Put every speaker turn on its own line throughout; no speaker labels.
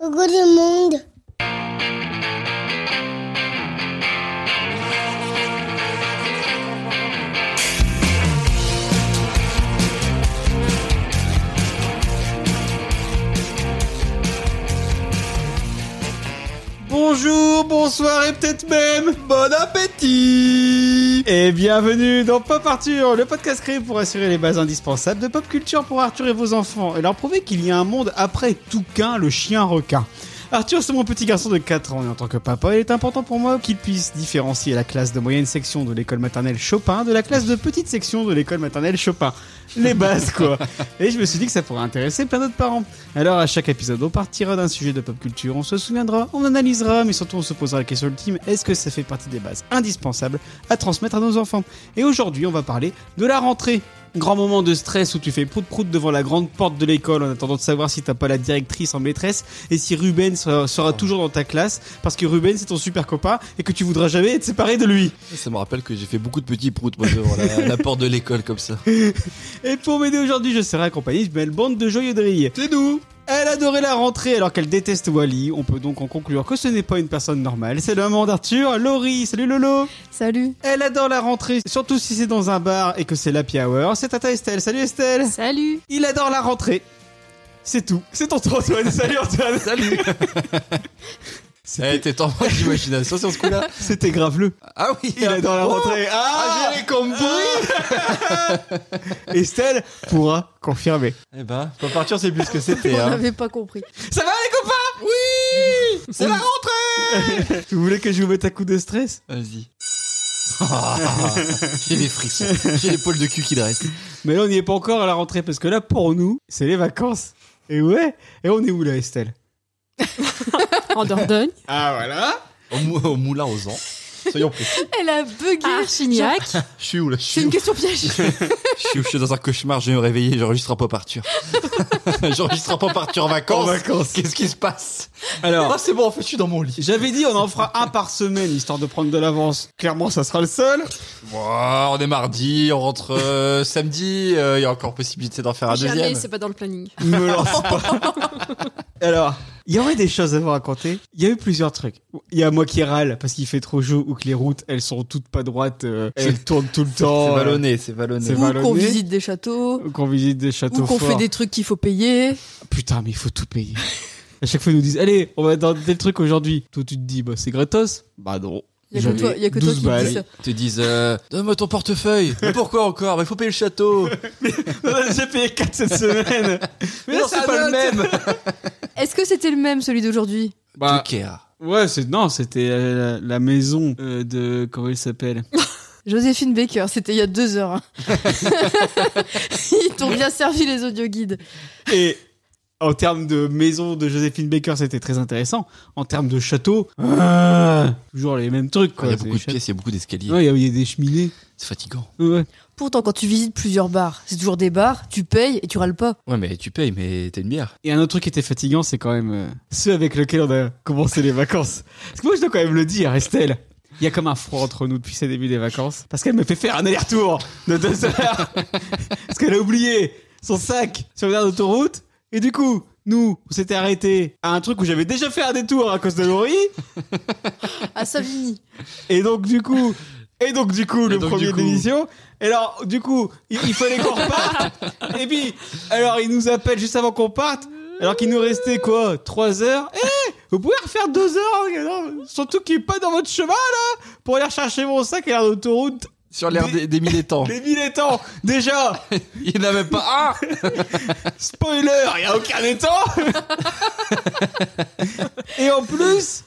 Coucou le monde.
Bonjour, bonsoir et peut-être même bon appétit Et bienvenue dans Pop Arthur, le podcast créé pour assurer les bases indispensables de pop culture pour Arthur et vos enfants et leur prouver qu'il y a un monde après Touquin le chien requin. Arthur, c'est mon petit garçon de 4 ans et en tant que papa, il est important pour moi qu'il puisse différencier la classe de moyenne section de l'école maternelle Chopin de la classe de petite section de l'école maternelle Chopin. Les bases quoi. Et je me suis dit que ça pourrait intéresser plein d'autres parents. Alors à chaque épisode, on partira d'un sujet de pop culture, on se souviendra, on analysera, mais surtout on se posera la question ultime, est-ce que ça fait partie des bases indispensables à transmettre à nos enfants Et aujourd'hui, on va parler de la rentrée. Grand moment de stress où tu fais prout-prout devant la grande porte de l'école en attendant de savoir si t'as pas la directrice en maîtresse et si Ruben sera, sera toujours dans ta classe parce que Ruben c'est ton super copain et que tu voudras jamais être séparé de lui.
Ça me rappelle que j'ai fait beaucoup de petits proutes moi, devant la, la porte de l'école comme ça.
Et pour m'aider aujourd'hui, je serai accompagné d'une belle bande de joyeux drilles.
C'est nous
Elle adorait la rentrée alors qu'elle déteste Wally. On peut donc en conclure que ce n'est pas une personne normale. C'est le maman d'Arthur, Laurie. Salut Lolo.
Salut.
Elle adore la rentrée, surtout si c'est dans un bar et que c'est l'happy hour. C'est Tata Estelle. Salut Estelle.
Salut.
Il adore la rentrée. C'est tout. C'est tonton Antoine. Salut Antoine.
Salie Eh, t'es en manque d'imagination sur ce coup-là
C'était grave le.
Ah oui
Il adore la
Oh,
rentrée.
Ah,
Ah,
j'ai les compris
Estelle pourra confirmer.
Eh ben, faut partir, c'est plus ce que c'était.
On
hein.
n'avait pas compris.
Ça va les copains Oui C'est la rentrée Vous voulez que je vous mette un coup de stress
Vas-y. Ah, j'ai les frissons, j'ai les poils de cul qui dressent.
Mais là, on n'y est pas encore à la rentrée parce que là, pour nous, c'est les vacances. Et ouais Et on est où là, Estelle
En Dordogne.
Ah voilà
Au, mou- au moulin aux ans. Soyons précis.
Elle a bugué
Ah,
Archignac.
Je suis où là Je
Ah, C'est
suis
une
où
question piège.
Je suis où Je suis dans un cauchemar, je vais me réveiller, j'enregistre un pop Arthur. j'enregistre un pop Arthur en vacances.
vacances.
Qu'est-ce qui se passe
Alors,
Ah, c'est bon, en fait, je suis dans mon lit.
j'avais dit on en fera un par semaine histoire de prendre de l'avance. Clairement, ça sera le seul.
Ouah, on est mardi, on rentre euh, samedi, euh, il y a encore possibilité d'en faire un
Jamais,
deuxième.
c'est pas dans le planning.
Me lance pas. Alors, il y aurait des choses à vous raconter. Il y a eu plusieurs trucs. Il y a moi qui râle parce qu'il fait trop chaud ou que les routes, elles sont toutes pas droites. euh, elles tournent tout le temps.
C'est
euh,
ballonné, c'est ballonné.
C'est
Ou qu'on
vallonné.
visite des châteaux.
ou qu'on visite des
Ou
châteaux
qu'on fait
forts.
des trucs qu'il faut payer.
Putain, mais il faut tout payer. À chaque fois, ils nous disent Allez, on va dans tel truc aujourd'hui. Toi, tu te dis Bah, c'est gratos Bah, non.
Il y a que
J'avais
toi, il y a que toi
12
qui
balles.
dis ça.
Ils te disent, euh, donne-moi ton portefeuille. Mais pourquoi encore Mais faut payer le château.
On a déjà payé 4 cette semaine.
Mais non, c'est pas le même.
Est-ce que c'était le même, celui d'aujourd'hui
Bah,
Joker.
ouais, c'est. Non, c'était euh, la, la maison euh, de. Comment il s'appelle
Joséphine Baker, c'était il y a deux heures. hein. Ils t'ont bien servi les audioguides.
Et. En termes de maison de Joséphine Baker, c'était très intéressant. En termes de château, ah, toujours les mêmes trucs.
Il
Quoi.
y a beaucoup de
C'est-
pièces, il y a beaucoup d'escaliers.
Ouais, il y a- il y, a des cheminées.
C'est fatigant.
Ouais.
Pourtant, quand tu visites plusieurs bars, c'est toujours des bars, tu payes et tu râles pas.
Ouais, mais tu payes, mais t'es une bière.
Et un autre truc qui était fatigant, c'est quand même euh, ceux avec lesquels on a commencé les vacances. Parce que moi, je dois quand même le dire, Estelle. Il y a comme un froid entre nous depuis ses débuts des vacances. Parce qu'elle me fait faire un aller-retour de deux heures. parce qu'elle a oublié son sac sur une aire d'autoroute. Et du coup, nous, on s'était arrêtés à un truc où j'avais déjà fait un détour à cause de Laurie.
À Savigny.
Et donc, du coup. Et donc, du coup, le
donc,
premier
du coup.
démission. Et alors, du coup, il, il fallait qu'on reparte. et puis, alors, il nous appelle juste avant qu'on parte. Alors qu'il nous restait quoi 3 heures Eh Vous pouvez refaire 2 heures hein, non, Surtout qu'il est pas dans votre chemin, là Pour aller rechercher mon sac à l'air d'autoroute.
Sur l'air des, des mille étangs.
Les mille étangs Déjà
Il n'y en a même pas un.
Spoiler Il n'y a aucun étang Et en plus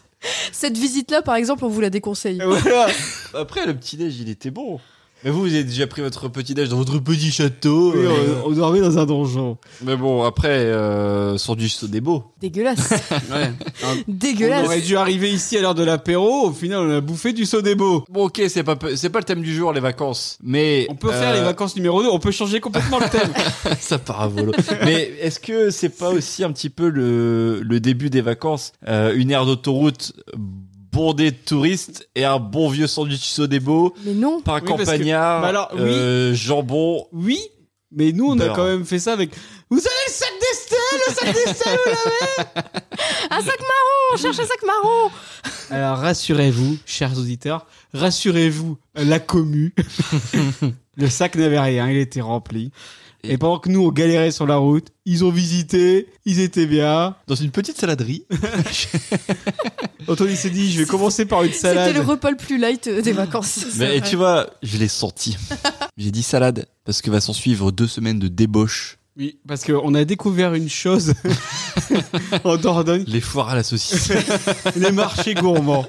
Cette visite-là, par exemple, on vous la déconseille.
Voilà
Après, le petit-déj, il était bon. Mais vous, vous avez déjà pris votre petit-déj dans votre petit château.
Oui,
euh,
on, on dormait dans un donjon.
Mais bon, après, euh, sur du saut des beaux.
Dégueulasse.
Ouais. On
Dégueulasse.
aurait dû arriver ici à l'heure de l'apéro. Au final, on a bouffé du sodebo.
Bon, ok, c'est pas, peu- c'est pas le thème du jour, les vacances. Mais.
On peut faire les
euh,
vacances numéro 2. On peut changer complètement le thème.
Ça part à volo. Mais est-ce que c'est pas aussi un petit peu le, le début des vacances Euh, Une aire d'autoroute bondée de touristes et un bon vieux sandwich Sodebo,
Mais non.
parc
Oui, parce que-
campagnard,
Bah alors, oui.
euh, jambon.
Oui, mais nous, on
Beurre.
a quand même fait ça avec. Vous avez le sac d'Estelle Le sac d'Estelle, vous l'avez
Un sac marron, Oh, on cherche un sac marron.
Alors rassurez-vous, chers auditeurs, rassurez-vous, la commu. le sac n'avait rien, il était rempli. Et,
Et
pendant que nous, on galérait sur la route, ils ont visité, ils étaient bien.
Dans une petite saladerie.
Anthony s'est dit, je vais commencer par une
C'était
salade.
le repas le plus light euh, des vacances.
Mais, et tu vois, je l'ai senti. J'ai dit salade parce que va s'en suivre deux semaines de débauche.
Oui, parce qu'on a découvert une chose en Dordogne,
Les foires à la saucisse.
les marchés gourmands,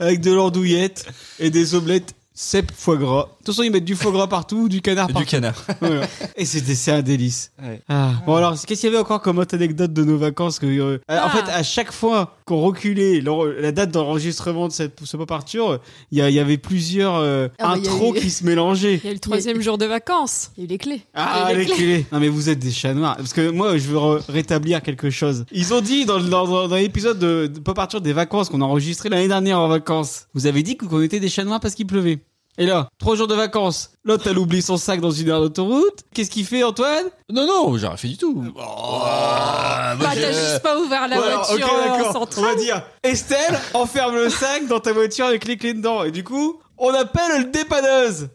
avec de l'andouillette et des omelettes cèpes foie gras. De toute façon, ils mettent du foie gras partout, du canard
du
partout.
canard.
Voilà. Et c'était c'est un délice.
Ouais.
Ah. Bon alors, qu'est-ce qu'il y avait encore comme autre anecdote de nos vacances que, euh,
Ah.
En fait, à chaque fois qu'on reculait l'en- la date d'enregistrement de cette, ce pop arture, il y, a- il y avait plusieurs euh,
Ah bah, il y a
intros
eu-
qui se mélangeaient.
Il y a le troisième jour de vacances.
Il y a eu les clés.
Ah,
Et
les
les
clés. Non, mais vous êtes des chats noirs. Parce que moi, je veux re- rétablir quelque chose. Ils ont dit dans, dans, dans- dans l'épisode de, de Pop Arthur des vacances qu'on a enregistré l'année dernière en vacances. Vous avez dit que- qu'on était des chats noirs parce qu'il pleuvait. Et là, trois jours de vacances, l'autre, elle oublie son sac dans une aire d'autoroute. Qu'est-ce qu'il fait, Antoine
Non, non, j'ai rien fait du tout.
Oh,
Bah, t'as juste pas ouvert la
Ouais, alors,
voiture
ok,
euh, en
d'accord. On va
centrale.
dire, Estelle, enferme le sac dans ta voiture avec les clés dedans. Et du coup, on appelle le dépanneuse.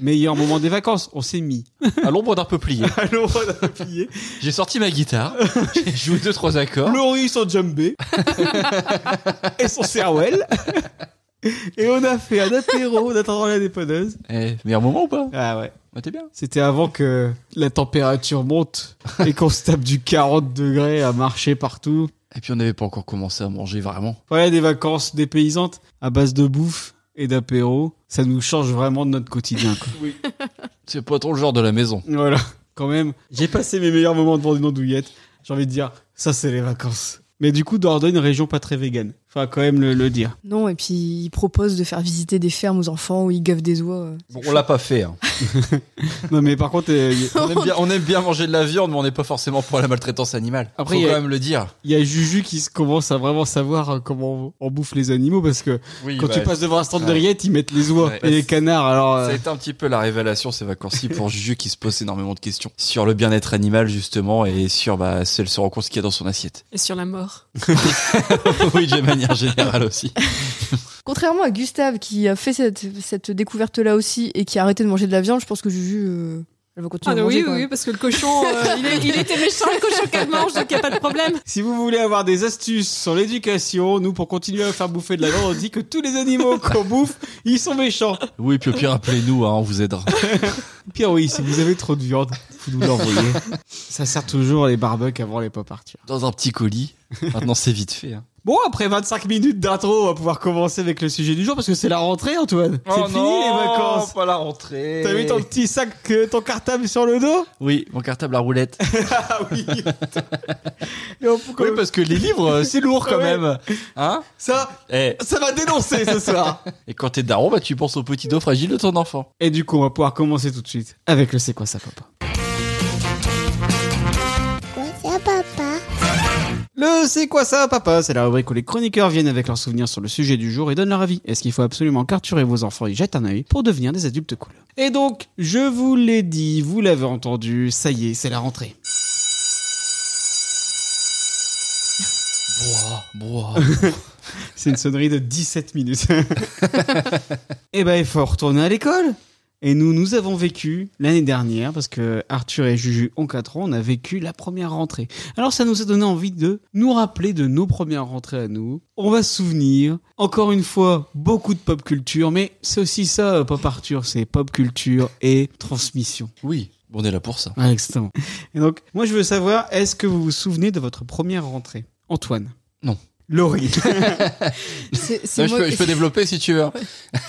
Meilleur moment des vacances, on s'est mis.
à l'ombre d'un peuplier.
Allons, on a plié.
J'ai sorti ma guitare, j'ai joué deux trois accords.
Laurie son djembé et son cerwell. Et on a fait un apéro en attendant la dépanneuse.
Eh, meilleur moment ou pas
Ah ouais.
Bah, T'es bien.
C'était avant que la température monte et qu'on se tape du 40 degrés à marcher partout.
Et puis on n'avait pas encore commencé à manger vraiment.
Voilà des vacances dépaysantes à base de bouffe et d'apéro. Ça nous change vraiment de notre quotidien. Quoi.
C'est pas trop le genre de la maison.
Voilà. Quand même, j'ai passé mes meilleurs moments devant une andouillette. J'ai envie de dire, ça c'est les vacances. Mais du coup, Dordogne, région pas très végane. Enfin, quand même le, le dire.
Non, et puis ils proposent de faire visiter des fermes aux enfants où ils gavent des oies. euh.
Bon, on l'a pas fait. hein.
Non mais par contre, euh, y-
On, aime bien, on aime bien manger de la viande, mais on n'est pas forcément pour la maltraitance animale.
Après,
Faut
il y a-
quand même le dire.
Il y a Juju qui se commence à vraiment savoir euh, comment on- on bouffe les animaux parce que
Oui, bah,
quand tu passes devant un stand de
ouais.
rillettes, ils mettent les oies
Ouais.
et les canards. Alors,
Ça
euh,
a été un petit peu la révélation ces vacances-ci pour Juju qui se pose énormément de questions sur le bien-être animal justement et sur bah, celle se rend compte ce qu'il y a dans son assiette.
Et sur la mort.
oui, de manière générale aussi.
Contrairement à Gustave qui a fait cette, cette découverte-là aussi et qui a arrêté de manger de la viande, je pense que Juju, euh, elle va continuer
Ah,
à
non,
manger.
oui,
quand
oui,
même.
parce que le cochon, euh, il, est- il était méchant, le cochon qu'elle mange, donc il a pas de problème.
si vous voulez avoir des astuces sur l'éducation, nous pour continuer à faire bouffer de la viande, on dit que tous les animaux qu'on bouffe, ils sont méchants.
Oui, puis au pire, appelez-nous, hein, on vous aidera.
Pire oui, si vous avez trop de viande, vous nous l'envoyez. Ça sert toujours les barbecues avant les pas partir.
Dans un petit colis. Maintenant, c'est vite fait. hein.
Bon, après 25 minutes d'intro, on va pouvoir commencer avec le sujet du jour parce que c'est la rentrée, Antoine.
Oh
c'est fini les vacances.
Pas la rentrée.
T'as mis ton petit sac, euh, ton cartable sur le dos
Oui, mon cartable à roulette.
Ah oui. Et on peut quand même-
parce que les livres, euh, c'est lourd
Ouais.
même. Hein
ça,
Eh,
ça va dénoncer ce soir.
Et quand t'es daron, bah, tu penses au petit dos fragile de ton enfant.
Et du coup, on va pouvoir commencer tout de suite avec le c'est quoi ça papa. Le c'est quoi ça papa, c'est la rubrique où les chroniqueurs viennent avec leurs souvenirs sur le sujet du jour et donnent leur avis. Est-ce qu'il faut absolument qu'Arthur et vos enfants y jettent un œil pour devenir des adultes cool Et donc, je vous l'ai dit, vous l'avez entendu, ça y est, c'est la rentrée.
Oh,
Bois, bois.
C'est une sonnerie de 17 minutes. Eh ben, il faut retourner à l'école. Et nous, nous avons vécu l'année dernière, parce que Arthur et Juju ont 4 ans, on a vécu la première rentrée. Alors ça nous a donné envie de nous rappeler de nos premières rentrées à nous. On va se souvenir, encore une fois, beaucoup de pop culture, mais c'est aussi ça, euh, Pop Arthur, c'est pop culture et transmission.
oui, on est là pour ça.
Ouais, exactement. Et donc, moi je veux savoir, est-ce que vous vous souvenez de votre première rentrée Antoine
Non.
Laurie
C'est- c'est
Non, je,
moi-
peux, je peux développer si tu veux. hein.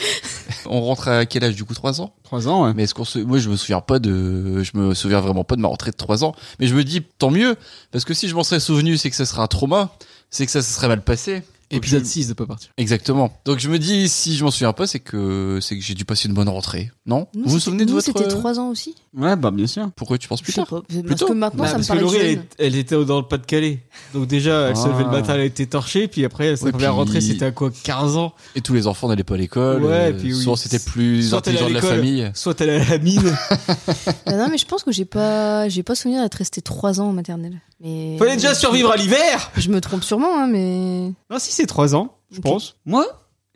on rentre à quel âge du coup 3 ans
3 ans, hein. ouais.
Mais est-ce qu'on se... Moi, je me souviens pas de... Je me souviens vraiment pas de ma rentrée de 3 ans. Mais je me dis, tant mieux. Parce que si je m'en serais souvenu, c'est que ça serait un trauma. C'est que ça se serait mal passé.
Épisode 6 de Pop Arthur.
Exactement. Donc je me dis, si je m'en souviens pas, c'est que c'est que j'ai dû passer une bonne rentrée. Non
Nous,
Vous vous
c'était-
souvenez de
nous,
votre euh,
c'était 3 ans aussi.
Ouais, bah bien sûr.
Pourquoi tu penses plus
Je sais pas.
tard plus
Parce
tôt.
que maintenant,
Bah,
ça me
parce que
paraît
Laurie,
jeune.
elle, est- elle était dans le Pas-de-Calais. Donc déjà, elle se levait le
Ah.
matin, elle était torchée. Puis après, sa
Ouais,
première
puis-
rentrée, c'était à quoi 15 ans
Et tous les enfants n'allaient pas à l'école.
Ouais,
euh,
et puis oui.
Souvent c'était plus
Soit t'allais à
intelligent de la
l'école.
famille.
Soit elle est à la mine.
Bah non, mais je pense que j'ai pas, j'ai pas souvenir d'être resté 3 ans en maternelle. Mais
Fallait déjà survivre à l'hiver
Je me trompe sûrement, hein, mais.
Non, si c'est 3 ans, je
Ok.
pense. Moi,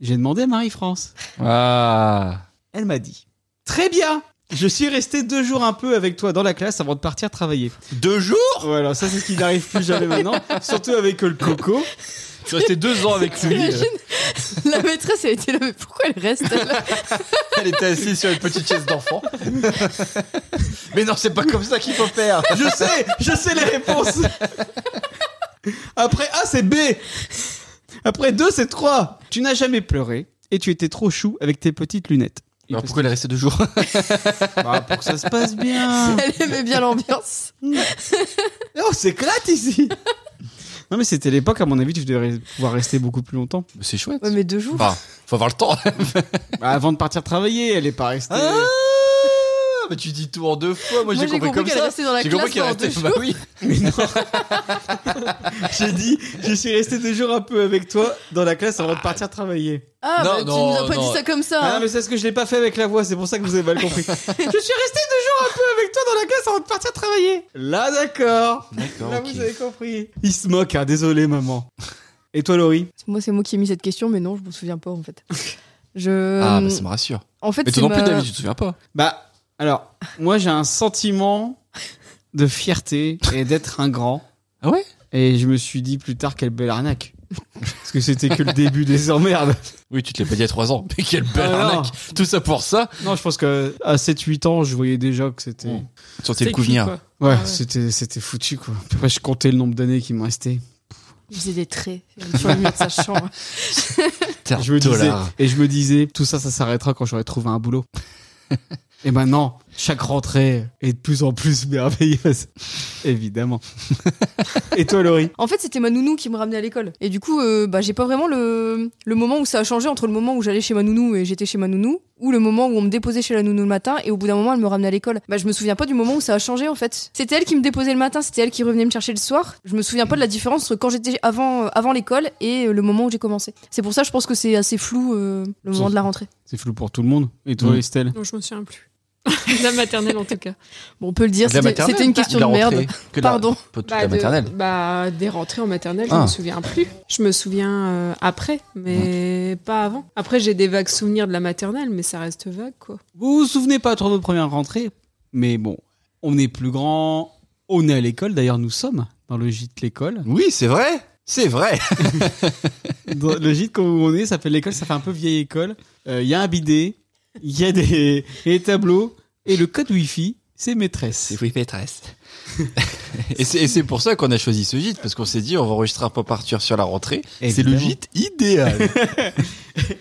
j'ai demandé à Marie-France.
Ah.
Elle m'a dit Très bien je suis resté deux jours un peu avec toi dans la classe avant de partir travailler.
Deux jours
Voilà, ça c'est ce qui n'arrive plus jamais maintenant, surtout avec le coco.
Je suis resté deux ans avec lui.
T'imagines
euh.
La maîtresse, elle était là, mais pourquoi elle reste là
Elle était assise sur une petite chaise d'enfant. Mais non, c'est pas comme ça qu'il faut faire.
Je sais, je sais les réponses. Après A, c'est B. Après 2, c'est 3. Tu n'as jamais pleuré et tu étais trop chou avec tes petites lunettes.
Alors pourquoi elle est restée deux jours
Bah, pour que ça se passe bien.
Elle aimait bien l'ambiance.
On s'éclate ici. Non, mais c'était l'époque, à mon avis, tu devais pouvoir rester beaucoup plus longtemps.
C'est chouette.
Ouais, mais deux jours.
Enfin, faut avoir le temps.
Bah, avant de partir travailler, elle est pas restée.
Ah mais tu dis tout en deux fois. Moi,
Moi, j'ai compris qu'elle restait dans la
J'ai compris
classe
qu'elle
pendant deux
restait. Bah
jours.
oui.
J'ai dit, je suis resté deux jours un peu avec toi dans la classe avant de partir travailler.
Ah,
Non,
bah,
non,
tu nous as pas
non.
dit ça comme ça.
Ah,
hein.
mais c'est ce que je l'ai pas fait avec la voix, c'est pour ça que vous avez mal compris. je suis resté deux jours un peu avec toi dans la classe avant de partir travailler. Là, d'accord.
D'accord.
Là, vous avez compris. Il se moque, hein, désolé, maman. Et toi, Laurie
Moi, c'est moi qui ai mis cette question, mais non, je m'en souviens pas en fait. Je.
Ah, bah ça me rassure.
en fait,
Mais
Euh, c'est
toi non plus,
ma-
David, tu te souviens pas
Bah, alors, moi, j'ai un sentiment de fierté et d'être un grand.
Ah ouais
Et je me suis dit plus tard, quelle belle arnaque. Parce que c'était que le début des emmerdes.
Oui, tu te l'es pas dit à 3 ans. Mais quelle belle
Ah, non.
arnaque Tout ça pour ça
Non, je pense que à 7-8 ans, je voyais déjà que c'était.
Bon. Sur tes le coup venir.
Ouais,
Ah ouais.
c'était c'était foutu quoi. Après, je comptais le nombre d'années qui me restaient.
Je faisais des traits sur le mur de sa chambre.
Terre
Je me disais,
dollar.
et je me disais, tout ça, ça s'arrêtera quand j'aurai trouvé un boulot. et ben maintenant, chaque rentrée est de plus en plus merveilleuse. Évidemment. et toi, Laurie
En fait, c'était ma nounou qui me ramenait à l'école. Et du coup, euh, bah, j'ai pas vraiment le, le moment où ça a changé entre le moment où j'allais chez ma nounou et j'étais chez ma nounou, ou le moment où on me déposait chez la nounou le matin et au bout d'un moment, elle me ramenait à l'école. Bah, je me souviens pas du moment où ça a changé en fait. C'était elle qui me déposait le matin, c'était elle qui revenait me chercher le soir. Je me souviens pas de la différence entre quand j'étais avant, euh, avant l'école et euh, le moment où j'ai commencé. C'est pour ça, je pense que c'est assez flou euh, le moment de la rentrée.
C'est flou pour tout le monde. Et toi,
Mm.
Estelle
Non, je me souviens plus. De la maternelle, en tout cas.
Bon, on peut le dire,
De la
c'était
maternelle,
c'était une
pas-
question
la
de merde.
rentrée, que de la-
Pardon.
Pas toute
Bah,
la
de-
maternelle.
bah, des rentrées en maternelle, je
Ah.
me souviens plus. Je me souviens euh, après, mais pas avant. Après, j'ai des vagues souvenirs de la maternelle, mais ça reste vague, quoi.
Vous vous souvenez pas trop de votre première rentrée Mais bon, on est plus grand. On est à l'école. D'ailleurs, nous sommes dans le gîte l'école.
Oui, c'est vrai. C'est vrai.
Dans le gîte qu'on on est, ça fait l'école, ça fait un peu vieille école. Euh, Il y a un bidet, il y a des, des tableaux et le code Wi-Fi, c'est maîtresse.
oui, maîtresse. et c'est et c'est pour ça qu'on a choisi ce gîte, parce qu'on s'est dit, on va enregistrer un pop Arthur sur la rentrée. C'est le
Évidemment.
gîte idéal.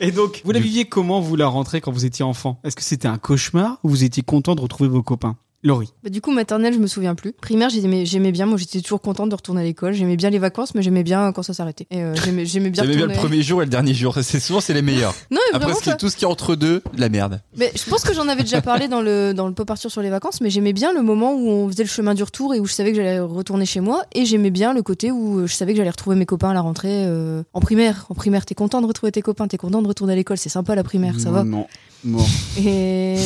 Et donc, vous la viviez comment vous la rentrée quand vous étiez enfant Est-ce que c'était un cauchemar ou vous étiez content de retrouver vos copains Laurie.
Bah, du coup, maternelle, je me souviens plus. Primaire, j'aimais, j'aimais bien. Moi, j'étais toujours contente de retourner à l'école. J'aimais bien les vacances, mais j'aimais bien quand ça s'arrêtait. Et euh, j'aimais, j'aimais bien
Vous aimez bien le
retourner.
premier jour et le dernier jour. C'est souvent, c'est les meilleurs.
Non, mais
Après,
vraiment
ce qui est
pas.
tout ce qui est entre deux, de la merde.
Mais je pense que j'en avais déjà parlé dans le dans le pop Arthur sur les vacances, mais j'aimais bien le moment où on faisait le chemin du retour et où je savais que j'allais retourner chez moi, et j'aimais bien le côté où euh, je savais que j'allais retrouver mes copains à la rentrée euh, en primaire. En primaire, t'es content de retrouver tes copains, t'es content de retourner à l'école, c'est sympa la primaire, ça
Moi,
Mm.
va.
Non, mort.
Et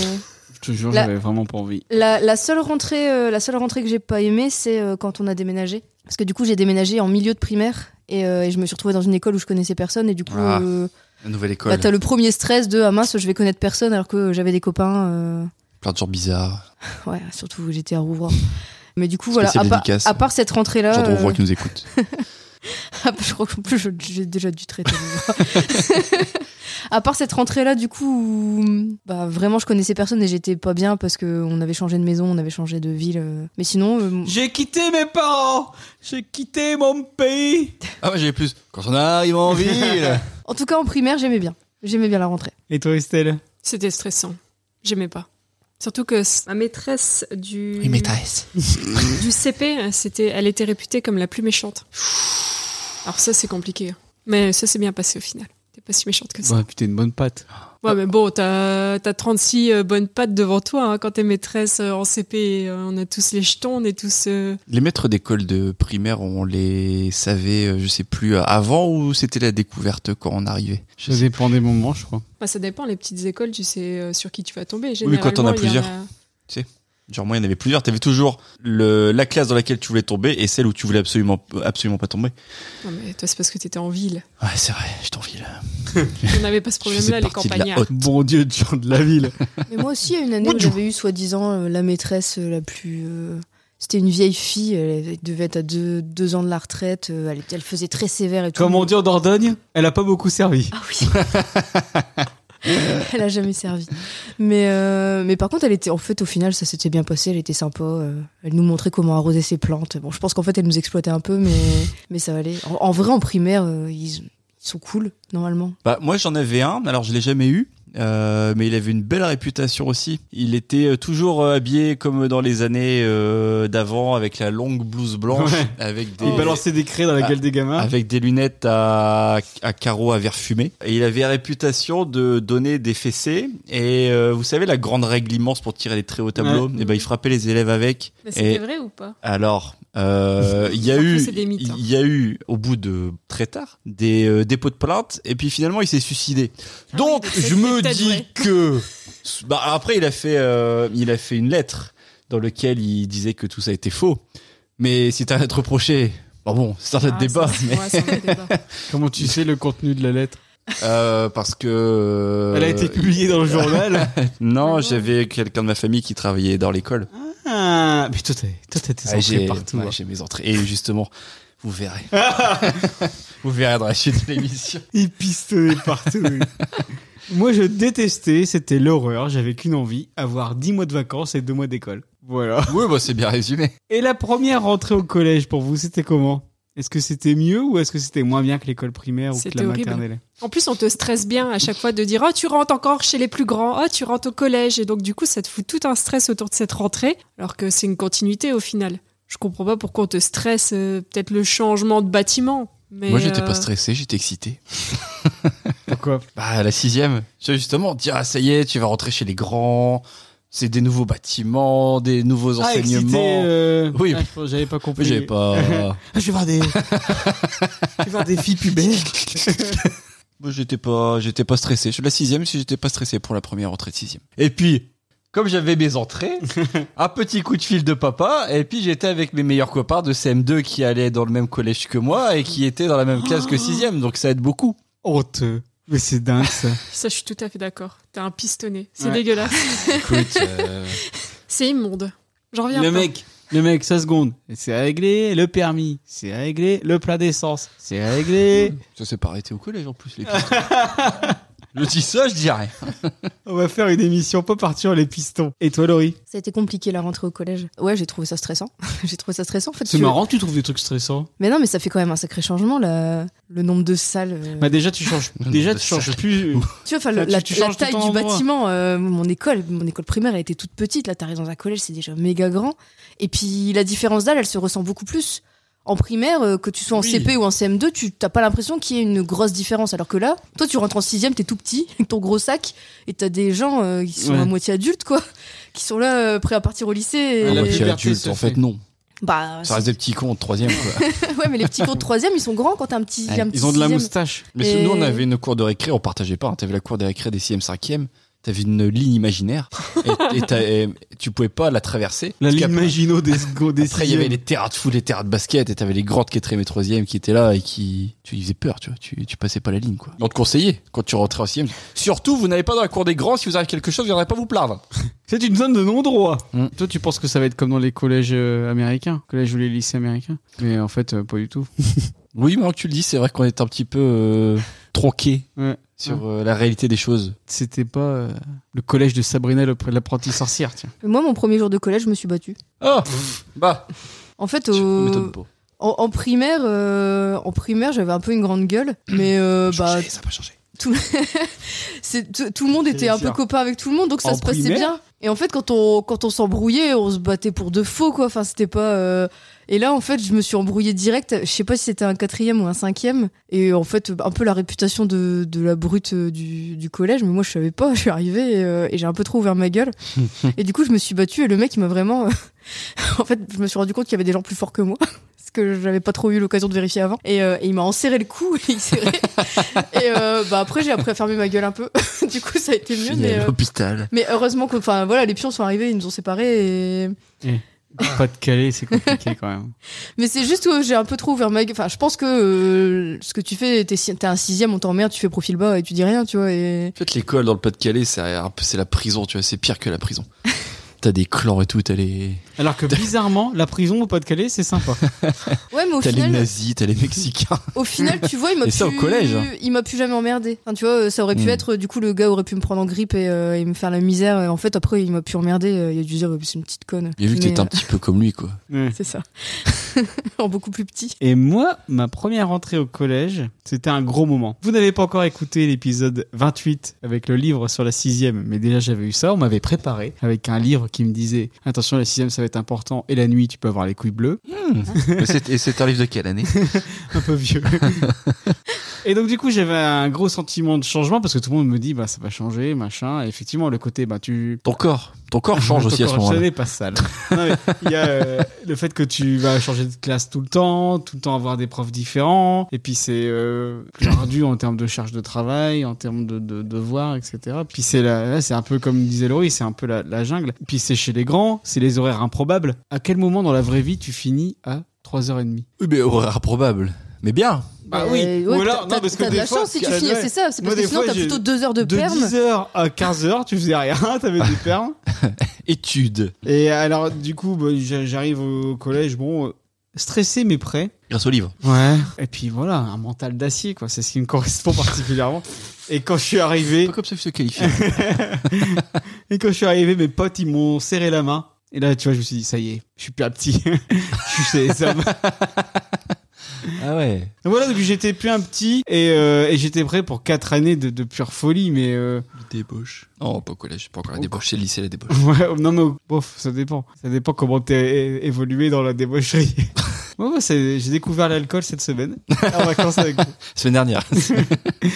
Je te jure,
La-
j'avais vraiment pas envie.
La, la seule rentrée, euh, la seule rentrée que j'ai pas aimée, c'est euh, quand on a déménagé. Parce que du coup, j'ai déménagé en milieu de primaire. Et, euh, et je me suis retrouvée dans une école où je connaissais personne. Et du coup,
Ah,
euh,
La nouvelle école.
bah, t'as le premier stress de ah mince, je vais connaître personne alors que j'avais des copains. euh,
Plein de gens bizarres.
Ouais, surtout j'étais à Rouvroy. Mais du coup, voilà, à,
Spéciale
part-
dédicace.
à part cette rentrée-là.
Gens de Rouvroy
euh,
qui nous écoutent.
Ah, bah, je crois qu'en plus, je- j'ai déjà dû traiter. le- à part cette rentrée-là, du coup, où, bah, vraiment, je connaissais personne et j'étais pas bien parce qu'on avait changé de maison, on avait changé de ville. euh. Mais sinon, euh,
J'ai quitté mes parents, j'ai quitté mon pays.
Ah, ouais, j'avais plus. Quand on arrive en ville.
En tout cas, en primaire, j'aimais bien. J'aimais bien la rentrée.
Et toi, Estelle
C'était stressant. J'aimais pas. Surtout que s- ma maîtresse du,
maîtresse.
du CP, c'était, elle était réputée comme la plus méchante. Alors ça, c'est compliqué. hein. Mais ça s'est bien passé au final. T'es pas si méchante que ça.
Ouais, Bah, putain, une bonne patte.
Ouais, mais bon, t'as t'as 36 euh, bonnes pattes devant toi hein, quand t'es maîtresse euh, en CP. euh, on a tous les jetons, on est tous. euh,
Les maîtres d'école de primaire, on les savait, euh, je sais plus, euh, avant ou c'était la découverte quand on arrivait
Ça
Je sais-
dépend des moments, je crois.
Bah, ça dépend, les petites écoles, tu sais euh, sur qui tu vas tomber.
Oui, mais quand t'en as
Généralement, il y en
plusieurs. Genre, moi, il y en avait plusieurs. T'avais toujours le, la classe dans laquelle tu voulais tomber et celle où tu voulais absolument, absolument pas tomber.
Non, mais toi, c'est parce que t'étais en ville.
Ouais, c'est vrai, je t'envie là.
On n'avait pas ce
Je faisais
problème-là, les
partie de la
campagnards.
haute.
Bon Dieu, de gens de la ville.
Mais moi aussi, il y a une année où
Bonjour.
j'avais eu soi-disant euh, la maîtresse euh, la plus. euh, C'était une vieille fille, elle elle devait être à deux, deux ans de la retraite, euh, elle, était- elle faisait très sévère et tout.
Comme on dit en Dordogne, elle a pas beaucoup servi.
Ah oui Elle a jamais servi. Mais, euh, mais par contre, elle était. En fait, au final, ça s'était bien passé, elle était sympa. euh, elle nous montrait comment arroser ses plantes. Bon, je pense qu'en fait, elle nous exploitait un peu, mais, mais ça allait. En, en vrai, en primaire, euh, ils, ils sont cool, normalement.
Bah, moi, j'en avais un, alors je l'ai jamais eu. euh, mais il avait une belle réputation aussi. Il était euh, toujours euh, habillé comme dans les années euh, d'avant, avec la longue blouse blanche,
Ouais.
avec des,
Il balançait des craies dans la
Ah,
gueule des gamins.
avec des lunettes à, à carreaux à verre fumé. Et il avait réputation de donner des fessées. Et euh, vous savez, la grande règle immense pour tirer les traits au tableau, et ben, il frappait les élèves avec.
Mais c'était
Et
vrai ou pas
alors, euh, il y a
Après,
eu,
c'est des mythes, hein.
il y a eu, au bout de très tard, des euh, dépôts de plainte. Et puis finalement, il s'est suicidé. Donc,
Ah oui, donc
je
c'était
me
peut-être
dis
vrai.
que, bah, après, il a fait, euh, il a fait une lettre dans laquelle il disait que tout ça était faux. Mais si t'as à te reprocher, bah bon, c'est un autre
Ah,
débat.
ça,
mais...
ouais, c'est un autre débat.
Comment tu sais le contenu de la lettre
Euh, parce que. euh,
Elle a été publiée dans le journal.
Ah
Non, j'avais quelqu'un de ma famille qui travaillait dans l'école.
Ah, mais toi, t'as toi, t'as tes
Ah,
entrées
j'ai
partout.
ouais,
hein.
j'ai mes entrées. Et justement, vous verrez. vous verrez dans la suite de l'émission.
Il pistonnait partout. oui. Moi, je détestais, c'était l'horreur. J'avais qu'une envie, avoir 10 mois de vacances et 2 mois d'école. Voilà.
Oui, bah, c'est bien résumé.
Et la première rentrée au collège pour vous, c'était comment Est-ce que c'était mieux ou est-ce que c'était moins bien que l'école primaire ou que
C'était
la
horrible.
maternelle
En plus, on te stresse bien à chaque fois de dire Oh, tu rentres encore chez les plus grands, oh, tu rentres au collège. Et donc, du coup, ça te fout tout un stress autour de cette rentrée, alors que c'est une continuité au final. Je comprends pas pourquoi on te stresse, euh, peut-être le changement de bâtiment. Mais
Moi, j'étais
euh,
pas stressé, j'étais excité.
Pourquoi
Bah, la sixième. Tu vois, justement, dire, ah, ça y est, tu vas rentrer chez les grands. C'est des nouveaux bâtiments, des nouveaux
Ah, excité,
enseignements.
euh,
Oui.
ah, je pense- j'avais pas
Mais
compris.
j'avais pas.
Ah, je vais voir des. je vais voir des filles pubères.
Moi, j'étais pas, j'étais pas stressé. Je suis de la sixième, si j'étais pas stressé pour la première entrée de sixième. Et puis, comme j'avais mes entrées, un petit coup de fil de papa, et puis j'étais avec mes meilleurs copains de CM2 qui allaient dans le même collège que moi et qui étaient dans la même classe que
Oh.
sixième, donc ça aide beaucoup.
Honteux. Mais c'est dingue ça.
Ça, je suis tout à fait d'accord. T'as un pistonné. C'est
Ouais.
dégueulasse.
Écoute,
C'est immonde. J'en reviens
Le
pas.
mec, le mec, sa seconde. C'est réglé, le permis. C'est réglé, le plat d'essence. C'est réglé.
ça s'est pas arrêté au collège en plus, les pistons. Je dis ça, je dis rien.
On va faire une émission pas partir les pistons. Et toi, Laurie
Ça a été compliqué la rentrée au collège. Ouais, j'ai trouvé ça stressant. j'ai trouvé ça stressant en fait.
C'est
tu-
marrant, tu trouves des trucs stressants.
Mais non, mais ça fait quand même un sacré changement là. Le nombre de salles. euh.
Bah déjà, tu changes. déjà,
bah,
tu changes plus.
tu vois, enfin,
ça,
le-
tu-
la,
tu
la
changes tout
taille
le temps
du
d'endroit.
bâtiment. euh, mon école, mon école primaire, elle était toute petite. Là, t'arrives dans un collège, c'est déjà méga grand. Et puis la différence d'âge, elle se ressent beaucoup plus. En primaire, euh, que tu sois en
Oui.
CP ou en CM2, tu t'as pas l'impression qu'il y ait une grosse différence. Alors que là, toi, tu rentres en sixième, t'es tout petit, avec ton gros sac, et t'as des gens euh, qui sont
Ouais.
à moitié adultes, quoi, qui sont là euh, prêts à partir au lycée.
Ouais,
Et...
la puberté, ça
en
fait. Ah,
fait, non.
Bah,
Ça reste des petits cons en troisième, quoi.
Ouais, mais les petits cours de troisième, ils sont grands quand t'as un petit. un petit
Ils ont de la
sixième.
moustache.
Mais ce- nous, on
Et-
avait une cour de récré, on partageait pas. hein. T'avais la cour de récré des 6e, 5e. T'avais une ligne imaginaire et, et t'as- et tu pouvais pas la traverser.
La
Parce
ligne
qu'après-
Maginot des secondes. Des
Après, il y avait
sixièmes.
les terrains de foot, les terrains de basket, et t'avais les grandes qui étaient mes troisièmes qui étaient là et qui, tu ils faisaient peur, tu vois, tu, tu passais pas la ligne, quoi. On te conseillait, quand tu rentrais en sixième, surtout, vous n'allez pas dans la cour des grands, si vous avez quelque chose, vous n'allez pas vous plaindre.
C'est une zone de non-droit.
Mm.
Toi, tu penses que ça va être comme dans les collèges euh, américains, collèges ou les lycées américains. Mais en fait, euh, pas du tout.
Oui, maintenant que tu le dis, c'est vrai qu'on est un petit peu, tronqué
Ouais.
sur euh, la réalité des choses.
C'était pas euh, le collège de Sabrina, l'ap- l'apprentie sorcière, tiens.
Moi, mon premier jour de collège, je me suis battue.
Ah! Bah!
En fait,
tu
au-
m'étonnes pas.
en, en primaire, euh, en primaire, j'avais un peu une grande gueule, mais euh,
Changer,
bah,
ça va changer.
c'est- tout tout le monde était un peu
Plaisir.
copain avec tout le monde, donc ça
En
se passait
primaire
bien. Et en fait, quand on quand on s'embrouillait, on se battait pour de faux, quoi. Enfin, c'était pas. euh, Et là, en fait, je me suis embrouillée direct. Je sais pas si c'était un quatrième ou un cinquième. Et en fait, un peu la réputation de, de la brute euh, du, du collège. Mais moi, je savais pas. Je suis arrivée et, euh, et j'ai un peu trop ouvert ma gueule. et du coup, je me suis battue. Et le mec, il m'a vraiment. euh, en fait, je me suis rendu compte qu'il y avait des gens plus forts que moi. Parce que j'avais pas trop eu l'occasion de vérifier avant. Et, euh, et il m'a enserré le cou. Et, il serrait. et euh, bah, après, j'ai appris à fermer ma gueule un peu. du coup, ça a été mieux. Mais, euh,
l'hôpital.
mais heureusement que, enfin, voilà, les pions sont arrivés, ils nous ont séparés. Et...
Pas de Calais, c'est compliqué quand même.
Mais c'est juste que j'ai un peu trop ouvert ma gueule. Enfin, je pense que euh, ce que tu fais, t'es si- t'es un sixième, on t'emmerde, tu fais profil bas et tu dis rien, tu vois. Et...
En fait, l'école dans le Pas-de-Calais, c'est un peu- c'est la prison, tu vois, c'est pire que la prison. T'as des clans et tout, t'as les,
Alors que bizarrement, la prison au Pas-de-Calais, c'est sympa.
Ouais, mais au
t'as les
final,
nazis, t'as les Mexicains.
au final, tu vois, il m'a
Et
plus.
ça, au collège.
Il m'a plus jamais emmerdé. Enfin, tu vois, euh, ça aurait pu
Mm.
être, du coup, le gars aurait pu me prendre en grippe et, euh, et me faire la misère. Et en fait, après, il m'a plus emmerdé. euh, Il a dû dire, c'est une petite conne.
Il a vu que
Mais,
t'étais un
euh,
petit peu comme lui, quoi.
C'est ça. en beaucoup plus petit.
Et moi, ma première rentrée au collège, c'était un gros moment. Vous n'avez pas encore écouté l'épisode 28 avec le livre sur la sixième, mais déjà j'avais eu ça, on m'avait préparé avec un livre qui me disait « Attention, la sixième ça va être important, et la nuit tu peux avoir les couilles bleues
Mais c'est- et c'est un livre de quelle année ».
Un peu vieux. et donc du coup, j'avais un gros sentiment de changement, parce que tout le monde me dit « Bah ça va changer, machin ». Et effectivement, le côté « Bah tu
Ton corps. Ton corps change aussi à ce
Encore,
moment-là.
Je savais pas ça. là. Non, mais Il y a euh, le fait que tu vas changer de classe tout le temps, tout le temps avoir des profs différents, et puis c'est euh, plus ardu en termes de charge de travail, en termes de, de devoirs, etc. Puis c'est la- là, c'est un peu comme disait Laurie, c'est un peu la, la jungle. Puis c'est chez les grands, c'est les horaires improbables. À quel moment dans la vraie vie tu finis à 3h30
Oui, mais horaire probable. Mais bien.
Bah oui.
Euh,
Ou
ouais,
alors-
t'as-
non,
t'as-
parce que
t'as de
des
la
fois,
chance si tu
ouais.
finis. C'est ça, c'est
Moi,
parce que
des
sinon,
fois,
t'as
j'ai-
plutôt deux heures de
De
perme.
10h à 15h, tu faisais rien, t'avais des permes.
Étude.
Et alors, du coup, bah, j'a- j'arrive au collège, bon, euh, stressé mais prêt.
Grâce au livre.
Ouais. Et puis voilà, un mental d'acier, quoi. C'est ce qui me correspond particulièrement. Et quand je suis arrivé,
Pas comme ça que je te qualifie.
et quand je suis arrivé, mes potes, ils m'ont serré la main. Et là, tu vois, je me suis dit, ça y est, je suis plus un petit. je suis chez les hommes.
ah ouais.
Donc voilà, donc j'étais plus un petit et, euh, et j'étais prêt pour quatre années de, de pure folie, mais euh,
Débauche. Non, pas au collège. Pas encore la
Au-
débauche. C'est le lycée, la débauche.
ouais, non, mais bof, ça dépend. Ça dépend comment t'es é- évolué dans la débaucherie. Moi, moi, c'est- j'ai découvert l'alcool cette semaine, en vacances avec vous.
Semaine dernière.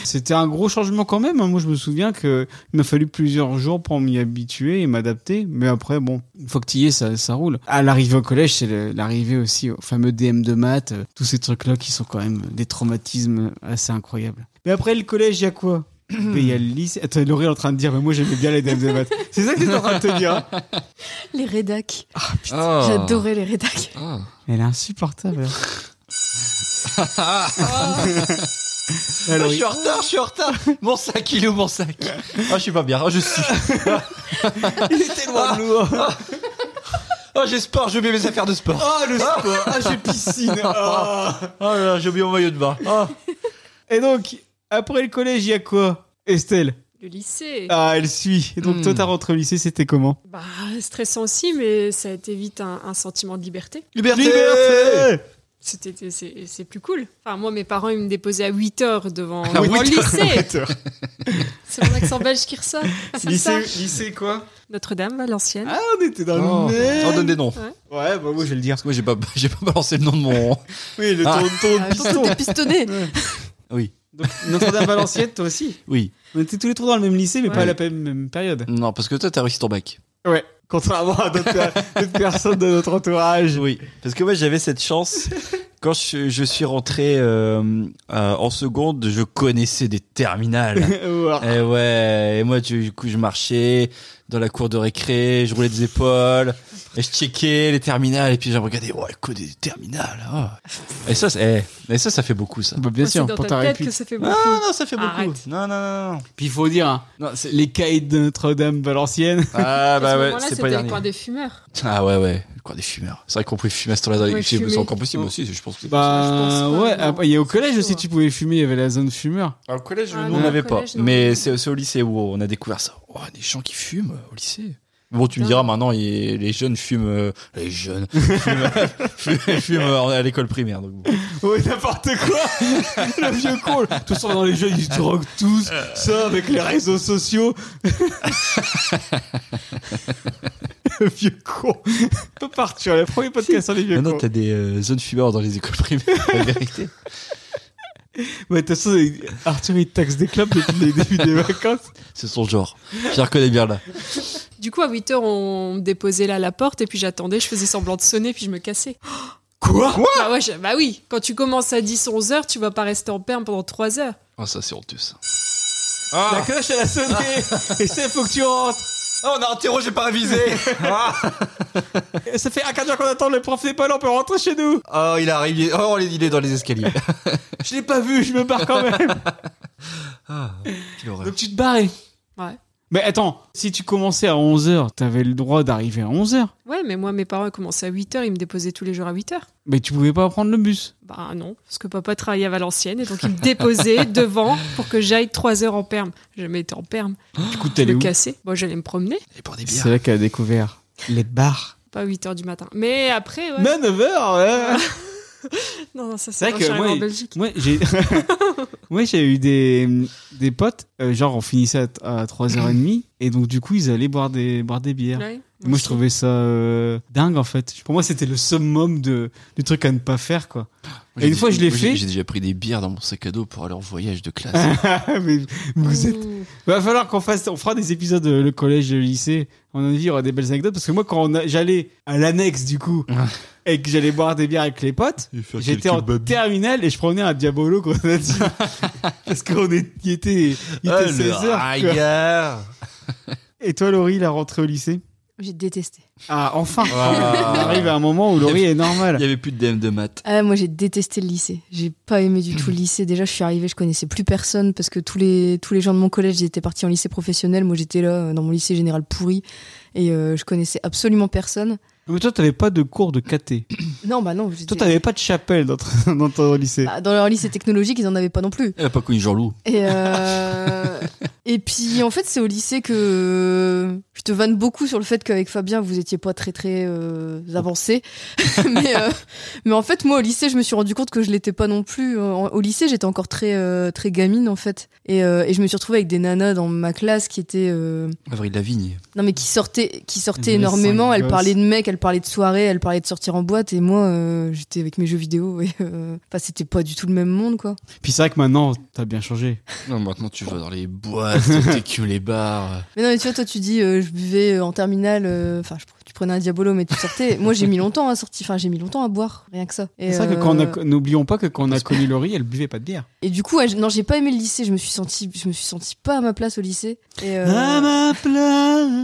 C'était un gros changement quand même. hein. Moi, je me souviens que il m'a fallu plusieurs jours pour m'y habituer et m'adapter. Mais après, bon, une fois que tu y es, ça, ça roule. À l'arrivée au collège, c'est le- l'arrivée aussi au fameux DM de maths, euh, tous ces trucs-là qui sont quand même des traumatismes assez incroyables. Mais après, le collège, il y a quoi Mais Il y a le lycée. Attends, Laurie est en train de dire, mais moi, j'aimais bien les DM de maths. C'est ça que t'es en train de te dire. hein
Les rédacs.
Oh.
J'adorais les rédacs.
Oh.
Elle est insupportable. hein. Ah,
Ah, je
Laurie.
suis en retard, je suis en retard. Mon sac, il est où mon sac Ah, je suis pas bien. Ah, je suis.
Il était loin de nous. hein.
Ah, j'ai sport, j'ai oublié mes affaires de sport.
Ah, le sport. Ah, j'ai piscine. Ah.
Ah là là, j'ai oublié mon maillot de bain. Ah.
Et donc, après le collège, il y a quoi Estelle
Le lycée.
Ah, elle suit. Et donc,
Hmm.
toi, ta rentrée au lycée, c'était comment
Bah, stressant aussi, mais ça a été vite un, un sentiment de liberté.
Liberté,
C'était, c'est, c'est plus cool. Enfin, moi, mes parents, ils me déposaient à 8 heures devant,
Ah,
devant le
8
lycée. C'est mon accent belge qui ressort. C'est ça.
lycée, lycée quoi
Notre-Dame, Valenciennes.
Ah, on était dans
Oh.
le même.
On donne des noms.
Ouais, bah moi, je vais le dire.
Parce que moi, j'ai pas, j'ai pas balancé le nom de mon.
Oui, le
Ah.
tour tour de
Ah, Attends,
piston.
t'es pistonné.
Oui,
Donc, Notre-Dame Valenciennes, toi aussi.
oui.
On était tous les trois dans le même lycée, mais
Ouais.
pas à la pe- même période.
Non, parce que toi, t'as réussi ton bac.
Ouais. Contrairement à d'autres d'autres personnes de notre entourage.
Oui, parce que moi j'avais cette chance. Quand je, je suis rentré euh, euh, en seconde, je connaissais des terminales.
Ouais.
Et ouais, et moi tu- du coup je marchais dans la cour de récré, je roulais des épaules, et je checkais les terminales, et puis je regardais, ouais, le code des terminales. ah. Et, ça, c'est- eh, et ça, ça fait beaucoup ça.
Bah, bien
Moi, c'est dans ta, tête que ça fait beaucoup.
Ah non, ça fait beaucoup.
Arrête.
Non, non, non. non.
Puis il faut dire, hein,
Non, c'est-
les cahiers de Notre-Dame Valenciennes.
Ah
à
bah ouais,
ce moment-là,
c'est
c'était
pas les
le
derniers.
coin des fumeurs.
Ah ouais, ouais, le coin des fumeurs. C'est vrai qu'on pouvait fumer à ce temps-là dans les
Ouais,
lycées, mais
fumer.
c'est encore possible aussi, je pense que
Ça,
Bah
je pense pas,
ouais,
non.
après, il y a au collège
Chaud,
aussi,
hein.
tu pouvais fumer, il y avait la zone fumeur.
Alors, au collège,
Ah
nous, on
non,
n'avait
au
pas.
collège, non.
Mais c'est c'est au lycée où on a découvert ça. Oh, des gens qui fument euh, au lycée. Mais Bon, tu me
Non.
diras maintenant, il- les jeunes fument. euh, les jeunes fument, fument- fument à l'école primaire. Donc bon.
Oui, n'importe quoi Le vieux con là. Tout ça dans les jeux, ils se droguent tous, ça avec les réseaux sociaux. le vieux con. Peu partir, le premier podcast sur les vieux
Maintenant,
cons.
t'as des euh, zones fumeurs dans les écoles privées, la vérité.
Ouais, de toute façon, Arthur, il taxe des clubs depuis le début des vacances.
C'est son genre. Je la reconnais bien là.
Du coup, à 8h, on me déposait là à la porte et puis j'attendais, je faisais semblant de sonner puis je me cassais.
Quoi
bah, ouais, je- bah oui, quand tu commences à 10-11h, tu vas pas rester en perme pendant 3 heures.
Oh, ça, c'est honteux, ça. Ah.
La cloche, elle a sonné. Et c'est, faut que tu rentres.
Oh, on a interrogé, j'ai pas révisé
Et Ça fait un quart d'heure qu'on attend, le prof n'est pas là, on peut rentrer chez nous.
Oh, il arrive, il est- oh, il est dans les escaliers.
Je l'ai pas vu, je me barre quand même.
Ah, quelle horreur.
Donc tu te barrais.
Ouais.
Mais attends, si tu commençais à 11h, t'avais le droit d'arriver à 11h.
Ouais, mais moi, mes parents ils commençaient à 8h, ils me déposaient tous les jours à 8h.
Mais tu pouvais pas prendre le bus.
Bah non, parce que papa travaillait à Valenciennes et donc il me déposait devant pour que j'aille 3 heures en perme. J'ai jamais été en perme.
Du coup,
Je
t'allais
me
où
cassais. Bon, j'allais me promener,
Il prend des
C'est là qu'elle a découvert les bars.
pas 8h du matin. Mais après, ouais.
Mais 9h, ouais.
Non, non, ça
C'est
c'est
vrai
quand
que
je suis arrivée
moi,
en Belgique.
Moi, j'ai Moi, j'ai eu des, des potes, euh, genre on finissait à, à 3h30, et donc du coup, ils allaient boire des, boire des bières.
Ouais,
Moi, je
aussi.
trouvais ça euh, dingue en fait. Pour moi, c'était le summum de, du truc à ne pas faire quoi. Et une fois, je l'ai fait.
J'ai déjà pris des bières dans mon sac à dos pour aller en voyage de classe.
Ah, Mais vous êtes
Ouh.
Il va falloir qu'on fasse, on fera des épisodes euh, le collège, le lycée. On en vit, il y aura des belles anecdotes parce que moi, quand on a- j'allais à l'annexe du coup et que j'allais boire des bières avec les potes, j'étais en terminale et je prenais un diabolo qu'on a dit parce qu'on est, il était, il
Ah,
était 16 heures. quoi.
gars
Et toi, Laurie, la rentrée au lycée
J'ai détesté.
Ah, enfin, on
Ah.
arrive à un moment où Laurie est
Il
normale.
y avait plus de DM de maths.
Ah, moi j'ai détesté le lycée. J'ai pas aimé du tout le lycée. Déjà, je suis arrivée, je connaissais plus personne parce que tous les, tous les gens de mon collège ils étaient partis en lycée professionnel. Moi j'étais là euh, dans mon lycée général pourri et euh, je connaissais absolument personne.
Mais toi, t'avais pas de cours de KT.
Non, bah non, j'étais-
Toi, t'avais pas de chapelle dans ton, dans ton lycée.
Bah, dans leur lycée technologique, ils en avaient pas non plus.
Elle a pas connu Jean-Loup.
Et, euh, et puis en fait, c'est au lycée que je te vanne beaucoup sur le fait qu'avec Fabien, vous étiez pas très très euh, avancé. mais, euh, mais en fait, moi au lycée, je me suis rendu compte que je l'étais pas non plus. En- Au lycée, j'étais encore très euh, très gamine en fait. Et, euh, et je me suis retrouvée avec des nanas dans ma classe qui étaient euh,
Avril Lavigne.
non mais qui sortaient qui sortaient
Elles avaient
énormément.
cinq
Elles
gosses.
parlaient de mecs, elles parlaient de soirées, elles parlaient de sortir en boîte. Et moi, euh, j'étais avec mes jeux vidéo. Et euh, enfin, c'était pas du tout le même monde quoi.
Puis c'est vrai que maintenant, t'as bien changé.
Non, maintenant tu vas dans les boîtes, au TQ, les bars.
Mais non, mais tu vois, toi, tu dis, euh, je buvais euh, en terminale, euh, enfin, je pr- tu prenais un Diabolo, mais tu sortais. Moi, j'ai mis longtemps à sortir, enfin, j'ai mis longtemps à boire, rien que ça. Et,
C'est vrai que
euh,
quand on a- n'oublions pas que quand on a connu Laurie, elle buvait pas de bière.
et du coup, ouais, j- non, j'ai pas aimé le lycée, je me suis sentie, je me suis sentie pas à ma place au lycée. Et, euh,
À Ah, ma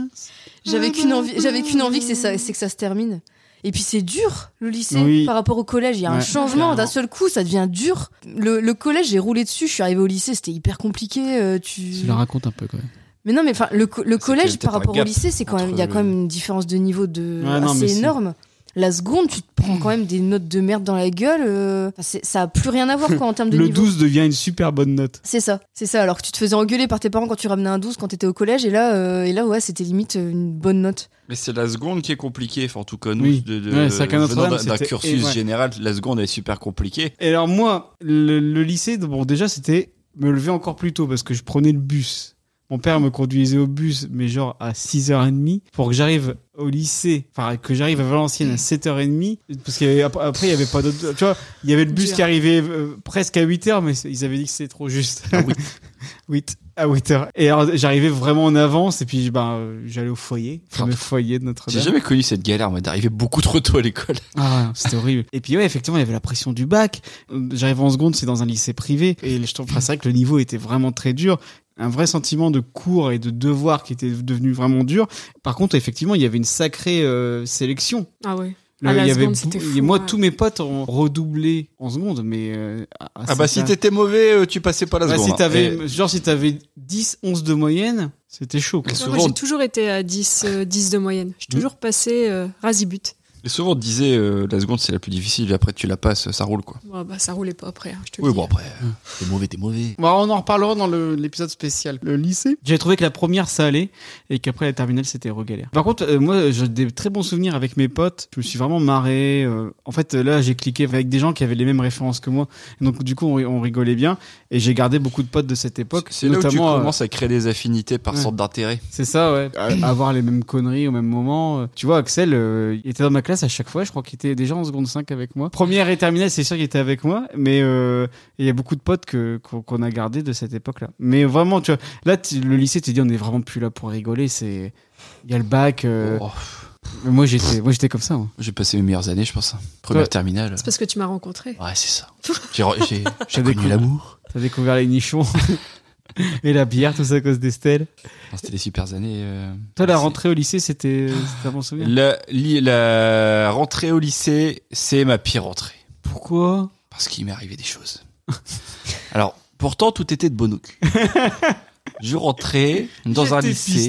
place.
j'avais qu'une envie, j'avais qu'une envie que c'est ça, c'est que ça se termine. Et puis c'est dur le lycée
Oui.
par rapport au collège, il y a un
Ouais,
changement
clairement.
d'un seul coup, ça devient dur. Le, le collège, j'ai roulé dessus, je suis arrivée au lycée, c'était hyper compliqué. euh, tu...
Tu la racontes un peu quand même.
Mais non, mais enfin, le, co- le
C'était
collège
peut-être
par
un
rapport au
gap
lycée, c'est quand
entre
même, il y a
le-
quand même une différence de niveau de
Ouais, non, mais
assez
si.
énorme. La seconde, tu te prends quand même des notes de merde dans la gueule. euh, enfin, c'est- ça a plus rien à voir quoi en termes de
Le
niveau.
12 devient une super bonne note.
C'est ça, c'est ça. Alors que tu te faisais engueuler par tes parents quand tu ramenais un 12 quand t'étais au collège, et là, euh, et là, ouais, c'était limite euh, une bonne note.
Mais c'est la seconde qui est compliquée, enfin, en tout cas, nous,
Oui.
de, de,
Ouais, chacun notre
venant
dame,
d'un- d'un
c'était- et
cursus
ouais.
général, la seconde est super compliquée.
Et alors moi, le, le lycée, bon déjà c'était me lever encore plus tôt parce que je prenais le bus. Mon père me conduisait au bus, mais genre à 6h30 pour que j'arrive au lycée, enfin que j'arrive à Valenciennes à 7h30 parce qu'après après il y avait pas d'autre tu vois, il y avait le bus
Dur.
qui arrivait euh, presque à 8h mais c'est- ils avaient dit que c'était trop juste. À 8. à 8h. Et alors j'arrivais vraiment en avance et puis ben euh, j'allais au foyer,
Putain,
le foyer de notre
J'ai jamais connu cette galère, moi, d'arriver beaucoup trop tôt à l'école.
ah, ouais, c'était horrible. Et puis ouais, effectivement, il y avait la pression du bac. Euh, J'arrive en seconde, c'est dans un lycée privé, et je trouve, enfin, c'est vrai que le niveau était vraiment très dur. Un vrai sentiment de cours et de devoir qui était devenu vraiment dur. Par contre, effectivement, il y avait une sacrée euh, sélection.
Ah ouais.
Le-
À la
il y avait
seconde, c'était
bou-
fou,
moi,
ouais.
tous mes potes ont redoublé en seconde, mais euh, à- à
Ah bah, si
certains-
t'étais mauvais, euh, tu passais pas la
Bah,
seconde.
si
hein.
t'avais,
Et-
genre, si t'avais 10, 11 de moyenne, c'était chaud. quoi.
Non,
Souvent,
Hmm.
moi, j'ai toujours été à 10, euh, 10 de moyenne. J'ai toujours passé euh, rasibut.
Et souvent, on te disait, euh, la seconde, c'est la plus difficile, et après, tu la passes, ça roule, quoi.
Bon, bah, ça roulait pas après, hein, je te le
Oui,
dis.
bon, après, euh, t'es mauvais, t'es mauvais.
Bon, on en reparlera dans le- l'épisode spécial. Le lycée. J'ai trouvé que la première, ça allait et qu'après la terminale, c'était regalère. Par contre, euh, moi, j'ai des très bons souvenirs avec mes potes. Je me suis vraiment marré. euh, en fait, euh, là, j'ai cliqué avec des gens qui avaient les mêmes références que moi. Donc, du coup, on, on rigolait bien. Et j'ai gardé beaucoup de potes de cette époque.
C'est là où tu
notamment, euh,
commences à créer des affinités par
ouais.
sorte d'intérêt.
C'est ça, ouais.
Ah
À- Avoir les mêmes conneries au même moment. euh. Tu vois, Axel, euh, il était dans ma classe à chaque fois. Je crois qu'il était déjà en seconde 5 avec moi. Première et terminale, c'est sûr qu'il était avec moi. Mais euh, il y a beaucoup de potes que, qu'on, qu'on a gardés de cette époque-là. Mais vraiment, tu vois, là, tu- le lycée, tu te dis, on n'est vraiment plus là pour rigoler. C'est. Il y a le bac. euh,
Oh,
mais Moi, j'étais, moi, j'étais comme ça. hein.
J'ai passé mes meilleures années, je pense. hein. Première
Ouais.
terminale.
C'est parce que tu m'as rencontré.
Ouais, c'est ça. J'ai re- j'ai- j'ai
T'as
connu
découvert-
l'amour.
T'as découvert les nichons. et la bière, tout ça à cause d'Estelle.
Non, C'était des super années. euh,
Toi, la
lycée.
rentrée au lycée, c'était, c'était un bon souvenir.
La, li- la rentrée au lycée, c'est ma pire rentrée.
Pourquoi
Parce qu'il m'est arrivé des choses. Alors, pourtant, tout était de bon augure. Je rentrais dans un
J'étais
lycée. euh,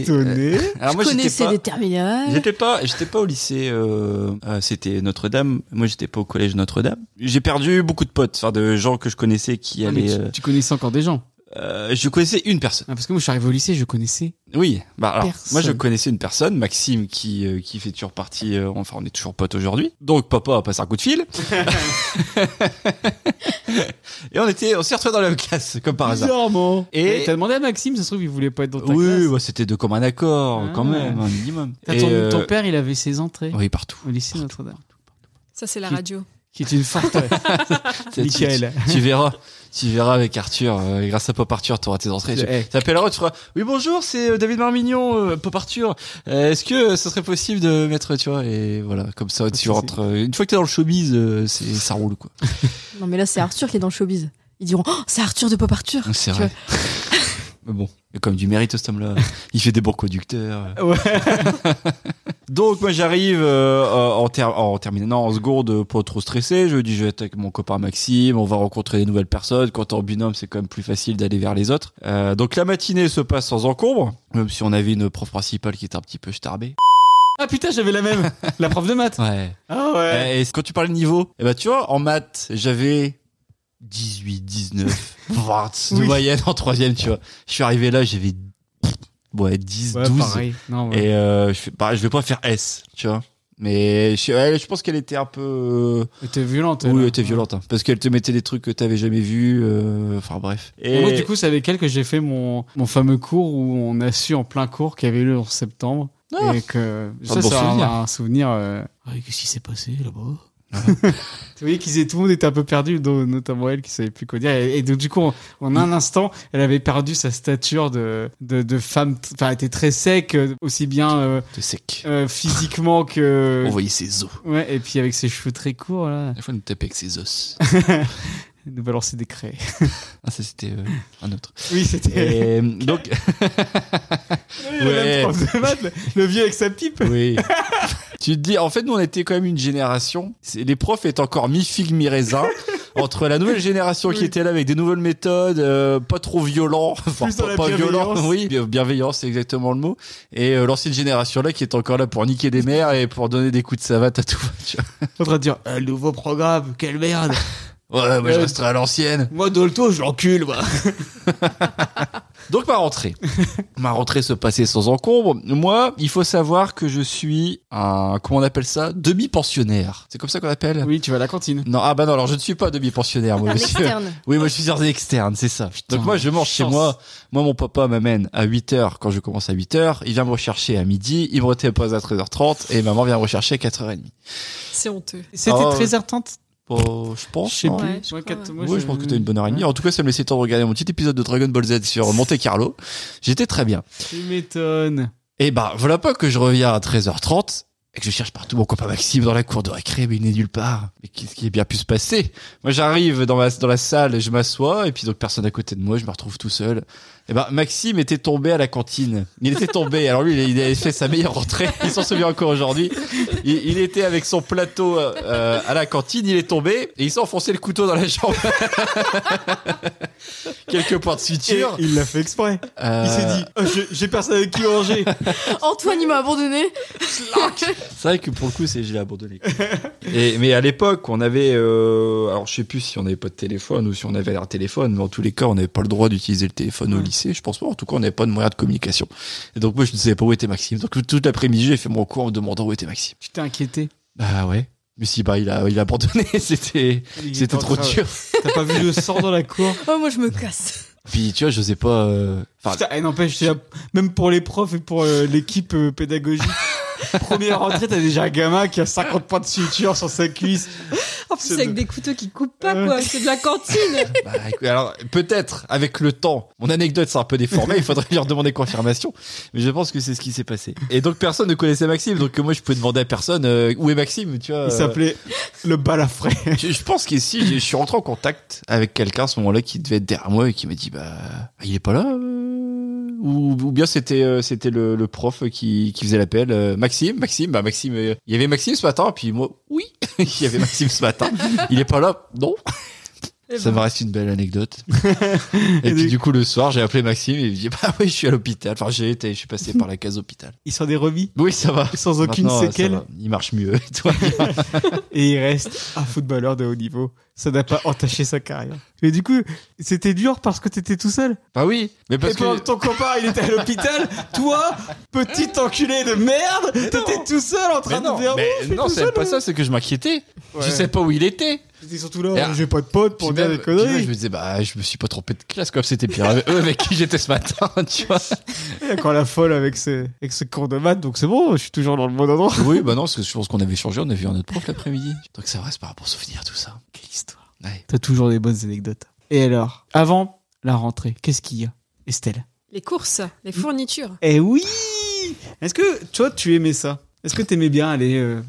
pistonné.
alors moi,
je
j'étais
connaissais
pas-
des Ah, terminales.
J'étais pas, j'étais pas au lycée. euh, euh, c'était Notre-Dame. Moi, j'étais pas au collège Notre-Dame. J'ai perdu beaucoup de potes, enfin de gens que je connaissais qui
Ah, mais
allaient.
tu- tu connaissais encore des gens.
euh, euh, je connaissais une personne.
Ah, parce que moi, je suis arrivé au lycée, je connaissais.
Oui. Bah alors, moi, je
Personne.
connaissais une personne, Maxime, qui euh, qui fait toujours partie. euh, enfin, on est toujours potes aujourd'hui. Donc, papa a passé un coup de fil. Et on était, on s'est retrouvés dans la même classe comme par hasard.
Bizarrement.
Et-
Et t'as demandé à Maxime, ça se trouve, il voulait pas être dans ta
Oui,
classe.
bah, c'était de commun accord,
Ah.
quand même, un minimum.
T'as
Et,
ton,
euh,
ton père, il avait ses entrées
Oui, partout.
au lycée Notre-Dame.
Ça, c'est la
Qui-
radio.
Qui est une Eh. forteresse.
Tu-
Ah. Michael.
Tu, tu verras, tu verras avec Arthur. euh, grâce à Pop Arthur, t'auras tes entrées. Tu
Eh.
t'appelleras, tu feras. Oui, bonjour, c'est euh, David Marmignon, euh, Pop Arthur. Euh, Est-ce que euh, ce serait possible de mettre, tu vois, et voilà, comme ça, tu
de
rentres. euh, une fois que t'es dans le showbiz, euh, c'est ça roule quoi.
Non, mais là, c'est Arthur qui est dans le showbiz. Ils diront Oh, c'est Arthur de Pop Arthur.
C'est
Tu
vrai. Mais bon, il y a quand même du mérite cet homme-là. Il fait des bons conducteurs.
Ouais.
Donc moi j'arrive euh, euh, en, ter- en terminant en seconde, euh, pas trop stressé. Je me dis je vais être avec mon copain Maxime, on va rencontrer des nouvelles personnes. Quand t'es en binôme, c'est quand même plus facile d'aller vers les autres. Euh, donc la matinée se passe sans encombre, même si on avait une prof principale qui était un petit peu starbée.
Ah putain, j'avais la même. La prof de maths.
Ouais.
Ah ouais.
Euh, Et quand tu parles de niveau, eh ben, tu vois, en maths, j'avais 18, 19, 20 de
Oui.
moyenne en troisième, tu vois. Je suis arrivé là, j'avais pff, ouais, 10,
Ouais,
12.
pareil. Non, ouais.
Eh, Et euh, je, fais, bah, je vais pas faire S, tu vois. Mais je, ouais, je pense qu'elle était un peu...
Elle était violente.
Oui,
là.
elle était violente, hein, parce qu'elle te mettait des trucs que t'avais jamais vus, euh, enfin bref. Et
Et Moi, du coup, c'est avec elle que j'ai fait mon, mon fameux cours où on a su en plein cours qu'il y avait eu le 11 septembre.
Ah.
et que
Ah,
ça,
bon
c'est un-
souvenir.
un, souvenir. euh, Ah, et Qu'est-ce qui s'est passé là-bas Vous voyez qu'ils étaient- tout le monde était un peu perdu, dont- notamment elle qui savait plus quoi dire. Et, et donc, du coup, en, en un instant, elle avait perdu sa stature de, de, de femme. t- Enfin, elle était très sec, euh, aussi bien euh,
de sec.
euh, physiquement que.
On voyait ses os.
Ouais, et puis avec ses cheveux très courts, là,
Des fois, elle nous tapait avec ses os.
elle nous balançait des craies.
ah, ça, c'était euh, un autre.
Oui, c'était.
Et donc,
Le même prof de maths, le- le vieux avec sa pipe.
Oui. tu te dis, en fait, nous, on était quand même une génération. c'est- Les profs étaient encore mi-figue, mi-raisin. entre la nouvelle génération qui
Oui.
était là avec des nouvelles méthodes, euh, pas trop violent, enfin,
Plus dans
pas,
la
pas violent,
bienveillance.
oui, bien- bienveillance, c'est exactement le mot, et euh, l'ancienne génération là qui est encore là pour niquer des mères et pour donner des coups de savate à tout. tu
en train de dire un nouveau programme, quelle merde.
vois. Ouais, moi je
Euh,
resterai à l'ancienne.
Moi Dolto, je l'encule, moi.
Donc ma rentrée. ma rentrée se passait sans encombre. Moi, il faut savoir que je suis un, comment on appelle ça Demi-pensionnaire. C'est comme ça qu'on appelle
Oui, tu vas à la cantine.
Non, ah bah non, alors je ne suis pas demi-pensionnaire, moi,
Un
monsieur.
externe.
Oui, moi je suis un externe, c'est ça. Donc moi je mange chez
chance.
moi. Moi mon papa m'amène à 8h quand je commence à 8h, il vient me rechercher à midi, il me repose à 13h30 et maman vient me rechercher à 4h30.
C'est honteux.
C'était
Ah ouais.
très heurtante.
Bon, je
Je
pense.
sais
non
plus.
Ouais, je
Moi,
crois,
quatre-
ouais.
moi,
Oui, je pense que t'as une bonne heure et demie. En tout cas, ça me laissait le temps de regarder mon petit épisode de Dragon Ball Z sur Monte Carlo. J'étais très bien.
Tu m'étonnes.
Et ben, voilà pas que je reviens à 13h30 et que je cherche partout mon copain Maxime dans la cour de récré, mais il n'est nulle part. Mais qu'est-ce qui a bien pu se passer Moi, j'arrive dans, ma- dans la salle, je m'assois, et puis donc personne à côté de moi, je me retrouve tout seul. Et ben, Maxime était tombé à la cantine. Il était tombé. Alors lui, il avait fait sa meilleure rentrée. Il s'en souvient encore aujourd'hui. Il, il était avec son plateau euh, à la cantine, il est tombé, et il s'est enfoncé le couteau dans la jambe. Quelques points de suture.
il l'a fait exprès.
Euh,
oh, dit, j'ai personne avec qui manger.
Antoine, il m'a abandonné.
C'est vrai que pour le coup, c'est j'ai abandonné. Et, mais à l'époque, on avait, euh, alors je sais plus si on n'avait pas de téléphone ou si on avait un téléphone, mais en tous les cas, on n'avait pas le droit d'utiliser le téléphone au lycée, je pense pas. En tout cas, on n'avait pas de moyen de communication. Et donc moi, je ne savais pas où était Maxime. Donc toute l'après-midi, j'ai fait mon cours en me demandant où était Maxime.
Tu t'es inquiété.
Bah ouais. Mais si, bah il a, il a abandonné. C'était,
Il était
c'était
en
trop
train-
dur.
T'as pas vu le sang dans la cour
Oh, moi, je me casse.
Puis tu vois, je sais pas. euh, Enfin,
Putain, eh, n'empêche, c'est la- même pour les profs et pour euh, l'équipe euh, pédagogique. Première rentrée, t'as déjà un gamin qui a 50 points de suture sur sa cuisse.
En plus,
C'est
avec
de-
des couteaux qui coupent pas, quoi. C'est de la cantine.
Bah, écoute, alors peut-être avec le temps, mon anecdote c'est un peu déformée, il faudrait lui demander confirmation, mais je pense que c'est ce qui s'est passé. Et donc personne ne connaissait Maxime, donc moi je pouvais demander à personne euh, où est Maxime, tu vois.
Il
euh,
s'appelait le balafré.
Je, je pense que si je suis rentré en contact avec quelqu'un à ce moment-là qui devait être derrière moi et qui m'a dit bah il est pas là. euh, Ou, ou bien c'était euh, c'était le, le prof qui, qui faisait l'appel euh, Maxime Maxime bah Maxime euh, il y avait Maxime ce matin puis moi oui il y avait Maxime ce matin il est pas là non
Eh
ça
ben,
me reste une belle anecdote. et puis
du-
du coup le soir j'ai appelé Maxime et il me dit bah oui je suis à l'hôpital. Enfin j'ai été, je suis passé par la case hôpital.
Il s'en est remis
Oui ça va.
sans aucune
Maintenant, ça
séquelle
va. Il marche mieux. Et toi
et il reste un footballeur de haut niveau. Ça n'a pas entaché sa carrière. Mais du coup, c'était dur parce que t'étais tout seul.
Bah oui. Mais parce
et pendant
que
que ton copain il était à l'hôpital, toi, petit enculé de merde, t'étais tout seul en
mais
train
non,
de dire
mais
Oh, je suis
non,
tout
c'est
seul.
pas ça, c'est que je m'inquiétais. Je
Ouais.
sais pas où il était.
J'étais surtout là,
Et à-
j'ai pas de pote pour
Puis
dire
même-
des
puis moi,
conneries.
je me disais bah je me suis pas trompé de classe comme c'était pire avec eux avec qui j'étais ce matin, tu vois.
Et Encore la folle avec ce, avec ce cours de maths, donc c'est bon, je suis toujours dans le bon endroit.
Oui, bah non, parce que je pense qu'on avait changé, on avait vu un autre prof l'après-midi. Donc ça reste par rapport au souvenir tout ça.
Quelle histoire.
Ouais.
T'as toujours des bonnes anecdotes. Et alors, avant la rentrée, qu'est-ce qu'il y a, Estelle
les courses, les fournitures.
Eh oui Est-ce que toi tu aimais ça Est-ce que t'aimais bien aller euh,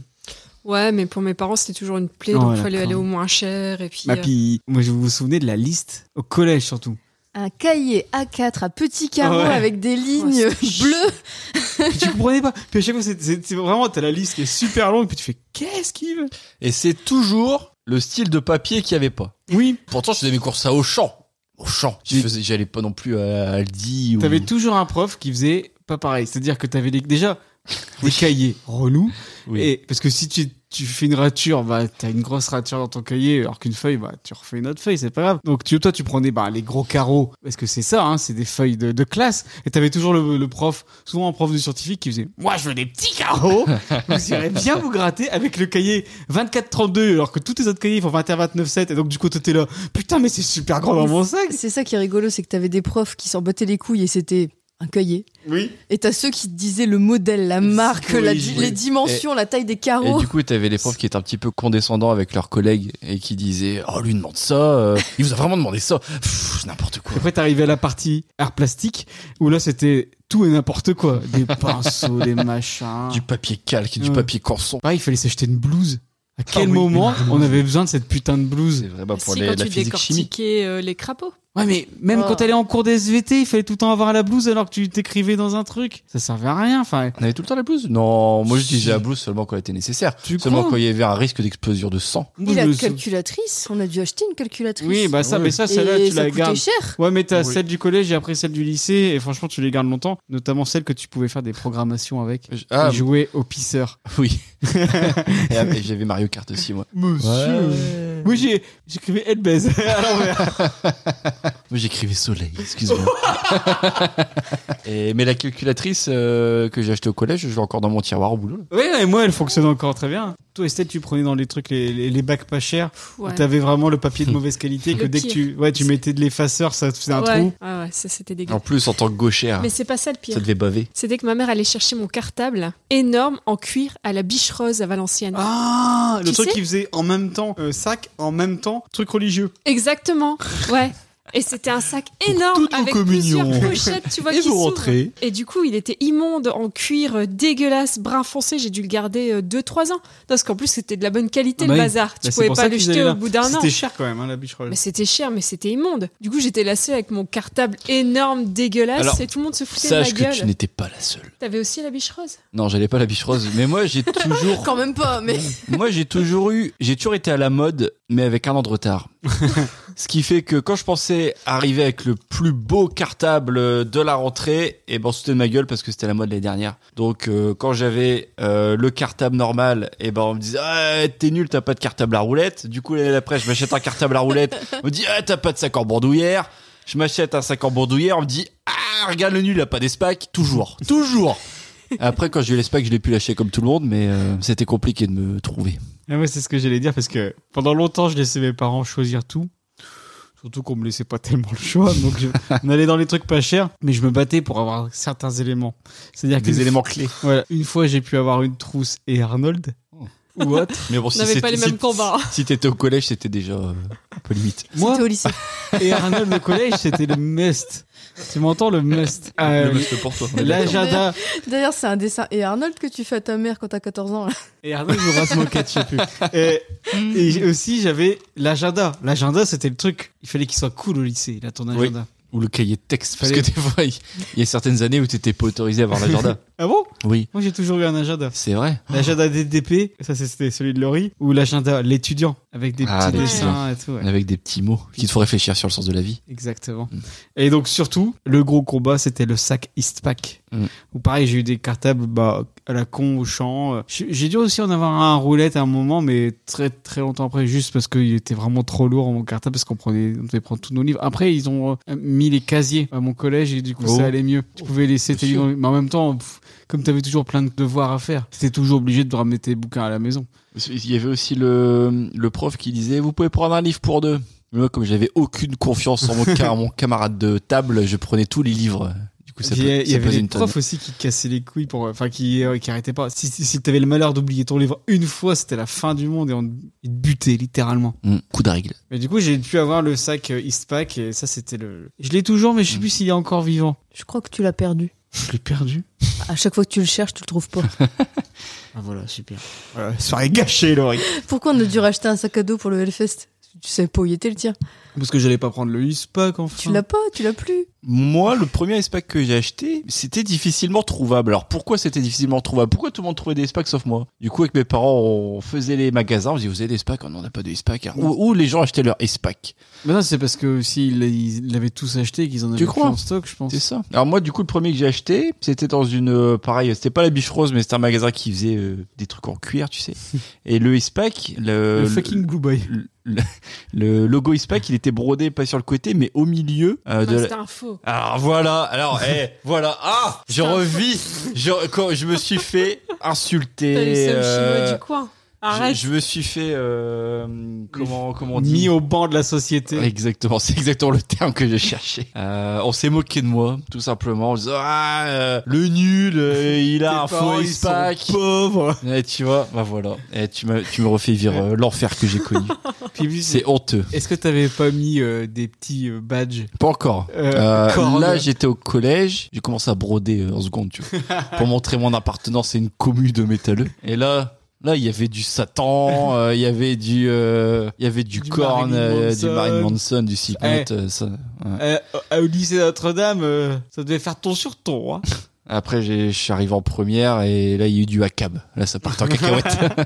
Ouais, mais pour mes parents, c'était toujours une plaie,
Ouais,
donc il fallait
d'accord.
aller au moins cher. Et puis,
Bah
euh,
puis, moi je vous vous souvenez de la liste au collège surtout.
Un cahier A4 à petits carreaux
Ouais.
avec des lignes
Ouais, c'est-
bleues.
Puis tu comprenais pas. Puis à chaque fois c'est- c'est c'est vraiment t'as la liste qui est super longue puis tu fais qu'est-ce qu'il veut
Et c'est toujours le style de papier qu'il n'y avait pas.
Oui,
Pourtant, je faisais mes courses à Auchan. Auchan. Je
Mais-
faisais, j'allais pas non plus à Aldi ou.
t'avais toujours un prof qui faisait pas pareil. C'est-à-dire que t'avais les- déjà des cahiers relous
Oui.
et parce que si tu tu fais une rature, bah t'as une grosse rature dans ton cahier, alors qu'une feuille, bah tu refais une autre feuille, c'est pas grave. Donc tu, toi tu prenais bah les gros carreaux, parce que c'est ça, hein, c'est des feuilles de, de classe. Et t'avais toujours le, le prof, souvent un prof de scientifique qui faisait, moi je veux des petits carreaux, vous irez bien vous gratter avec le cahier 24-32, alors que tous tes autres cahiers font 21-29-7. Et donc du coup toi t'es là, putain mais c'est super grand dans mon sac.
C'est ça qui est rigolo, c'est que t'avais des profs qui s'en battaient les couilles et c'était un cahier.
Oui.
Et t'as ceux qui te disaient le modèle, la marque, la di-
Oui.
les dimensions, la taille des
Et
carreaux.
du coup, t'avais les profs qui étaient un petit peu condescendants avec leurs collègues et qui disaient Oh, lui demande ça, euh, il vous a vraiment demandé ça. Pff, N'importe quoi.
Après, t'arrivais à la partie art plastique, où là, c'était tout et n'importe quoi. Des pinceaux, des machins.
Du papier calque, du
Ah. Ouais.
papier corson.
Pareil, il fallait s'acheter une blouse. À quel
Ah oui,
moment on avait besoin de cette putain de blouse
C'est vraiment pour
si,
les-
quand
la
tu
physique chimie.
décortiquais euh, les crapauds.
Ouais, mais même
Ah.
quand t'allais en cours des SVT, il fallait tout le temps avoir la blouse alors que tu t'écrivais dans un truc. Ça servait à rien, enfin.
On avait tout le temps la blouse Non, moi j'utilisais la blouse seulement quand elle était nécessaire.
Tu
Seulement
crois
quand il y avait un risque d'explosion de sang.
Il a une
Je me sou-
calculatrice, on a dû acheter une calculatrice.
Oui, bah ça,
Ouais.
mais ça,
Et
celle-là, tu
ça
la
coûtait
gardes.
cher.
Ouais, mais t'as
Ah Oui.
celle du collège et après celle du lycée, et franchement, tu les gardes longtemps, notamment celle que tu pouvais faire des programmations avec.
Ah
et jouer au pisseur.
oui. et ah, et j'avais Mario Kart aussi, moi.
Monsieur.
Euh,
Oui, j'ai- j'écrivais Elbez à l'envers.
Moi j'écrivais soleil, excuse-moi. Et- mais la calculatrice euh, que j'ai achetée au collège, je l'ai encore dans mon tiroir au boulot. là.
Oui, et moi, elle fonctionne encore très bien. Toi, Estelle, tu prenais dans les trucs les, les, les bacs pas chers.
Pff, ouais.
où T'avais vraiment le papier de mauvaise qualité que
Le
dès que
pire.
tu, ouais, tu mettais de l'effaceur, ça te faisait un
ouais.
trou.
Ah ouais, ça c'était dégueu.
En plus, en tant que gauchère,
Mais c'est pas ça le pire.
ça devait baver.
C'était que ma mère allait chercher mon cartable énorme en cuir à la biche rose à Valenciennes.
Ah, le
Tu
truc
sais
qui faisait en même temps euh, sac, en même temps truc religieux.
Exactement, ouais. Et c'était un sac énorme
toutes vos
avec
communions.
plusieurs pochettes, tu vois, qui s'ouvrent. Et du coup, il était immonde, en cuir euh, dégueulasse, brun foncé. J'ai dû le garder 2-3 ans. Parce qu'en plus, c'était de la bonne qualité,
Ah bah
le
oui.
bazar. Tu
Bah, c'est
pouvais
pour
pas
ça
le
qu'ils
jeter
allaient
au
là.
bout d'un an.
C'était cher quand même, hein, la biche
Mais c'était cher, mais c'était immonde. Du coup, j'étais lassée avec mon cartable énorme, dégueulasse,
Alors,
et tout le monde se foutait de ma
Sache que tu
gueule.
n'étais pas la seule.
T'avais aussi la biche rose
Non, j'allais pas à la biche rose, mais moi j'ai toujours
Quand même pas, mais
moi j'ai toujours eu j'ai toujours été à la mode mais avec un an de retard. Ce qui fait que quand je pensais arriver avec le plus beau cartable euh, de la rentrée, et ben c'était de ma gueule parce que c'était la mode l'année dernière. Donc euh, quand j'avais euh, le cartable normal, et ben on me disait ah, t'es nul, t'as pas de cartable à roulette. Du coup l'année d'après, je m'achète un cartable à roulette. On me dit ah, t'as pas de sac en bandoulière. Je m'achète un sac en bandoulière. On me dit ah regarde le nul, il a pas d'espac. Toujours, toujours. Après quand j'ai eu l'espac, je l'ai pu lâcher comme tout le monde, mais euh, c'était compliqué de me trouver.
Ah, moi, c'est ce que j'allais dire parce que pendant longtemps, je laissais mes parents choisir tout. Surtout qu'on me laissait pas tellement le choix, donc je- on allait dans les trucs pas chers, mais je me battais pour avoir certains éléments. C'est-à-dire que
Des éléments clés.
Voilà, une fois j'ai pu avoir une trousse et Arnold
Oh.
ou autre.
Mais bon,
On
si
n'avait pas
c'était-
les mêmes
si-
combats. hein.
Si t'étais au collège, c'était déjà euh, un peu limite.
Moi
C'était au lycée.
et Arnold au collège, c'était le must. Tu m'entends le must. Euh,
pour toi.
L'agenda
D'ailleurs, c'est un dessin. Et Arnold que tu fais à ta mère quand t'as 14 ans. là.
et Arnold ou Rasmo Cat, je sais plus. Et, et aussi j'avais l'agenda. L'agenda c'était le truc. Il fallait qu'il soit cool au lycée. Là ton
Oui.
agenda.
Ou le cahier de texte. Parce que
Fallait-
des fois, il il y a certaines années où t'étais pas autorisé à avoir l'agenda.
Ah bon
Oui,
Moi j'ai toujours eu un agenda.
c'est vrai.
L'agenda DDP, ça c'était celui de Laurie, ou l'agenda l'étudiant avec des
Ah,
petits
l'étudiant.
dessins et tout. ouais.
Avec des petits mots qui te font réfléchir sur le sens de la vie.
Exactement.
Mm.
Et donc surtout, le gros combat, c'était le sac Eastpak.
Mm.
Ou pareil, j'ai eu des cartables bah, à la con au champ. J'ai j'ai dû aussi en avoir un à roulette à un moment, mais très très longtemps après, juste parce qu'il était vraiment trop lourd mon cartable, parce qu'on prenait, on devait prendre tous nos livres. Après, ils ont euh, mis les casiers à mon collège et du coup
Oh.
ça allait mieux. Tu pouvais laisser tes
Monsieur.
livres, mais en même temps. pff, comme t'avais toujours plein de devoirs à faire, t'étais toujours obligé de ramener tes bouquins à la maison.
Il y avait aussi le, le prof qui disait Vous pouvez prendre un livre pour deux. Mais Moi, comme j'avais aucune confiance en mon, ca- mon camarade de table, je prenais tous les livres. Du coup, ça,
Puis,
peut-
il y
ça
avait
pesait
des
une tonne.
profs aussi qui cassaient les couilles pour enfin qui euh, qui arrêtaient pas si si, si t'avais le malheur d'oublier ton livre une fois c'était la fin du monde et on ils te butait littéralement
Mm, coup de règle.
mais du coup j'ai pu avoir le sac euh, Eastpak et ça c'était le je l'ai toujours mais je sais
Mm.
plus s'il est encore vivant
Je crois que tu l'as perdu.
je l'ai perdu
À chaque fois que tu le cherches, tu le trouves pas.
ah voilà super voilà, soirée gâchée Laurie
Pourquoi on a dû racheter un sac à dos pour le Hellfest Tu savais pas où il était le tien.
parce que j'allais pas prendre le Eastpak enfin
Tu l'as pas, tu l'as plus.
Moi, le premier espace que j'ai acheté, c'était difficilement trouvable. Alors pourquoi c'était difficilement trouvable Pourquoi tout le monde trouvait des SPAC sauf moi Du coup, avec mes parents, on faisait les magasins, on disait vous avez des SPAC, on n'a pas de SPAC. hein. Ou, ou les gens achetaient leur SPAC.
mais non c'est parce que aussi ils l'a- ils l'avaient tous acheté qu'ils en avaient plus
crois
en stock je pense
C'est ça. Alors moi, du coup, le premier que j'ai acheté, c'était dans une euh, pareil, c'était pas la biche rose, mais c'était un magasin qui faisait euh, des trucs en cuir, tu sais. Et le SPAC, le,
le fucking Blue Boy
le, le- le logo SPAC, il était brodé pas sur le côté, mais au milieu euh, de la-
Ah, C'était un faux.
Alors voilà, alors eh, voilà, ah, je revis, je, quand je me suis fait insulter,
T'as eu Sam
euh,
Chinois du coin.
je,
Arrête.
je me suis fait euh, comment comment on
mis
dit
au banc de la société
Exactement, c'est exactement le terme que je cherchais. Euh, on s'est moqué de moi, tout simplement. On disait, ah, euh, le nul, euh, il a un
Tes parents,
faux
ils sont
ispac.
pauvres
Eh, tu vois, bah voilà. Eh, tu, m'as- tu me refais vivre euh, l'enfer que j'ai connu.
Puis,
C'est honteux.
Est-ce que t'avais pas mis euh, des petits euh, badges
Pas encore.
euh,
Euh,
cornes
là, j'étais au collège, j'ai commencé à broder euh, en seconde, tu vois, pour montrer mon appartenance à une commune de métalleux. Et là, là, il y avait du Satan, euh, il y avait du, euh, il y avait du,
Du
Korn,
Marilyn
euh, du
Manson.
Marine Manson, du Slipknot,
Eh.
euh, ça. ouais.
Euh, euh, au lycée Notre-Dame, euh, ça devait faire ton sur ton. Hein.
Après, j'ai- je suis arrivé en première et là, il y a eu du Hakab. Là, ça part en cacahuète. Ah,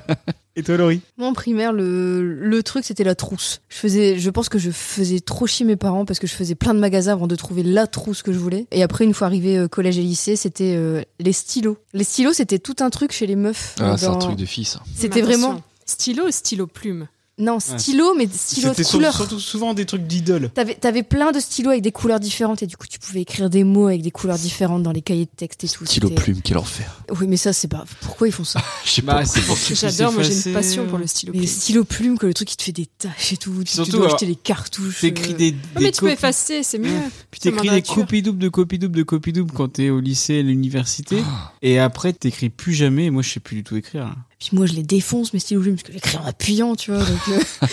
Et toi, Laurie
Moi, en primaire, le, le truc, c'était la trousse. Je faisais, je pense que je faisais trop chier mes parents parce que je faisais plein de magasins avant de trouver la trousse que je voulais. Et après, une fois arrivé euh, collège et lycée, c'était euh, les stylos. Les stylos, c'était tout un truc chez les meufs.
Ah, c'est un
Dans-
truc de fils.
C'était
Mais attention,
vraiment,
Stylo, stylo plume.
non, stylo, mais stylo de
C'était sur-
couleur.
surtout souvent des trucs d'idoles.
T'avais, t'avais plein de stylos avec des couleurs différentes et du coup, tu pouvais écrire des mots avec des couleurs différentes dans les cahiers de texte et tout.
Stylo
C'était-
plume, quel enfer.
Oui, mais ça, c'est pas, pourquoi ils font ça?
Je sais pas.
Bah, c'est pour
J'adore, moi j'ai une passion pour le stylo
Mais
plume.
stylo plume, que le truc qui te fait des taches et tout. Tu, tu
surtout,
dois
alors,
acheter les cartouches.
T'écris
euh,
des,
Ah,
des
mais tu peux
copies-
effacer, c'est mieux.
Puis
ça
t'écris
m'en
des
rassure.
copies doubles de copies doubles de copies doubles quand t'es au lycée, à l'université. Et après, t'écris plus jamais. Moi, je sais plus du tout écrire. hein.
Puis moi, je les défonce, mes stylos plumes, parce que j'écris en appuyant, tu vois. Donc, euh,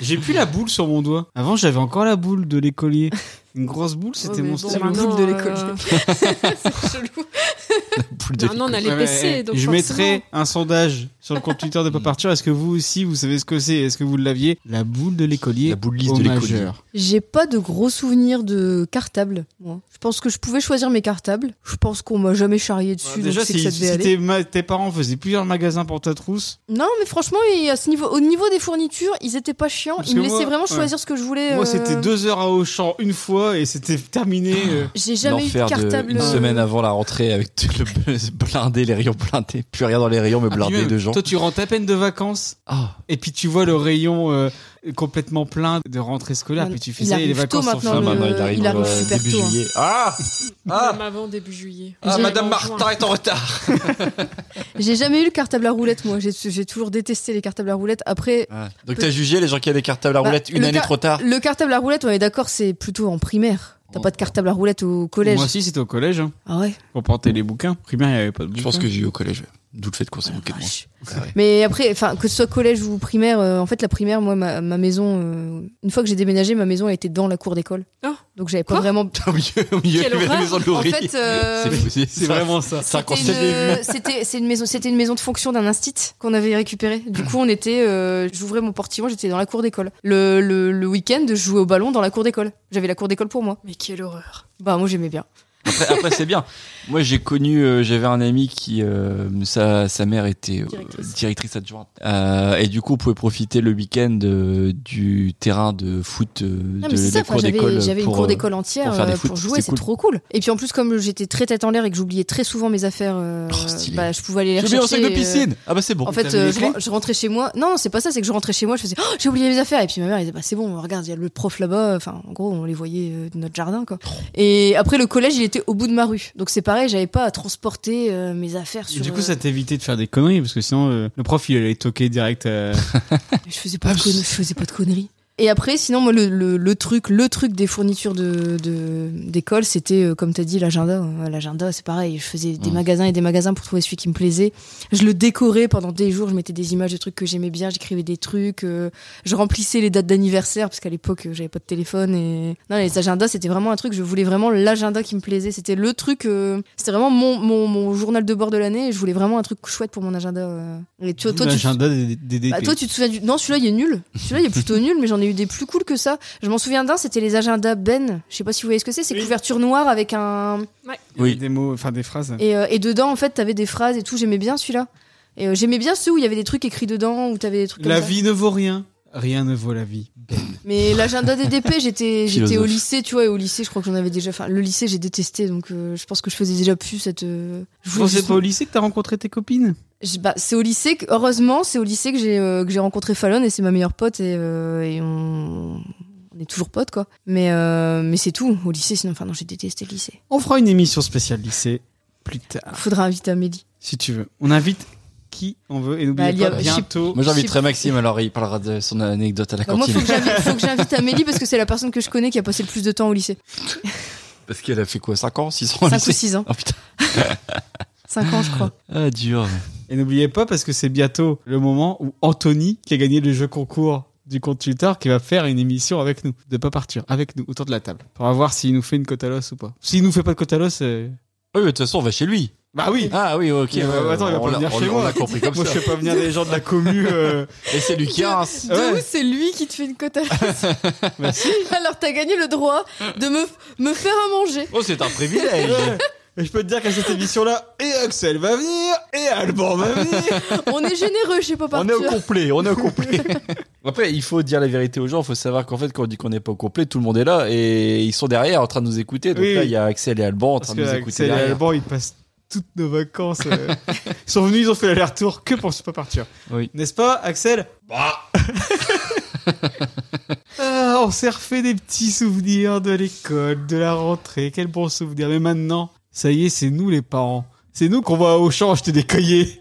J'ai plus la boule sur mon doigt. Avant, j'avais encore la boule de l'écolier. Une grosse boule, c'était
mais
mon
bon,
stylo.
maintenant,
de
euh,
l'école.
c'est chelou.
Poule de
Maintenant, on a les
Ouais, mais,
PC,
eh,
donc
je
forcément.
mettrai un sondage sur le compte Twitter de Pop Arthur. Est-ce que vous aussi, vous savez ce que c'est Est-ce que vous l'aviez La boule de l'écolier.
La boule lisse
au
de l'écolier.
majeur.
J'ai pas de gros souvenirs de cartable, moi. Je pense que je pouvais choisir mes cartables. Je pense qu'on m'a jamais charrié dessus, donc
Bah, Déjà,
c'est que
si,
ça
si
devait aller.
tes, ma- tes parents faisaient plusieurs magasins pour ta trousse,
Non, mais franchement, et à ce niveau, au niveau des fournitures, ils étaient pas chiants.
Parce
ils me
que moi-
laissaient vraiment
ouais.
choisir ce que je voulais.
moi
euh,
c'était deux heures à Auchan une fois et c'était terminé. euh.
J'ai jamais eu de
L'enfer de-
cartable.
une
euh,
semaine avant la rentrée avec tout le blindé, les rayons blindés. Plus rien dans les rayons, mais
Ah,
blindé
puis même,
de gens.
Toi, tu rentres à peine de vacances
Ah,
et puis tu vois le rayon euh, complètement plein de rentrée scolaire.
Voilà.
Puis tu fais
Il
ça et les
arrive tôt
vacances sont
Ah, maintenant,
fermées.
le- il arrive
euh,
super tôt, hein.
Ah Ah,
Même avant début juillet.
Ah,
Même
Madame
en juin.
Martin est en retard
J'ai jamais eu le cartable à roulette, moi. J'ai j'ai toujours détesté les cartables à roulette. Après,
Ah. Donc t'as jugé les gens qui avaient des cartables à
Bah,
roulette une
le
année
car-
trop tard
le cartable à roulette, on est d'accord, c'est plutôt en primaire. T'as
Oh.
pas de cartable à roulette au collège.
Moi aussi, c'était au collège. hein.
Ah ouais.
On portait les bouquins. Primaire, il n'y avait pas de bouquins.
Je pense que j'ai eu au collège. D'où le fait qu'on s'est moqué de moi.
Vache.
Ah ouais.
Mais après, enfin, que ce soit collège ou primaire, euh, en fait, la primaire, moi, ma, ma maison, euh, une fois que j'ai déménagé, ma maison, elle était dans la cour d'école.
Ah.
Donc j'avais pas
Quoi
vraiment.
Au milieu, au milieu
Quelle
de la
horreur.
maison de
En
l'oreille.
fait, euh,
C'est- c'est-
C'est vraiment ça.
C'est un concept
c'était une, euh, c'était- c'est une maison, c'était une maison de fonction d'un instit qu'on avait récupéré. Du coup, on était, euh, j'ouvrais mon portillon, j'étais dans la cour d'école. Le, le, le week-end, je jouais au ballon dans la cour d'école. J'avais la cour d'école pour moi.
Mais quelle horreur.
Bah, moi, j'aimais bien.
Après, après, c'est bien. Moi, j'ai connu, euh, j'avais un ami qui, euh, sa, sa mère était euh,
Directrice.
directrice. adjointe. Euh, et du coup, on pouvait profiter le week-end euh, du terrain de foot euh,
Non,
de
Ah, mais c'est
la
ça, enfin,
cour d'école.
j'avais, j'avais une
pour,
cour
euh,
d'école entière
pour
euh,
faire
pour,
des foot,
jouer,
c'était
c'est
cool.
trop cool. Et puis en plus, comme j'étais très tête en l'air et que j'oubliais très souvent mes affaires, euh,
Oh, stylé.
bah, je pouvais aller les
J'ai oublié
rechercher.
mon sac
euh,
de piscine. Ah bah c'est bon.
En fait,
t'avais
euh,
les
je,
clés
ren- je rentrais chez moi. Non, non, c'est pas ça, c'est que je rentrais chez moi, je faisais Oh, j'ai oublié mes affaires. Et puis ma mère, elle disait bah, C'est bon, regarde, il y a le prof là-bas. Enfin, en gros, on les voyait euh, de notre jardin, quoi. Et après, le collège, il était au bout de ma rue. Donc c'est pareil, j'avais pas à transporter euh, mes affaires
Et
sur.
du coup,
euh,
ça t'évitait de faire des conneries parce que sinon, euh, le prof, il allait toquer direct. euh,
Je faisais pas, de, conne- je faisais pas de conneries. Et après, sinon, moi, le, le- le truc, le truc des fournitures de de- d'école, c'était euh, comme t'as dit l'agenda. Euh, L'agenda, c'est pareil. Je faisais des
Mm.
magasins et des magasins pour trouver celui qui me plaisait. Je le décorais pendant des jours. Je mettais des images de trucs que j'aimais bien. J'écrivais des trucs. euh, je remplissais les dates d'anniversaire parce qu'à l'époque, euh, j'avais pas de téléphone. Et non, les agendas, c'était vraiment un truc. Je voulais vraiment l'agenda qui me plaisait. C'était le truc. euh, c'était vraiment mon, mon, mon journal de bord de l'année. Et je voulais vraiment un truc chouette pour mon agenda. euh. Et tu- toi, tu,
L'agenda des, des DP.
bah, toi, tu te souviens du. Non, celui-là, il est nul. Celui-là, il est plutôt nul, mais j'en ai eu des plus cool que ça. Je m'en souviens d'un, c'était les agendas Ben. Je sais pas si vous voyez ce que c'est. C'est
Oui.
couverture noire avec un.
Oui.
Des mots, enfin des phrases.
Et, euh, et dedans, en fait, t'avais des phrases et tout. J'aimais bien celui-là. Et euh, j'aimais bien ceux où il y avait des trucs écrits dedans, où t'avais des trucs comme
La
ça. Ben,
vie ne vaut rien. Rien ne vaut la vie.
Mais l'agenda DDP, j'étais j'étais au
Philosophe.
lycée, tu vois, et au lycée, je crois que j'en avais déjà. Enfin, le lycée, j'ai détesté, donc euh, je pense que je faisais déjà plus cette. euh, je
Je
voulais
pensais
juste-
pas au lycée que t'as rencontré tes copines.
Je- bah, c'est au lycée que, heureusement, c'est au lycée que j'ai euh, que j'ai rencontré Fallon et c'est ma meilleure pote et, euh, et on, on est toujours potes quoi. Mais euh, mais c'est tout au lycée sinon enfin non j'ai détesté le lycée.
On fera une émission spéciale lycée plus
Ah.
tard,
Faudra inviter Amélie.
si tu veux. On invite qui on veut et
Bah,
n'oubliez
il y a-
pas bientôt.
Moi,
Je sais-
j'inviterai Maxime, alors il parlera de son anecdote à la
Bah, moi faut
cantine.
que j'invite faut que j'invite Amélie parce que c'est la personne que je connais qui a passé le plus de temps au lycée.
Parce qu'elle a fait quoi 5 ans 6 ans
5 ou 6 ans,
Oh putain.
5 ans je crois.
Ah, dur.
Et n'oubliez pas parce que c'est bientôt le moment où Anthony, qui a gagné le jeu concours du compte Twitter, qui va faire une émission avec nous, de pas partir, avec nous, autour de la table. On va voir s'il nous fait une cote à l'os ou pas. S'il nous fait pas de cote à l'os, euh,
Oui, mais de toute façon, on va chez lui.
bah oui.
Ah oui, ok.
Mais, euh, attends, il va
on
pas
l'a-
venir
on-
chez moi.
On a compris comme
Moi,
ça.
je fais pas venir les gens de la commu. euh,
Et c'est Lucas.
De
Ouais.
où c'est lui qui te fait une cote à
Bah,
la Alors t'as gagné le droit de me, me faire à manger.
Oh, c'est un privilège.
ouais. Et je peux te dire qu'à cette émission-là, et Axel va venir, et Alban va venir.
On est généreux chez Pop
On est au
Arthur.
complet, on est au complet. Après, il faut dire la vérité aux gens. Il faut savoir qu'en fait, quand on dit qu'on n'est pas au complet, tout le monde est là et ils sont derrière en train de nous écouter. Donc
Oui.
là, il y a Axel et Alban en
Parce
train
que
de nous
Axel
écouter
et
derrière.
Alban, ils passent toutes nos vacances. euh, ils sont venus, ils ont fait l'aller-retour que pour se pas partir.
Oui.
N'est-ce pas, Axel
Bah.
Ah, on s'est refait des petits souvenirs de l'école, de la rentrée. Quel bon souvenir. Mais maintenant, ça y est, c'est nous les parents. C'est nous qu'on va au champ acheter des cahiers.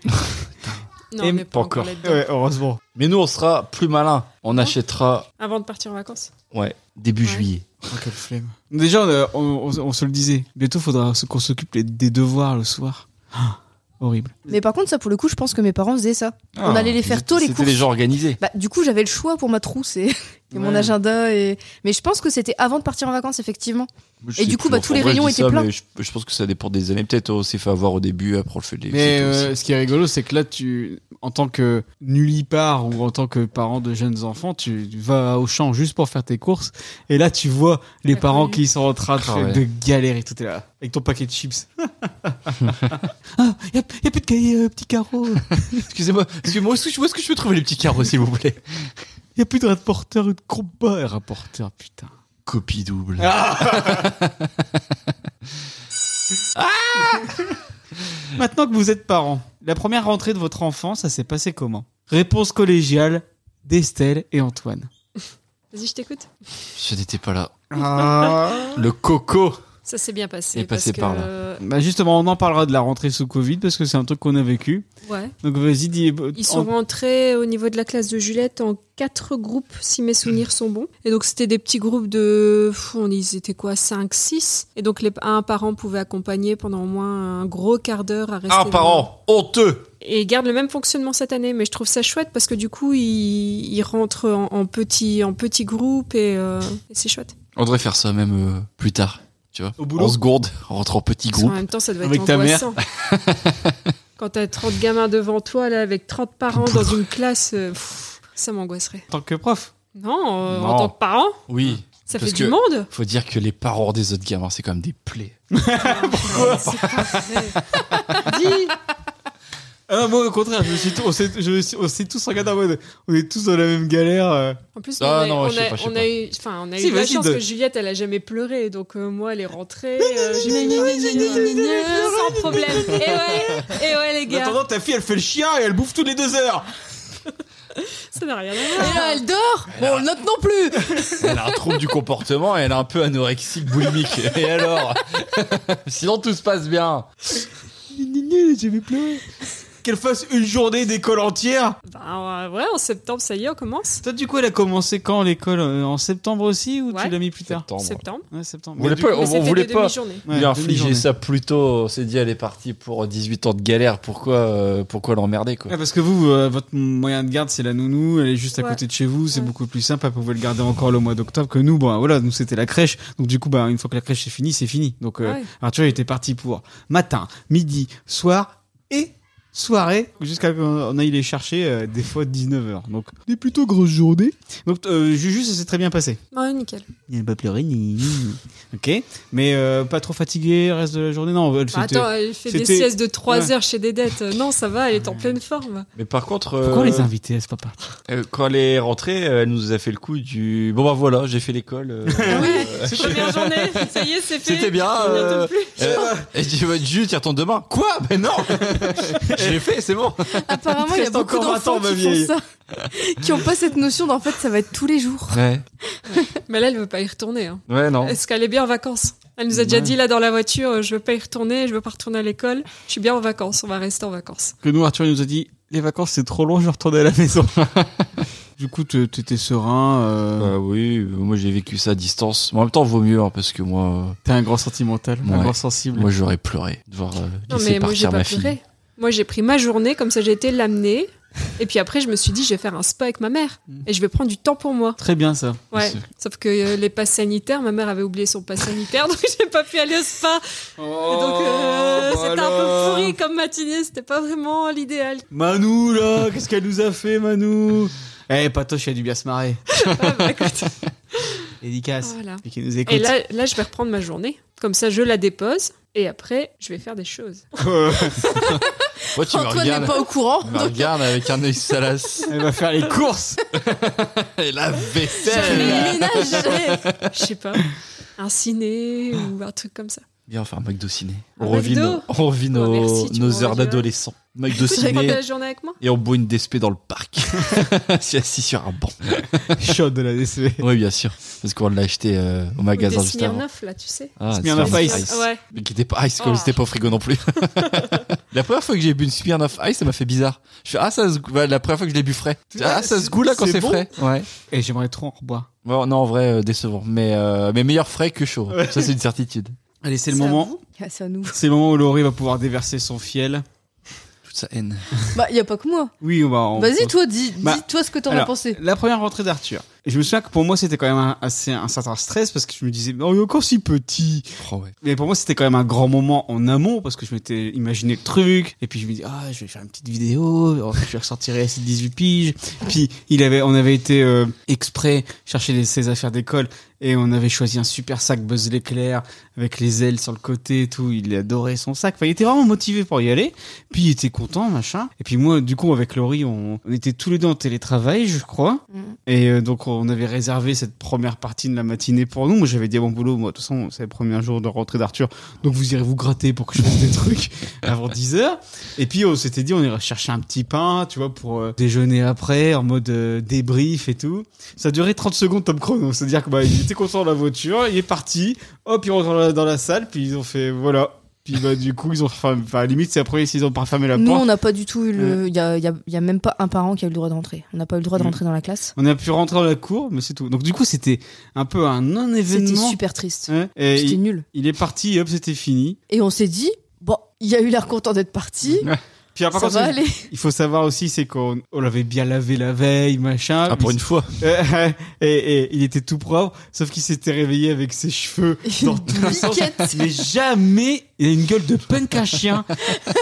Non,
Et
mais pas
pas
encore.
encore.
là-dedans.
Ouais, heureusement.
Mais nous, on sera plus malin. On achètera,
Avant de partir en vacances.
ouais, début
Ouais.
juillet.
quelle Oh, flemme. Déjà, on, euh, on- on- on se le disait. Bientôt, faudra se- qu'on s'occupe les- des devoirs le soir. Ah, horrible.
Mais par contre ça pour le coup je pense que mes parents faisaient ça. On allait les faire tôt, les
Ah, C'était
courses.
les gens organisés.
Bah, du coup, j'avais le choix pour ma trousse et et
Ouais.
mon agenda. Et... Mais je pense que c'était avant de partir en vacances, effectivement.
Moi, je
Et
sais
du coup,
plus.
bah, tous
En
les
vrai, je
rayons
dis
étaient
ça,
pleins.
mais Je, je pense que ça dépend des années. Peut-être on s'est fait avoir au début, après on le fait des
Mais euh, ce qui est rigolo, c'est que là, tu, en tant que nullipare ou en tant que parent de jeunes enfants, tu vas au champ juste pour faire tes courses. Et là, tu vois les
La
parents
cohue.
qui sont en train de,
Ah ouais.
de galérer. Tout est là. Avec ton paquet de chips. ah, y a, y a plus de cahier, euh, petit carreau.
Excusez-moi, excusez-moi, où est-ce que je- où est-ce que je peux trouver les petits carreaux, s'il vous plaît
Y a plus de rapporteur ou de combat. Et rapporteur, putain.
Copie double.
Maintenant que vous êtes parents, la première rentrée de votre enfant, ça s'est passé comment Réponse collégiale d'Estelle et Antoine.
Vas-y, je t'écoute.
Je n'étais pas là.
Ah.
Le coco.
Ça s'est bien passé.
Il est passé
parce que,
par là.
euh,
Bah justement, on en parlera de la rentrée sous Covid parce que c'est un truc qu'on a vécu.
ouais.
Donc vas-y, dis. euh,
Ils sont rentrés au niveau de la classe de Juliette en quatre groupes, si mes souvenirs sont bons. Et donc, c'était des petits groupes de. pff, On, ils étaient quoi 5, 6 Et donc, les, un parent pouvait accompagner pendant au moins un gros quart d'heure à rester.
Un par an, Ah, honteux.
Et ils gardent le même fonctionnement cette année. Mais je trouve ça chouette parce que du coup, ils, ils rentrent en, en petits en petits groupes et, euh, et c'est chouette.
On devrait faire ça même euh, plus tard. Tu vois
Au boulot
On se gourde, on rentre en petit
Parce qu'en
groupe.
même temps, ça doit
Avec
être
ta mère.
angoissant. Quand t'as 30 gamins devant toi, là, avec 30 parents dans une classe, euh, pff, ça m'angoisserait.
En tant que prof.
Non, euh,
Non.
en tant que parent,
Oui.
ça
Parce
fait
que-
du monde.
Faut dire que les parents des autres gamins, c'est comme des plaies.
Pourquoi C'est pas vrai. Dis,
Ah, moi, au contraire, je me suis tout- on s'est je me suis- on s'est tous regardés en mode. On est tous dans la même galère. euh.
en plus,
Ah,
on, a,
non,
on
je sais
a-
pas, je sais
on a
pas.
eu, enfin, on a
Si,
eu la
vas-y,
chance
de-
que Juliette, elle a jamais pleuré, donc euh, moi, elle est rentrée, euh, j'ai fait gna, gna, gna, gna, gna, sans problème. Et ouais, et ouais, les
En
gars,
attendant, ta fille, elle fait le chien et elle bouffe toutes les deux heures.
ça n'a rien à
Et
voir.
là, elle dort Bon, le note non plus
Elle a un trouble du comportement et elle est un peu anorexique, boulimique. Et alors Sinon tout se passe bien.
J'avais pleuré. Qu'elle fasse une journée d'école entière.
Bah, ouais, en septembre, ça y est, on commence.
Toi, du coup, elle a commencé quand l'école Euh, En septembre aussi ou tu
Ouais.
l'as mis plus tard
Septembre.
Septembre.
Ouais, septembre.
Vous voulez
du
pas-
coup-
On-
Mais
on
c'était
voulait
des
pas-
demi-journées.
Ouais,
lui infliger
demi-journée.
ça plus tôt, on s'est dit elle est partie pour 18 ans de galère, pourquoi, euh, pourquoi l'emmerder quoi
Ouais, parce que vous, euh, votre moyen de garde, c'est la nounou, elle est juste à
Ouais.
côté de chez vous, c'est
Ouais.
beaucoup plus simple, elle pouvait le garder encore le mois d'octobre que nous. Bon, voilà, nous c'était la crèche, donc du coup, bah, une fois que la crèche est finie, c'est fini. Donc euh,
Ah ouais.
Arthur, il était parti pour matin, midi, soir et soirée, jusqu'à qu'on aille les chercher euh, des fois 19h. Donc, des plutôt grosses journées. Donc, euh, Juju, ça s'est très bien passé.
Ah Ouais, nickel. Bah,
Il n'a pas pleuré, ni. ok, mais euh, pas trop fatigué le reste de la journée, non, elle, euh,
Bah,
c'était-
Attends, elle fait des
c'était-
siestes de 3
Ouais.
heures chez des dettes. Euh, Non, ça va, elle est en pleine forme.
Mais par contre, euh,
Pourquoi on les inviter à ce papa
euh, quand elle est rentrée, euh, elle nous a fait le coup du bon bah voilà, j'ai fait l'école. euh, euh,
Première journée, ça y est, c'est fait.
C'était bien.
On y
euh,
retourne plus.
euh, et je dis, bah, Jules, tu y retournes demain. Quoi Ben non J'ai fait, c'est bon.
Apparemment, il y a
reste
beaucoup
encore 20 ans,
d'enfants
ma
qui
vieille.
font ça, qui ont pas cette notion d'en fait, ça va être tous les jours.
Ouais,
Mais là, elle veut pas y retourner. hein.
ouais, non.
Est-ce qu'elle est bien en vacances Elle nous a déjà
Ouais.
dit là dans la voiture, euh, je veux pas y retourner, je veux pas retourner à l'école. Je suis bien en vacances, on va rester en vacances.
que nous, Arthur, il nous a dit les vacances c'est trop long, je retournais à la maison. du coup, te- t'étais serein, euh,
Bah oui, euh, moi j'ai vécu ça à distance. Mais en même temps, vaut mieux, hein, parce que moi,
t'es un grand sentimental, un
Ouais.
grand
euh,
sensible.
moi j'aurais pleuré de voir euh,
Non,
laisser
mais moi, j'ai
partir
pas
ma fille.
pleuré. Moi, j'ai pris ma journée, comme ça, j'ai été l'amener. Et puis après, je me suis dit, je vais faire un spa avec ma mère. Et je vais prendre du temps pour moi.
Très bien ça.
Ouais.
Mm. C'est-
Sauf que euh, les passes sanitaires, ma mère avait oublié son pass sanitaire, donc j'ai pas pu aller au spa. Et donc,
Oh,
euh,
bah
c'était un peu pourri comme matinée, c'était pas vraiment l'idéal.
Manou là, qu'est-ce qu'elle nous a fait, Manou Eh, Patoche, elle a dû bien se marrer.
Ah, bah, écoute,
Dédicace.
voilà.
Et qui nous écoute.
Et là, là, je vais reprendre ma journée. Comme ça, je la dépose et après, je vais faire des choses.
Moi, tu me
Antoine n'est
regardes,
pas au courant.
tu me regardes avec un œil salace
Elle va faire les courses.
et la
Mais
vaisselle.
le ménage
Je sais pas, un ciné ou un truc comme ça.
Viens, on fait un McDo ciné.
Un
On revit
McDo
nos, on revit nos,
Oh, merci, tu
nos
m'en
heures
redis,
d'adolescents. McDo
Tu vas
ciné
la journée avec moi
et on boit une DSP dans le parc. Je suis assis sur un banc.
Chaude de la DCV.
Oui, bien sûr. Parce qu'on l'a acheté euh, au
Ou des
magasin juste avant.
Smirnoff, là, tu sais.
Ah,
Smirnoff Ice.
Ouais.
Mais qui était pas ice,
Oh.
comme c'était pas au frigo non plus. la première fois que j'ai bu une Smirnoff Ice, ça m'a fait bizarre. Je fais, ah, ça se goûte, la première fois que je l'ai bu frais. Je fais, Ah, ça se goûte là quand
C'est
c'est
bon
frais. Ouais.
Et j'aimerais trop en reboire.
Bon, non, en vrai, euh, décevant. Mais, euh, mais meilleur frais que chaud.
Ouais.
Ça, c'est une certitude.
Allez, c'est le
Ça
moment.
Ah, C'est à nous.
C'est le moment où Laurie va pouvoir déverser son fiel.
Toute sa haine.
Bah, il y a pas que moi.
Oui, on va. on-
Vas-y, toi, dis,
Bah,
dis-toi ce que t'en as
alors,
pensé.
La première rentrée d'Arthur. Et je me souviens que pour moi, c'était quand même un, assez, un certain stress parce que je me disais, oh, il est encore si petit.
Oh, ouais.
Mais pour moi, c'était quand même un grand moment en amont parce que je m'étais imaginé le truc. Et puis je me dis, ah, je vais faire une petite vidéo, oh, je ressortirai à ces 18 piges. Puis il avait, on avait été euh, exprès chercher les- ses affaires d'école et on avait choisi un super sac Buzz l'éclair avec les ailes sur le côté et tout. Il adorait son sac. Enfin, il était vraiment motivé pour y aller. Puis il était content, machin. Et puis moi, du coup, avec Laurie, on, on était tous les deux en télétravail, je crois. Et euh, donc on avait réservé cette première partie de la matinée pour nous. Moi j'avais dit à mon boulot, moi de toute façon c'est le premier jour de rentrée d'Arthur, donc vous irez vous gratter pour que je fasse des trucs avant 10 heures. Et puis on s'était dit on irait chercher un petit pain, tu vois, pour euh, déjeuner après en mode euh, débrief et tout. Ça a duré 30 secondes Tom Chrono, c'est-à-dire que bah, il était content de la voiture, il est parti, hop il rentre dans la, dans la salle, puis ils ont fait voilà. Puis bah du coup ils ont fermé, enfin limite c'est après ils ont pas fermé la
Nous,
porte.
on n'a pas du tout eu le. Il y a, y a- y a même pas un parent qui a eu le droit d'entrer. On n'a pas eu le droit de
Mm.
rentrer dans la classe.
On a pu rentrer dans la cour, mais c'est tout. Donc du coup c'était un peu un
C'était
non-événement.
super triste.
Ouais. Hein, Et
C'était
il-
nul.
Il est parti, hop, c'était fini.
Et on s'est dit, bon, il a eu l'air content d'être parti.
Puis par
ça
contre,
va aller.
il faut savoir aussi, c'est qu'on on l'avait bien lavé la veille, machin.
Ah, pour une fois.
Euh, et, et il était tout propre, sauf qu'il s'était réveillé avec ses cheveux dans tous les sens.
Biquette.
Mais jamais il a une gueule de punk à chien.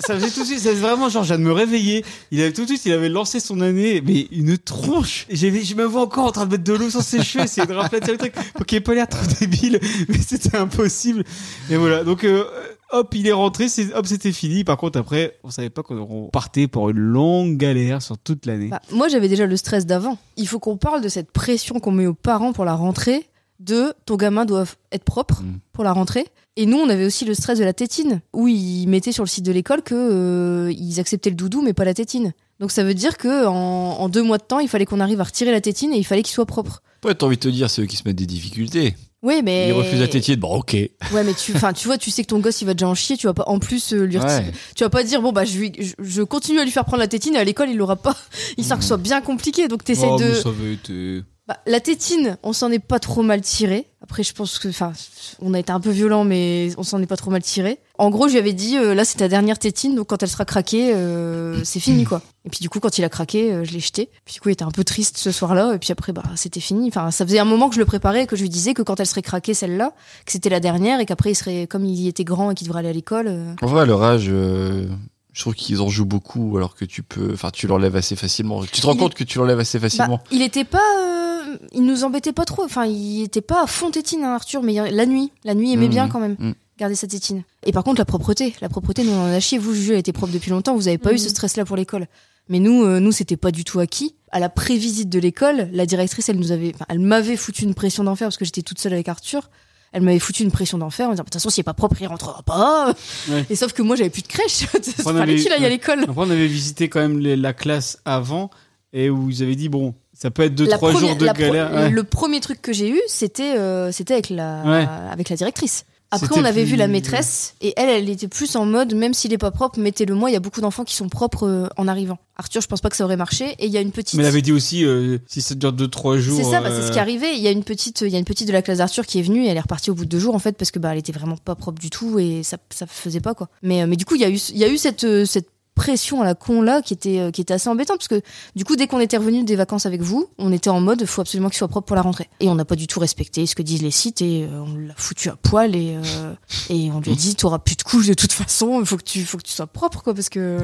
Ça faisait tout de suite, ça faisait vraiment genre, je viens de me réveiller. Il avait tout de suite, il avait lancé son année, mais une tronche. Et j'avais- je me vois encore en train de mettre de l'eau sur ses cheveux, essayer de raplatir le truc. Faut qu'il ait pas l'air trop débile, mais c'était impossible. Et voilà, donc euh, hop, il est rentré, c'est- hop, c'était fini. Par contre, après, on savait pas qu'on on partait pour une longue galère sur toute l'année.
Bah, moi, j'avais déjà le stress d'avant. Il faut qu'on parle de cette pression qu'on met aux parents pour la rentrée, de ton gamin doit f- être propre
Mm.
pour la rentrée. Et nous, on avait aussi le stress de la tétine, où ils mettaient sur le site de l'école que euh, ils acceptaient le doudou, mais pas la tétine. Donc ça veut dire que en, en deux mois de temps, il fallait qu'on arrive à retirer la tétine et il fallait qu'il soit propre.
Ouais, t'as envie de te dire, c'est eux qui se mettent des difficultés.
Oui, mais
Ils refusent la tétine. Bon, ok.
Ouais, mais tu, enfin, tu vois, tu sais que ton gosse, il va déjà en chier. Tu vas pas en plus euh, lui retirer-
Ouais.
Tu vas pas dire bon bah je, lui- je, je continue à lui faire prendre la tétine et à l'école il l'aura pas. Il sert que ce soit bien compliqué. Donc
Oh,
t'essayes de.
avait
euh,
été.
Bah, la tétine, on s'en est pas trop mal tiré. Après, je pense que, enfin, on a été un peu violent, mais on s'en est pas trop mal tiré. En gros, je lui avais dit, euh, là, c'est ta dernière tétine, donc quand elle sera craquée, euh, c'est fini, quoi. Et puis, du coup, quand il a craqué, euh, je l'ai jeté. Puis, du coup, il était un peu triste ce soir-là. Et puis après, bah, c'était fini. Enfin, ça faisait un moment que je le préparais, et que je lui disais que quand elle serait craquée, celle-là, que c'était la dernière, et qu'après, il serait, comme il était grand et qu'il devrait aller à l'école. euh,
En vrai, à leur âge, euh, je trouve qu'ils en jouent beaucoup, alors que tu peux. Enfin, tu l'enlèves assez facilement. Tu te rends
Il-
compte que tu l'enlèves assez
Bah,
facilement.
il était pas, euh, il nous embêtait pas trop. Enfin, il était pas à fond tétine, hein, Arthur, mais il- la nuit, la nuit il aimait
Mm,
Mmh,
bien quand même.
mmh.
Garder sa tétine. Et par contre, la propreté, la propreté, nous on en a chié. Vous, Juju, elle était propre depuis longtemps. Vous avez pas eu
Mmh.
ce stress-là pour l'école. Mais nous, euh, nous, c'était pas du tout acquis. À la prévisite de l'école, la directrice, elle nous avait, enfin, elle m'avait foutu une pression d'enfer parce que j'étais toute seule avec Arthur. Elle m'avait foutu une pression d'enfer en disant, Bah, de toute façon, s'il est pas propre, il rentrera pas.
Ouais.
Et sauf que moi, j'avais plus de crèche.
On
Fallait
avait-
qu'il aille
ouais.
à l'école.
Après, on avait visité quand même les- la classe avant et où ils avaient dit bon, ça peut être deux
La
trois
première-
jours de
la pro-
galère. Ouais.
Le premier truc que j'ai eu, c'était euh, c'était avec la
Ouais.
avec la directrice. Après,
C'était
on avait vu la
plus-
maîtresse et elle, elle était plus en mode, même s'il est pas propre, mettez-le moi. Il y a beaucoup d'enfants qui sont propres euh, en arrivant. Arthur, je pense pas que ça aurait marché. Et il y a une petite.
Mais elle avait dit aussi euh, si ça dure deux trois jours.
C'est ça, bah, c'est ce qui est
euh,
arrivé. Il y a une petite, il y a une petite de la classe d'Arthur qui est venue et elle est repartie au bout de deux jours en fait parce que bah elle était vraiment pas propre du tout et ça ça faisait pas quoi. Mais euh, mais du coup il y a eu il y a eu cette euh, cette pression à la con là qui était euh, qui était assez embêtante parce que du coup dès qu'on était revenu des vacances avec vous on était en mode faut absolument qu'il soit propre pour la rentrée et on n'a pas du tout respecté ce que disent les sites et euh, on l'a foutu à poil et euh, et on lui a dit t'auras plus de couches de toute façon il faut que tu faut que tu sois propre quoi parce que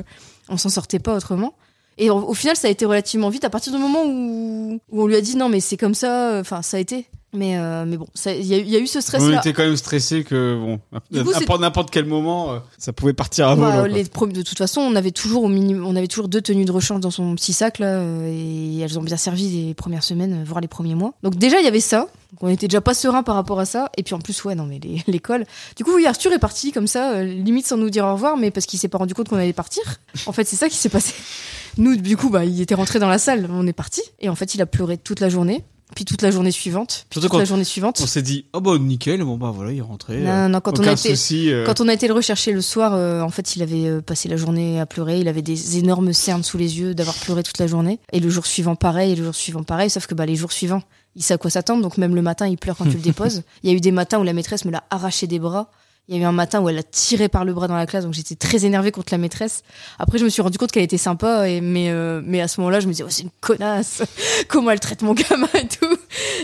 on s'en sortait pas autrement et au, au final, ça a été relativement vite à partir du moment où, où on lui a dit non, mais c'est comme ça, euh, enfin, ça a été. Mais, euh, mais bon, ça- il y, a eu- il y a eu ce
On
stress-là.
était quand même stressé que bon, à,
Du coup,
à
c'est-
prendre n'importe quel moment, euh, ça pouvait partir à
Bah,
volant. quoi.
les premiers- de toute façon, on avait toujours au minimum, on avait toujours deux tenues de rechange dans son petit sac là, euh, et elles ont bien servi les premières semaines, euh, voire les premiers mois. Donc déjà, il y avait ça. Donc on était déjà pas serein par rapport à ça. Et puis en plus, ouais, non mais les- l'école. Du coup, oui, Arthur est parti comme ça, euh, limite sans nous dire au revoir, mais parce qu'il s'est pas rendu compte qu'on allait partir. En fait, c'est ça qui s'est passé. Nous, du coup, bah, il était rentré dans la salle, on est parti, et en fait, il a pleuré toute la journée, puis toute la journée suivante, puis
Surtout
toute
quand-
la journée suivante.
On s'est dit oh bah nickel, bon bah voilà, il est rentré.
Non,
euh,
non, non, quand on
aucun
a été,
souci. euh,
quand on a été le rechercher le soir, euh, en fait, il avait euh, passé la journée à pleurer. Il avait des énormes cernes sous les yeux d'avoir pleuré toute la journée. Et le jour suivant, pareil. Et le jour suivant, pareil. Sauf que bah, les jours suivants, il sait à quoi s'attendre. Donc même le matin, il pleure quand tu le déposes. Il y a eu des matins où la maîtresse me l'a arraché des bras. Il y a eu un matin où elle l'a tiré par le bras dans la classe, donc j'étais très énervée contre la maîtresse. Après, je me suis rendu compte qu'elle était sympa, et, mais, euh, mais à ce moment-là, je me disais, oh, c'est une connasse, comment elle traite mon gamin et tout.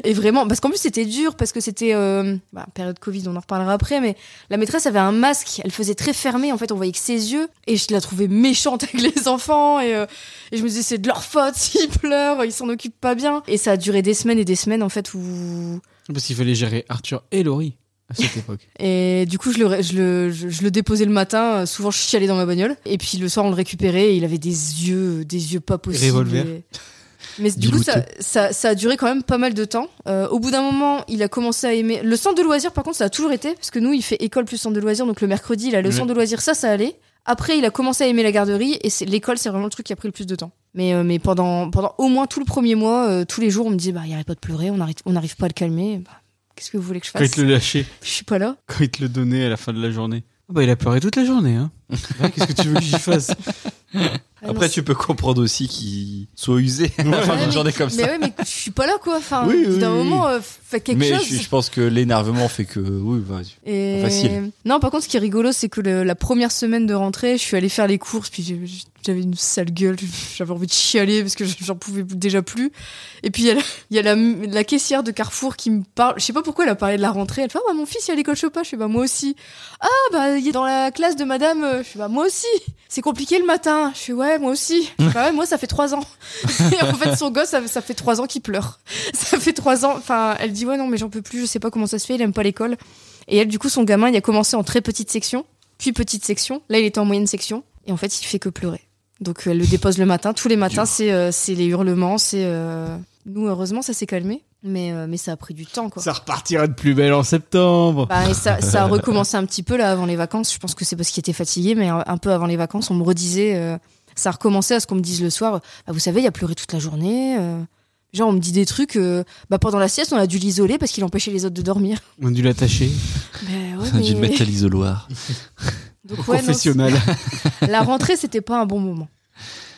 Et vraiment, parce qu'en plus, c'était dur, parce que c'était euh, bah, période Covid, on en reparlera après, mais la maîtresse avait un masque, elle faisait très fermé, en fait, on voyait que ses yeux, et je la trouvais méchante avec les enfants, et, euh, et je me disais, c'est de leur faute s'ils pleurent, ils s'en occupent pas bien. Et ça a duré des semaines et des semaines, en fait, où
Parce qu'il fallait gérer Arthur et Laurie à cette époque.
et du coup, je le, je le, je, je le déposais le matin. euh, Souvent, je chialais dans ma bagnole. Et puis le soir, on le récupérait. Et il avait des yeux, des yeux pas possibles.
Revolver.
Et- Mais
Du
du coup, ça,
louteux.
ça, ça a duré quand même pas mal de temps. Euh, au bout d'un moment, il a commencé à aimer. Le centre de loisirs, par contre, ça a toujours été. Parce que nous, il fait école plus centre de loisirs. Donc le mercredi, il a le
Ouais.
centre de loisirs. Ça, ça allait. Après, il a commencé à aimer la garderie. Et c'est- l'école, c'est vraiment le truc qui a pris le plus de temps. Mais, euh, mais pendant, pendant au moins tout le premier mois, euh, tous les jours, on me dit bah, il arrête pas de pleurer. On n'arrive on n'arrive pas à le calmer. Bah, Qu'est-ce que vous voulez que je
Quand il
fasse
te le lâchait,
Je suis pas là.
quand il te le donnait à la fin de la journée. Ah bah, il a pleuré toute la journée. Hein. Ouais, Qu'est-ce que tu veux que j'y fasse
Ah non,
Après, tu peux comprendre aussi qu'il soit usé à la fin
Ouais,
d'une
mais-
journée comme
Mais
ça.
ouais, mais je suis pas là, quoi. Enfin,
Oui,
au bout
oui,
d'un
oui,
moment, euh, fais quelque
Mais
chose.
je, je pense que l'énervement fait que. Oui, vas-y.
Et-
facile.
Non, par contre, ce qui est rigolo, c'est que le- la première semaine de rentrée, je suis allée faire les courses, puis j'ai- j'avais une sale gueule, j'avais envie de chialer parce que j'en pouvais déjà plus. Et puis, il y a, la, il y a la, la caissière de Carrefour qui me parle. Je sais pas pourquoi elle a parlé de la rentrée. Elle fait Ah, bah, mon fils, il est à l'école Chopin. Je fais Bah, moi aussi. Ah, bah, il est dans la classe de madame. Je fais Bah, moi aussi. C'est compliqué le matin. Je fais Ouais, moi aussi. Je fais, Ah ouais, moi, ça fait trois ans. Et en fait, son gosse, ça, ça fait trois ans qu'il pleure. Ça fait trois ans. Enfin, elle dit Ouais, non, mais j'en peux plus. Je sais pas comment ça se fait. Il aime pas l'école. Et elle, du coup, son gamin, il a commencé en très petite section, puis petite section. Là, il était en moyenne section. Et en fait, il fait que pleurer. Donc, elle le dépose le matin. Tous les matins, c'est euh, c'est les hurlements. C'est euh, nous, heureusement, ça s'est calmé. Mais euh, mais ça a pris du temps, quoi.
Ça repartira de plus belle en septembre.
Bah, et ça, ça a recommencé un petit peu là avant les vacances. Je pense que c'est parce qu'il était fatigué, mais un, un peu avant les vacances, on me redisait. euh, ça a recommencé à ce qu'on me dise le soir. Bah, vous savez, il a pleuré toute la journée. euh. genre, on me dit des trucs. euh, bah, pendant la sieste, on a dû l'isoler parce qu'il empêchait les autres de dormir.
On a dû l'attacher
Mais Ben ouais,
On a dû le
mais-
mettre à l'isoloir.
Donc,
au
ouais, non,
confessionnal.
La rentrée, c'était pas un bon moment.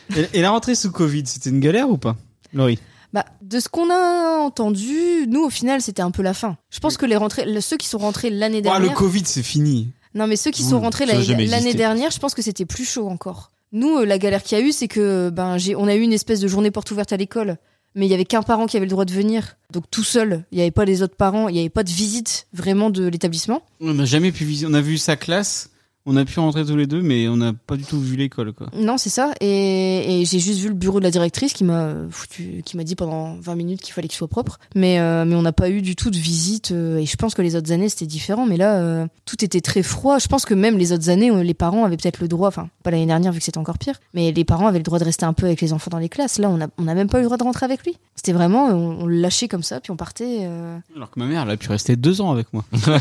et, et la rentrée sous Covid, c'était une galère ou pas Laurie
Bah, de ce qu'on a entendu, nous, au final, c'était un peu la fin. Je pense que les rentrées, le- ceux qui sont rentrés l'année
Ouah, Oh, Le
dernière.
Covid, c'est fini.
non, mais ceux qui
Oui,
sont rentrés
ça a
l'année
jamais existé.
l'année dernière, je pense que c'était plus chaud encore. Nous, euh, la galère qu'il y a eu, c'est que ben, j'ai, on a eu une espèce de journée porte ouverte à l'école, mais il y avait qu'un parent qui avait le droit de venir, donc tout seul. Il n'y avait pas les autres parents, il n'y avait pas de visite vraiment de l'établissement.
On n'a jamais pu visiter. On a vu sa classe. On a pu rentrer tous les deux, mais on n'a pas du tout vu l'école, quoi.
Non, c'est ça. Et, et j'ai juste vu le bureau de la directrice qui m'a euh, foutu, qui m'a dit pendant 20 minutes qu'il fallait qu'il soit propre. Mais, euh, mais on n'a pas eu du tout de visite. euh, et je pense que les autres années, c'était différent. Mais là, euh, tout était très froid. Je pense que même les autres années, euh, les parents avaient peut-être le droit, enfin, pas l'année dernière vu que c'était encore pire, mais les parents avaient le droit de rester un peu avec les enfants dans les classes. Là, on n'a on a même pas eu le droit de rentrer avec lui. C'était vraiment, euh, on, on le lâchait comme ça, puis on partait. euh.
Alors que ma mère, elle a pu rester deux ans avec moi.
Je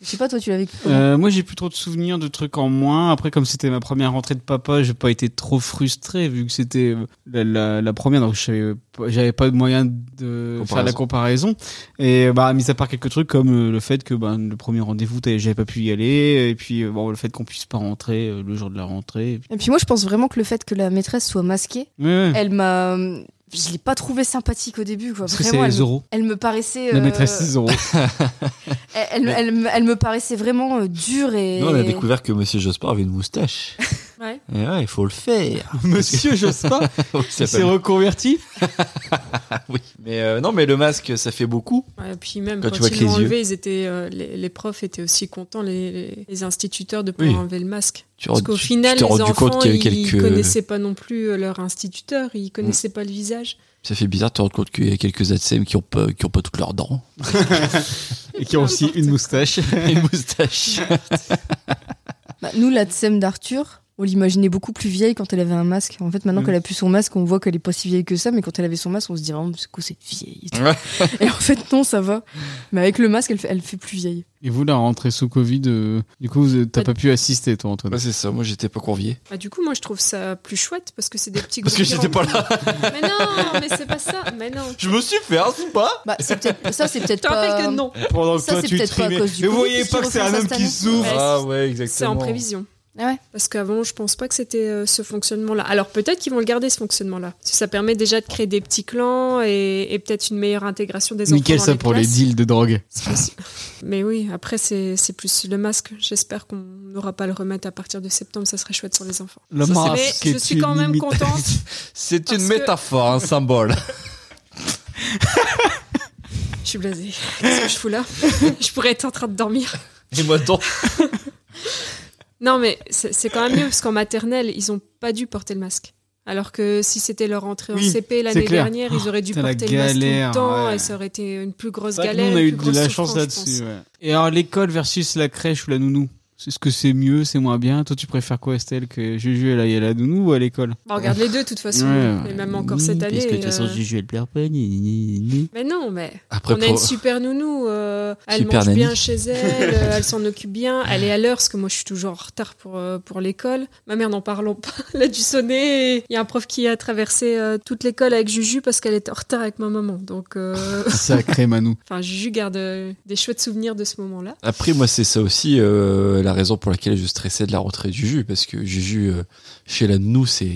sais pas, toi, tu l'avais.
Euh, moi, j'ai plus trop de souvenirs de trucs en moins. Après, comme c'était ma première rentrée de papa, j'ai pas été trop frustré vu que c'était euh, la, la- la première, donc je savais pas- j'avais pas de moyen de faire la
Comparaison.
comparaison. Et bah, mis à part quelques trucs comme euh, le fait que bah, le premier rendez-vous, t'avais- j'avais pas pu y aller, et puis euh, bon, le fait qu'on puisse pas rentrer euh, le jour de la rentrée. Et puis-
Et puis moi, je pense vraiment que le fait que la maîtresse soit masquée,
Ouais, ouais.
elle m'a. Je l'ai pas trouvé sympathique au début, quoi.
Parce que
Vraiment,
c'est
elle me-
Zoro.
Elle me paraissait.
La
euh,
maîtresse, c'est Zoro.
elle, elle, elle me- elle me paraissait vraiment euh, dure et.
Non, on a découvert que Monsieur Jospin avait une moustache.
Ouais.
Et ouais, il faut le faire.
Monsieur Jospin
Oui,
il
ça
s'est
s'appelle.
reconverti.
Oui. Mais euh, non, mais le masque, ça fait beaucoup.
Ouais, et puis même
Quand
quand,
tu vois que
ils
les
l'ont
yeux-
enlevé, ils étaient, euh, les, les profs étaient aussi contents, les, les- les instituteurs, de pouvoir
Oui.
enlever le masque.
Tu
Parce
rends-
qu'au
tu-
final,
tu t'es
les
rendu
enfants,
compte qu'il y a eu
ils
quelques. Mm.
connaissaient pas non plus euh, leur instituteur, ils connaissaient pas le visage.
Ça fait bizarre de te rendre compte qu'il y a quelques ATSEM qui ont pas, qui ont pas toutes leurs dents.
Et qui a aussi une moustache.
Et une moustache.
Bah, nous, la tsem d'Arthur, on l'imaginait beaucoup plus vieille quand elle avait un masque. En fait, maintenant
Mm.
qu'elle a plus son masque, on voit qu'elle est pas si vieille que ça, mais quand elle avait son masque, on se dit vraiment, c'est quoi cette vieille et tout.
Ouais.
Et en fait, non, ça va. Mais avec le masque, elle fait, elle fait plus vieille.
Et vous, la rentrée sous Covid, euh, du coup, vous- t'as pas pu assister, toi, Antoine.
Ouais, c'est ça. Moi, j'étais pas convié.
Bah, du coup, moi, je trouve ça plus chouette parce que c'est des petits
Parce que
groupes
j'étais pas là.
Mais non, mais c'est pas ça. Mais non. Euh,
Je me suis fait un pas.
Bah, c'est peut-être, ça, c'est
Je
peut-être
te rappelle
pas.
que non.
Pendant
Ça, c'est peut-être pas à cause du
Mais vous
Covid,
voyez
puisqu'il
pas que c'est
refait ça
un homme
cette
qui
année.
souffre.
Ouais,
Ah ouais, exactement.
C'est en prévision.
Ah ouais.
Parce qu'avant, je pense pas que c'était euh, ce fonctionnement-là. Alors peut-être qu'ils vont le garder ce fonctionnement-là. Parce que ça permet déjà de créer des petits clans et, et peut-être une meilleure intégration des enfants.
Nickel
dans
ça pour les
classes.
deals de drogue.
C'est possible. Mais oui, après, c'est c'est plus le masque. J'espère qu'on n'aura pas à le remettre à partir de septembre. Ça serait chouette sur les enfants.
Le
Ça, c'est-
Mais
masque
je
est
suis quand
une
même
imita-
contente.
C'est
Parce
une
que-
métaphore, un symbole.
Je suis blasée. Qu'est-ce que je fous là Je pourrais être en train de dormir.
Et moi donc.
Non, mais c'est c'est quand même mieux parce qu'en maternelle, ils ont pas dû porter le masque. Alors que si c'était leur entrée en
Oui,
CP l'année
clair.
dernière, ils auraient dû
putain, la
porter le masque tout
galère,
le temps
ouais.
et ça aurait été une plus grosse
C'est vrai que
galère.
nous, on a
une
eu
plus grosse
de la chance
souffrance, je pense.
là-dessus. ouais. Et alors, l'école versus la crèche ou la nounou c'est ce que c'est mieux, c'est moins bien. Toi, tu préfères quoi, Estelle, que Juju elle aille à la nounou ou à l'école
Bah, on regarde les deux de toute façon,
Ouais,
et même encore cette année. euh,
Juju elle pleure pas.
Mais non, mais
Après,
on a
pour-
une super nounou. euh, elle
Super
mange
nanny.
bien chez elle, euh, elle s'en occupe bien, elle est à l'heure parce que moi je suis toujours en retard pour, euh, pour l'école. Ma mère, n'en parlons pas, elle a dû sonner. et Il y a un prof qui a traversé euh, toute l'école avec Juju parce qu'elle était en retard avec ma maman. Donc, euh,
Sacré Manou.
enfin, Juju garde euh, des chouettes souvenirs de ce moment-là.
Après, moi, c'est ça aussi euh, la raison pour laquelle je stressais de la rentrée de Juju. Parce que Juju, euh, chez la nous, c'est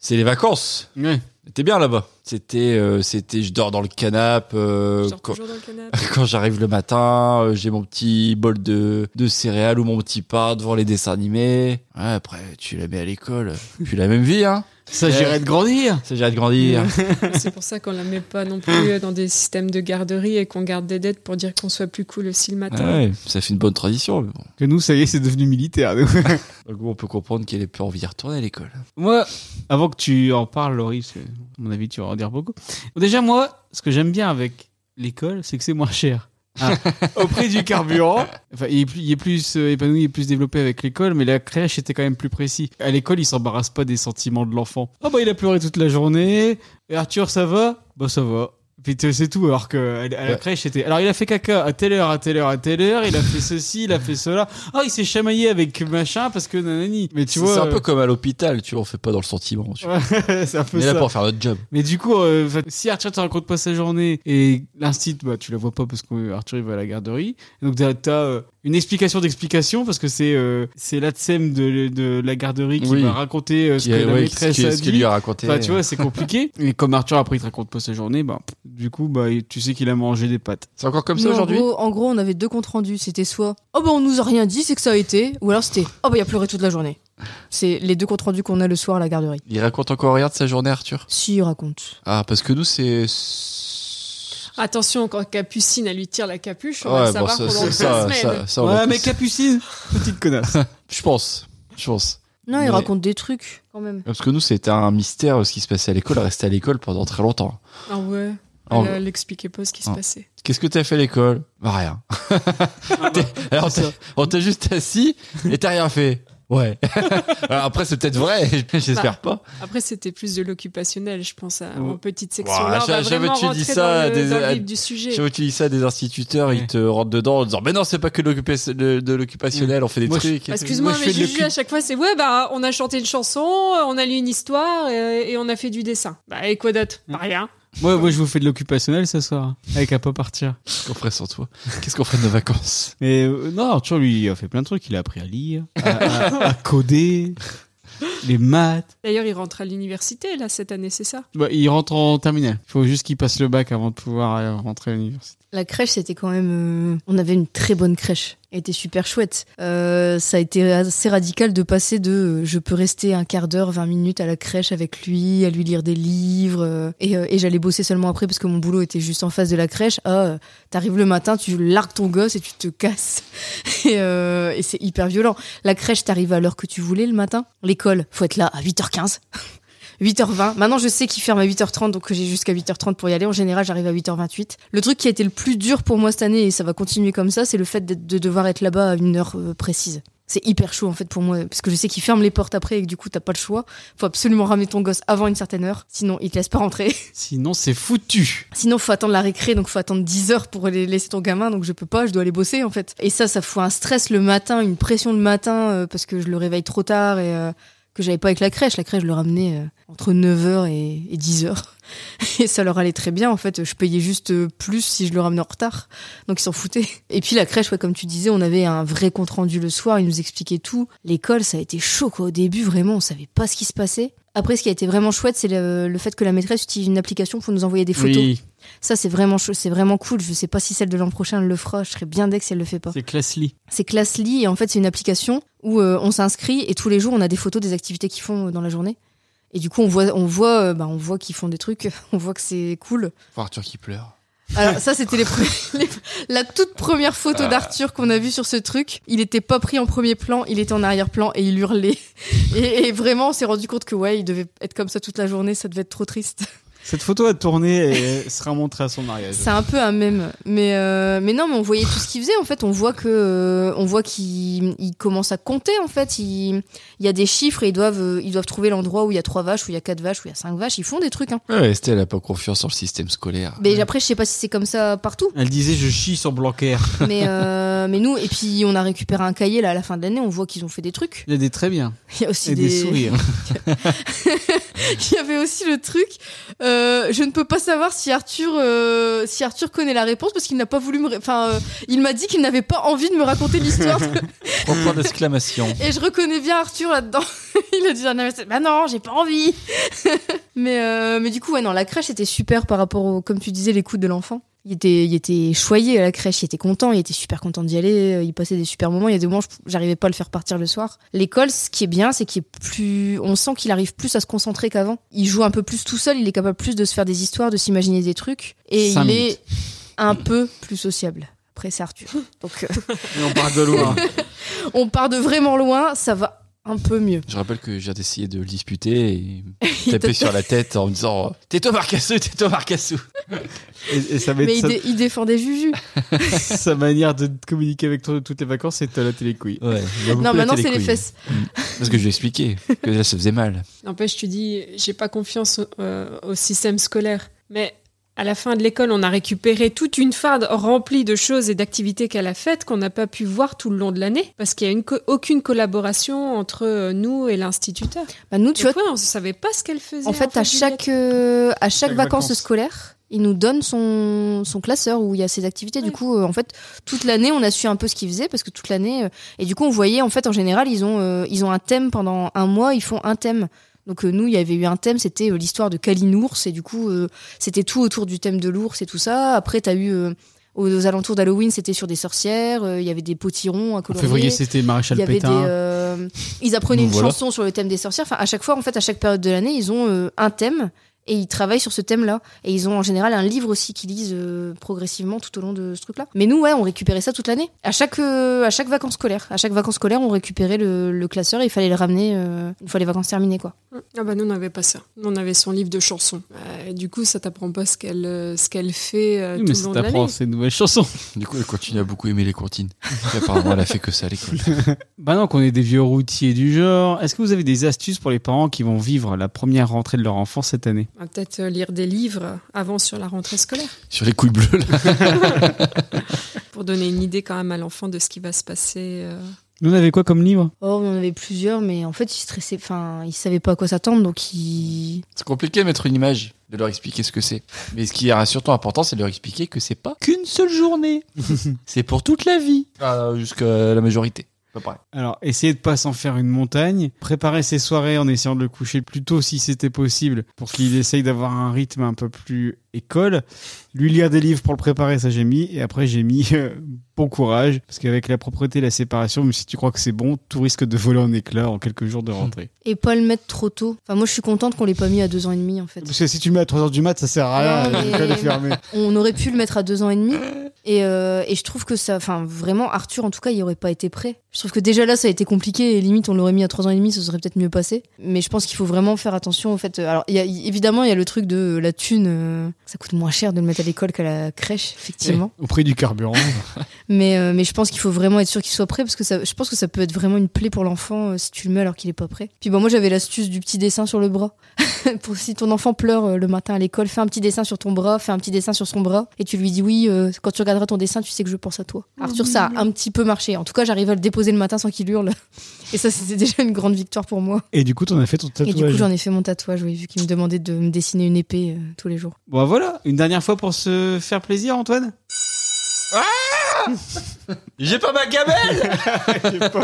c'est les vacances.
Ouais.
C'était bien là-bas. C'était, euh, c'était, je dors dans le canapé. euh,
Je dors
quand
toujours dans le canapé.
quand j'arrive le matin, euh, j'ai mon petit bol de, de céréales ou mon petit pain devant les dessins animés. Ouais, après, tu la mets à l'école. Puis la même vie, hein.
Ça, j'irai de grandir.
Ça, j'ai hâte de grandir.
C'est pour ça qu'on la met pas non plus euh, dans des systèmes de garderie et qu'on garde des dettes pour dire qu'on soit plus cool aussi le matin.
Ouais, ça fait une bonne tradition. mais bon.
Que nous, ça y est, c'est devenu militaire. nous.
Donc, on peut comprendre qu'elle ait plus envie de retourner à l'école.
Moi, avant que tu en parles, Laurie, parce que, à mon avis, tu vas en dire beaucoup. Déjà, moi, ce que j'aime bien avec l'école, c'est que c'est moins cher. Ah, au prix du carburant. Enfin, il est plus, il est plus euh, épanoui, il est plus développé avec l'école, mais la crèche était quand même plus précis. À l'école, il s'embarrasse pas des sentiments de l'enfant. Ah bah, il a pleuré toute la journée. Et Arthur, ça va Bah, ça va. Puis t- c'est tout, alors que à la- à la
Ouais.
crèche, c'était. Alors, il a fait caca à telle heure, à telle heure, à telle heure, il a fait ceci, il a fait cela. Ah, il s'est chamaillé avec machin parce que nanani. Mais tu
C'est
vois.
c'est un
euh,
peu comme à l'hôpital, tu vois, on fait pas dans le sentiment. tu vois.
Ouais, c'est un
On
peu
est là
ça.
pour faire notre job.
Mais du coup, euh, enfin, si Arthur te raconte pas sa journée et l'instit, bah, tu la vois pas parce qu'Arthur il va à la garderie. Donc t'as as, une explication d'explication parce que c'est euh, c'est l'ATSEM de, de la garderie qui
Oui.
va raconter euh, ce
Qui-
que la
ouais,
maîtresse
ce qui-
a
ce
dit.
qu'il lui a raconté.
Enfin, tu vois, c'est compliqué. Et comme Arthur, après, il te raconte pas sa journée, bah, pff, du coup, bah, il- tu sais qu'il a mangé des pâtes.
c'est encore comme
Nous, en gros, en gros, on avait deux comptes rendus. C'était soit Oh bah on nous a rien dit, c'est que ça a été. Ou alors c'était Oh bah il a pleuré toute la journée. C'est les deux comptes rendus qu'on a le soir à la garderie.
Il raconte encore rien de sa journée, Arthur
Si, il raconte.
Ah, parce que nous, c'est.
Attention, quand Capucine, elle lui tire la capuche, on
Ouais,
va le
bon,
savoir
ça,
pendant
ça,
deux
ça,
semaines.
ça, ça, on
ouais,
l'a
mais
tous.
Capucine, petite connasse.
Je pense. Je pense.
Non, il
Mais-
raconte des trucs quand même.
Parce que nous, c'était un mystère ce qui se passait à l'école, rester à l'école pendant très longtemps.
Ah ouais.
En-
Elle, elle expliquait pas ce qui se
Ah.
passait.
Qu'est-ce que t'as fait à l'école Bah rien. T'es- Alors
c'est
t'as- on t'a juste assis et t'as rien fait. Ouais. Alors, après c'est peut-être vrai, j'espère pas.
Bah,
Après, c'était plus de l'occupationnel, je pense, à,
Ouais.
en petite section.
Ouah,
Là, on
j'avais-
va
j'avais
vraiment
tu
rentrer
dit ça à
dans, le,
des-
dans le
à-
vif du sujet.
J'avais tu dis ça à des instituteurs,
Ouais.
ils te rentrent dedans en disant mais non c'est pas que de l'occupa- de de l'occupationnel, on fait des
Moi, je-
trucs.
Bah, Excuse-moi,
Moi, je
mais
fais de
Juju, à chaque fois, c'est ouais, bah, on a chanté une chanson, euh, on a lu une histoire euh, et, et on a fait du dessin. Bah, et quoi d'autre Bah, rien.
moi, moi, je vous fais de l'occupationnel ce soir, avec un pas partir.
Qu'est-ce qu'on ferait sans toi Qu'est-ce qu'on ferait de nos vacances
Mais euh, non, Arthur, lui, il a fait plein de trucs. Il a appris à lire, à, à- à coder, les maths.
D'ailleurs, il rentre à l'université, là, cette année, c'est ça
Bah, il rentre en terminale. Il faut juste qu'il passe le bac avant de pouvoir euh, rentrer à l'université.
La crèche, c'était quand même. euh, On avait une très bonne crèche. Elle était super chouette. Euh, ça a été assez radical de passer de euh, je peux rester un quart d'heure, 20 minutes à la crèche avec lui, à lui lire des livres. euh, et euh, et j'allais bosser seulement après parce que mon boulot était juste en face de la crèche. Ah, euh, t'arrives le matin, tu largues ton gosse et tu te casses. et euh, et c'est hyper violent. La crèche, t'arrives à l'heure que tu voulais le matin. L'école, faut être là à 8h15. 8h20. Maintenant, je sais qu'il ferme à 8h30, donc j'ai jusqu'à 8h30 pour y aller. En général, j'arrive à 8h28. Le truc qui a été le plus dur pour moi cette année, et ça va continuer comme ça, c'est le fait d'être- de devoir être là-bas à une heure euh, précise. C'est hyper chaud en fait pour moi, parce que je sais qu'il ferme les portes après et que du coup, t'as pas le choix. Faut absolument ramener ton gosse avant une certaine heure, sinon il te laisse pas rentrer.
Sinon, c'est foutu.
Sinon, faut attendre la récré, donc faut attendre 10 heures pour les- laisser ton gamin, donc je peux pas, je dois aller bosser en fait. Et ça, ça fout un stress le matin, une pression le matin, euh, parce que je le réveille trop tard et euh, que j'avais pas avec la crèche. La crèche, je le ramenais euh, entre 9h et, et 10h. Et ça leur allait très bien, en fait. Je payais juste euh, plus si je le ramenais en retard. Donc ils s'en foutaient. Et puis la crèche, ouais, comme tu disais, on avait un vrai compte rendu le soir. Ils nous expliquaient tout. L'école, ça a été chaud, quoi. Au début, vraiment, on savait pas ce qui se passait. Après, ce qui a été vraiment chouette, c'est le, le fait que la maîtresse utilise une application pour nous envoyer des photos.
Oui,
Ça, c'est vraiment chaud, c'est vraiment cool. Je sais pas si celle de l'an prochain elle le fera. Je serais bien dès que si elle le fait pas.
c'est Classly.
C'est Classly et en fait c'est une application où euh, on s'inscrit et tous les jours on a des photos des activités qu'ils font euh, dans la journée. Et du coup on voit on voit euh, bah, on voit qu'ils font des trucs, on voit que c'est cool.
Voir Arthur qui pleure.
Alors ça c'était les premiers- les- la toute première photo d'Arthur qu'on a vue sur ce truc. Il était pas pris en premier plan, il était en arrière-plan et il hurlait. Et, et vraiment on s'est rendu compte que ouais il devait être comme ça toute la journée, ça devait être trop triste.
Cette photo a tourné et euh, sera montrée à son mariage.
C'est un peu un même, mais euh, mais non, mais on voyait tout ce qu'il faisait. En fait, on voit que euh, on voit qu'il il commence à compter. En fait, il, il y a des chiffres et ils doivent euh, ils doivent trouver l'endroit où il y a trois vaches, où il y a quatre vaches, où il y a cinq vaches. Ils font des trucs. Hein.
Ouais, Estelle n'a pas confiance en le système scolaire.
Mais après, je sais pas si c'est comme ça partout.
Elle disait je chie sur Blanquer.
Mais euh, mais nous, et puis on a récupéré un cahier là à la fin de l'année. On voit qu'ils ont fait des trucs.
Il y a des très bien
Il y a aussi
et des, sourires.
Il y avait aussi le truc. euh, je ne peux pas savoir si Arthur, euh, si Arthur connaît la réponse parce qu'il n'a pas voulu me. ré- Enfin, euh, il m'a dit qu'il n'avait pas envie de me raconter l'histoire.
Trois points d'exclamation.
Et je reconnais bien Arthur là-dedans. Il a dit ah non, mais c'est- bah non, j'ai pas envie. mais euh, mais du coup ouais non, la crèche était super par rapport au comme tu disais l'écoute de l'enfant. Il était il était choyé à la crèche, il était content, il était super content d'y aller, euh, il passait des super moments, il y a des moments je- j'arrivais pas à le faire partir le soir. L'école ce qui est bien c'est qu'il est plus on sent qu'il arrive plus à se concentrer qu'avant. Il joue un peu plus tout seul, il est capable plus de se faire des histoires, de s'imaginer des trucs et
Cinq
il
minutes.
est un peu plus sociable. Après c'est Arthur. Donc euh,
Et on part de hein. loin.
on part de vraiment loin, ça va un peu mieux.
Je rappelle que j'ai essayé de le disputer et me taper sur la tête en me disant Tais-toi, Marcassou, tais-toi, Marcassou.
Et, et ça va être
Mais il,
sa,
dé- il défendait Juju.
sa manière de te communiquer avec toi de toutes les vacances, c'est de la télécouille.
Ouais,
Non, maintenant c'est les fesses.
Parce que je lui ai expliqué que là, ça faisait mal.
N'empêche, tu dis, j'ai pas confiance euh, au système scolaire. Mais à la fin de l'école, on a récupéré toute une farde remplie de choses et d'activités qu'elle a faites qu'on n'a pas pu voir tout le long de l'année parce qu'il n'y a une co- aucune collaboration entre euh, nous et l'instituteur.
Bah, nous, tu
Tu
vois,
vois, on ne savait pas ce qu'elle faisait.
en fait, à
Juliette.
chaque, euh, à chaque
Chaque
vacances
vacances.
scolaires, il nous donne son, son classeur où il y a ses activités. Du
Ouais.
coup, euh, en fait, toute l'année, on a su un peu ce qu'ils faisaient parce que toute l'année. euh, et du coup, on voyait, en fait, en général, ils ont, euh, ils ont un thème pendant un mois, ils font un thème. Donc, euh, nous, il y avait eu un thème, c'était euh, l'histoire de Kalinours. Et du coup, euh, c'était tout autour du thème de l'ours et tout ça. Après, t'as eu. euh, aux, aux alentours d'Halloween, c'était sur des sorcières, euh, il y avait des potirons à
En
colorier.
février, c'était Maréchal
Il y avait des,
Pétain.
euh, ils apprenaient
Nous
une
voilà.
chanson sur le thème des sorcières. Enfin, à chaque fois, en fait, à chaque période de l'année, ils ont euh, un thème et ils travaillent sur ce thème-là. Et ils ont en général un livre aussi qu'ils lisent euh, progressivement tout au long de ce truc-là. Mais nous, ouais, on récupérait ça toute l'année. À chaque euh, à chaque vacances scolaires, à chaque vacances scolaires, on récupérait le, le classeur et il fallait le ramener euh, une fois les vacances terminées, quoi.
Ah bah nous, on n'avait pas ça. Nous, on avait son livre de chansons. Euh, du coup, ça t'apprend pas ce qu'elle euh, ce qu'elle fait euh,
Oui,
tout
mais
le
ça
long de l'année.
t'apprend ces nouvelles chansons.
Du coup, elle continue à beaucoup aimer les comptines. Et apparemment, elle a fait que ça à l'école.
Bah non, qu'on est des vieux routiers du genre. Est-ce que vous avez des astuces pour les parents qui vont vivre la première rentrée de leur enfant cette année
On va peut-être euh, lire des livres avant sur la rentrée scolaire
Sur les couilles bleues, là.
pour donner une idée quand même à l'enfant de ce qui va se passer. euh.
Nous, on avait quoi comme livre
Oh, on en avait plusieurs, mais en fait, ils stressaient. Enfin, ils savaient pas à quoi s'attendre, donc ils.
C'est compliqué de mettre une image, de leur expliquer ce que c'est. Mais ce qui est surtout important, c'est de leur expliquer que c'est pas qu'une seule journée. c'est pour toute la vie. Ah, Jusqu'à la majorité. Pas pareil.
Alors, essayez de pas s'en faire une montagne. Préparez ses soirées en essayant de le coucher plus tôt si c'était possible pour qu'il essaye d'avoir un rythme un peu plus école. Lui lire des livres pour le préparer, ça j'ai mis. Et après, j'ai mis euh, bon courage. Parce qu'avec la propreté et la séparation, même si tu crois que c'est bon, tout risque de voler en éclats en quelques jours de rentrée.
Et pas le mettre trop tôt. Enfin, moi, je suis contente qu'on l'ait pas mis à deux ans et demi, en fait.
Parce que si tu le mets à 3h du mat, ça sert à rien. euh,
Non, mais-
l'école est fermée.
On aurait pu le mettre à deux ans et demi. Et, euh, et je trouve que ça, enfin vraiment, Arthur en tout cas, il aurait pas été prêt. Je trouve que déjà là, ça a été compliqué et limite on l'aurait mis à trois ans et demi, ça serait peut-être mieux passé. Mais je pense qu'il faut vraiment faire attention au fait. euh, Alors il y a- il- évidemment, il y a le truc de euh, la thune. euh, Ça coûte moins cher de le mettre à l'école qu'à la crèche, effectivement.
Au prix du carburant.
Mais, euh, mais je pense qu'il faut vraiment être sûr qu'il soit prêt parce que ça, je pense que ça peut être vraiment une plaie pour l'enfant euh, si tu le mets alors qu'il est pas prêt. Puis bon, moi j'avais l'astuce du petit dessin sur le bras. pour si ton enfant pleure euh, le matin à l'école, fais un petit dessin sur ton bras, fais un petit dessin sur son bras et tu lui dis oui, euh, quand tu regarderas ton dessin, tu sais que je pense à toi. Arthur, ça a un petit peu marché. En tout cas, j'arrive à le déposer le matin sans qu'il hurle. Et ça, c'était déjà une grande victoire pour moi.
Et du coup, t'en as fait ton
Et
tatouage.
du coup, j'en ai fait mon tatouage, oui, vu qu'il me demandait de me dessiner une épée euh, tous les jours.
Bon, Bah voilà, une dernière fois pour se faire plaisir, Antoine.
J'ai pas ma gamelle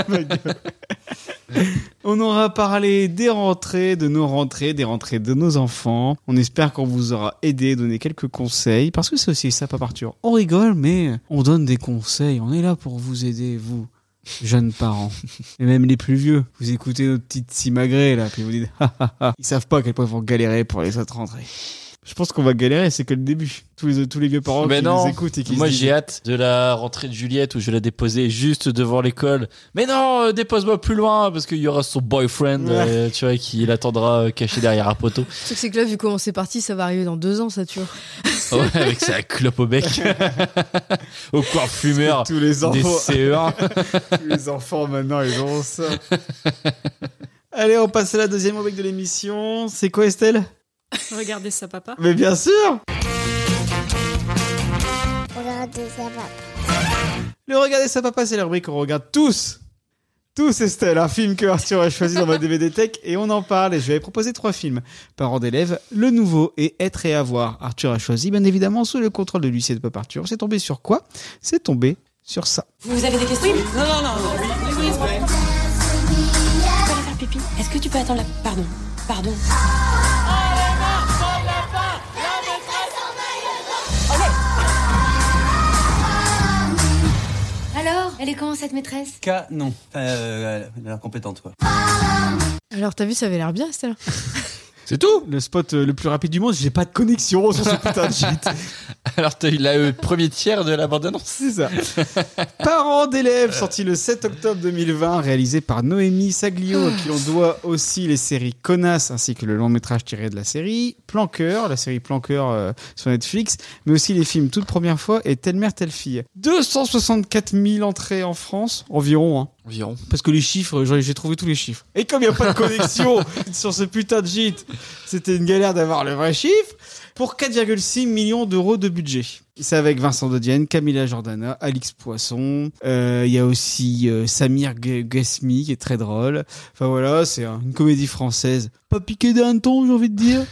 On aura parlé des rentrées, de nos rentrées, des rentrées de nos enfants. On espère qu'on vous aura aidé, donné quelques conseils, parce que c'est aussi ça, pas partir. On rigole, mais on donne des conseils. On est là pour vous aider, vous, jeunes parents, et même les plus vieux. Vous écoutez nos petites simagrées là, puis vous dites, ah, ah, ah. ils savent pas à quel point ils vont galérer pour les autres rentrées. Je pense qu'on va galérer, c'est que le début. Tous les, tous les vieux parents
Mais
qui
non.
nous écoutent et qui
Moi
se disent-
j'ai hâte de la rentrée de Juliette où je vais la déposer juste devant l'école. Mais non, euh, dépose-moi plus loin parce qu'il y aura son boyfriend, euh, tu vois, qui l'attendra euh, caché derrière un poteau
Le truc, c'est que là, vu comment c'est parti, ça va arriver dans deux ans, ça, tu vois.
Ouais, avec sa clope au bec, au corps fumeur
tous les
des E
enfants.
CE1.
Tous les enfants maintenant, ils ont ça. Allez, on passe à la deuxième rubrique de l'émission. C'est quoi Estelle
Regardez ça, papa.
Mais bien sûr
Regardez ça va.
Le Regarder sa papa, c'est la rubrique qu'on regarde tous tous, Estelle, un film que Arthur a choisi dans ma DVD Tech et on en parle. Et je vais proposer trois films. Parents d'élèves, Le Nouveau et Être et Avoir. Arthur a choisi, bien évidemment, sous le contrôle de l'huissier de Pop Arthur. C'est tombé sur quoi C'est tombé sur ça.
Vous avez des questions Non, non, non. pipi. Est-ce que tu peux attendre la... Pardon. Pardon.
Alors, elle est comment cette maîtresse
K, non. Enfin, euh, elle a l'air compétente, quoi.
Alors, t'as vu, ça avait l'air bien, Estelle.
C'est tout
Le spot euh, le plus rapide du monde, j'ai pas de connexion sur ce putain de shit.
Alors t'as eu la euh, premier tiers de la bande-annonce.
C'est ça. Parents d'élèves, sorti le 7 octobre 2020, réalisé par Noémie Saglio, à qui l'on doit aussi les séries Connasse ainsi que le long métrage tiré de la série, Plan Cœur, la série Plan Cœur euh, sur Netflix, mais aussi les films Toute Première fois et Telle Mère, Telle Fille. 264 000 entrées en France, environ, hein.
Environ.
Parce que les chiffres, genre, j'ai trouvé tous les chiffres. Et comme il n'y a pas de connexion sur ce putain de gîte, c'était une galère d'avoir le vrai chiffre. Pour 4,6 millions d'euros de budget. C'est avec Vincent Dodienne, Camilla Jordana, Alix Poisson. Euh, Il y a aussi euh, Samir G- Ghesmi qui est très drôle. Enfin voilà, c'est un- une comédie française. Pas piqué d'un ton, j'ai envie de dire.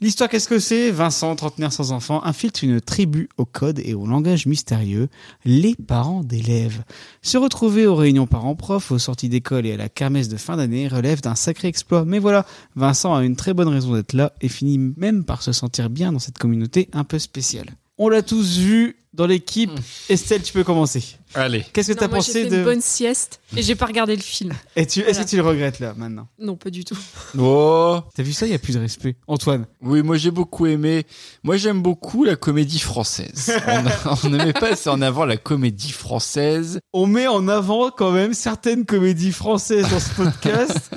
L'histoire, qu'est-ce que c'est Vincent, trentenaire sans enfant, infiltre une tribu au code et au langage mystérieux, les parents d'élèves. Se retrouver aux réunions parents-prof, aux sorties d'école et à la kermesse de fin d'année relève d'un sacré exploit. Mais voilà, Vincent a une très bonne raison d'être là et finit même par se sentir bien dans cette communauté un peu spéciale. On l'a tous vu dans l'équipe. Estelle, tu peux commencer.
Allez.
Qu'est-ce que
Non,
t'as
moi,
pensé
j'ai fait
de...
une bonne sieste et j'ai pas regardé le film.
Et tu... Est-ce
Voilà.
que tu le regrettes là maintenant
Non, pas du tout.
Oh
T'as vu ça Il y a plus de respect. Antoine,
Oui, moi j'ai beaucoup aimé. Moi j'aime beaucoup la comédie française. On- On ne met pas assez en avant la comédie française.
on met en avant quand même certaines comédies françaises dans ce podcast.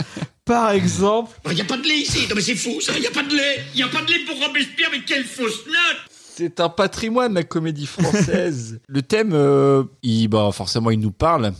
Par exemple,
Il n'y Bah, a pas de lait ici, non mais c'est fou ça, il n'y a pas de lait Il n'y a pas de lait pour Robespierre, mais quelle fausse note
C'est un patrimoine, la comédie française. le thème, euh, il, bah, forcément, il nous parle.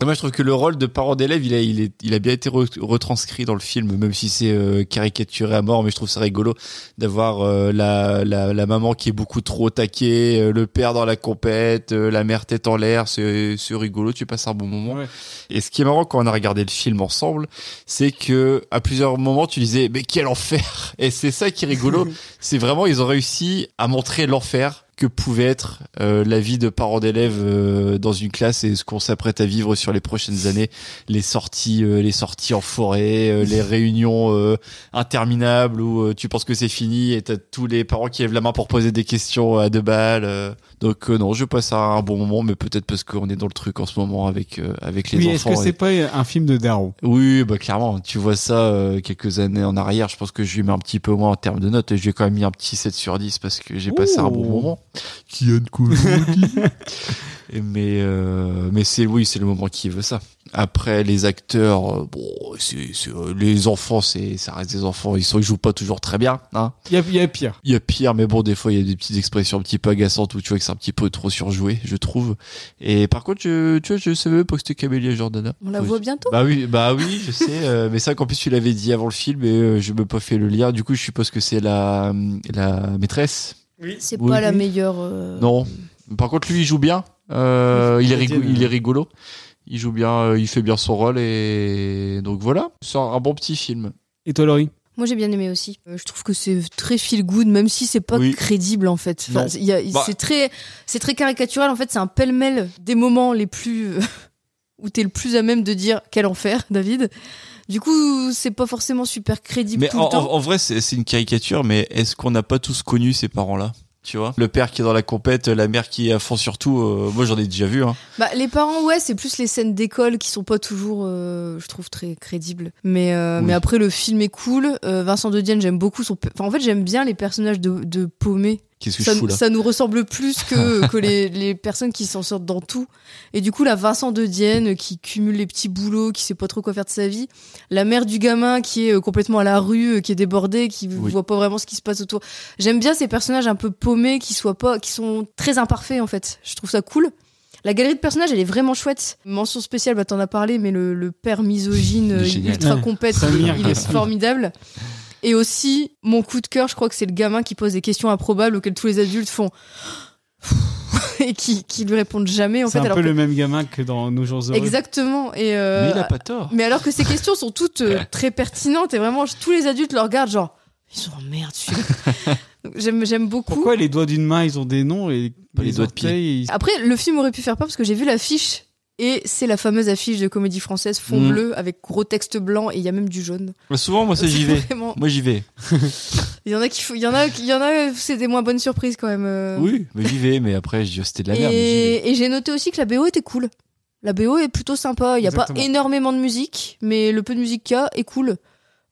Et moi, je trouve que le rôle de parent d'élève, il a, il, est, il a bien été re- retranscrit dans le film, même si c'est euh, caricaturé à mort. Mais je trouve ça rigolo d'avoir euh, la, la, la maman qui est beaucoup trop taquée, euh, le père dans la compète, euh, la mère tête en l'air. C'est c'est rigolo, tu passes un bon moment.
Ouais.
Et ce qui est marrant quand on a regardé le film ensemble, c'est que à plusieurs moments, tu disais mais quel enfer Et c'est ça qui est rigolo, c'est vraiment ils ont réussi à montrer l'enfer que pouvait être euh, la vie de parents d'élèves euh, dans une classe et ce qu'on s'apprête à vivre sur les prochaines années, les sorties, euh, les sorties en forêt, euh, les réunions euh, interminables où euh, tu penses que c'est fini et t'as tous les parents qui lèvent la main pour poser des questions à deux balles. euh. Donc euh, non, je passe à un bon moment, mais peut-être parce qu'on est dans le truc en ce moment avec euh, avec les
oui, est-ce
enfants.
que
et-
c'est pas un film de Darrow
oui, bah clairement, tu vois ça euh, quelques années en arrière, je pense que je lui mets un petit peu moins en termes de notes et je lui ai quand même mis un petit 7 sur 10 parce que j'ai passé un bon
Ouh.
moment. Kian Kojandi. Et Mais, euh, mais c'est oui, c'est le moment qui veut ça. Après, les acteurs, euh, bon, c'est- c'est, euh, les enfants, c'est, ça reste des enfants. Ils, sont, ils jouent pas toujours très bien. Hein.
Il y a, il y a pire.
Il y a pire, mais bon, des fois, il y a des petites expressions un petit peu agaçantes où tu vois que c'est un petit peu trop surjoué, je trouve. Et par contre, je, tu vois, je savais même pas que c'était Camélia Jordana.
On la
Oui.
voit bientôt.
Bah oui, bah oui, je sais. euh, mais ça, qu'en plus tu l'avais dit avant le film, et euh, je me pas fait le lien. Du coup, je suppose que c'est la la maîtresse.
C'est
Oui.
pas la meilleure. euh,
Non. Par contre, lui, il joue bien. Euh, il, est rigolo,
Canadienne.
il est rigolo. Il joue bien, euh, il fait bien son rôle et donc voilà. C'est un, un bon petit film.
Et toi, Laurie
Moi j'ai bien aimé aussi. Euh, je trouve que c'est très feel good, même si c'est pas
Oui.
crédible en fait. Enfin,
Non.
c'est- il y a-
Bah.
C'est très, c'est très caricatural en fait. C'est un pêle-mêle des moments les plus euh, où t'es le plus à même de dire quel enfer, David. Du coup, c'est pas forcément super crédible
Mais
tout
en,
le temps.
en- en vrai, c'est c'est une caricature. Mais est-ce qu'on n'a pas tous connu ces parents-là Tu vois, le père qui est dans la compète, la mère qui est à fond surtout. moi, j'en ai déjà vu. Hein.
Bah, les parents, ouais, c'est plus les scènes d'école qui sont pas toujours, euh, je trouve, très crédibles. Mais, euh,
Oui.
mais après, le film est cool. Euh, Vincent De Dienne, j'aime beaucoup son. pe- Enfin, en fait, j'aime bien les personnages de, de paumés.
Qu'est-ce que
ça,
je fous là
ça nous ressemble plus que, que les, les personnes qui s'en sortent dans tout. Et du coup, la Vincent de Dienne qui cumule les petits boulots, qui sait pas trop quoi faire de sa vie, la mère du gamin qui est euh, complètement à la rue, euh, qui est débordée, qui
Oui.
voit pas vraiment ce qui se passe autour. J'aime bien ces personnages un peu paumés qui soient pas, qui sont très imparfaits en fait. Je trouve ça cool. La galerie de personnages, elle est vraiment chouette. Mention spéciale, bah t'en as parlé, mais le, le père misogyne euh,
Génial.
ultra
Ouais.
compète,
Samir
il est
Gassi.
formidable. Et aussi, mon coup de cœur, je crois que c'est le gamin qui pose des questions improbables auxquelles tous les adultes font et qui, qui lui répondent jamais en
C'est
fait.
un peu
alors que-
le même gamin que dans Nos jours heureux.
Exactement. Et euh,
Mais il a pas tort.
mais alors que ces questions sont toutes euh, très pertinentes et vraiment je- tous les adultes le regardent genre ils sont en merde celui-là. Donc, J'aime j'aime beaucoup.
Pourquoi les doigts d'une main, ils ont des noms et
Pas les doigts de pied.
orteils, ils-
Après le film aurait pu faire peur parce que j'ai vu l'affiche et c'est la fameuse affiche de comédie française fond
Mm.
bleu avec gros texte blanc et il y a même du jaune.
Souvent, moi, ça j'y vais.
Vraiment.
Moi, j'y vais.
Il y en a qui fou- il y en a qui- il y en a c'est des moins bonnes surprises quand même. euh.
Oui, mais j'y vais. Mais après, je dis, oh, c'était de la merde. mais j'y vais.
Et, et j'ai noté aussi que la BO était cool. La BO est plutôt sympa. Il n'y a
Exactement.
pas énormément de musique, mais le peu de musique qu'il y a est cool.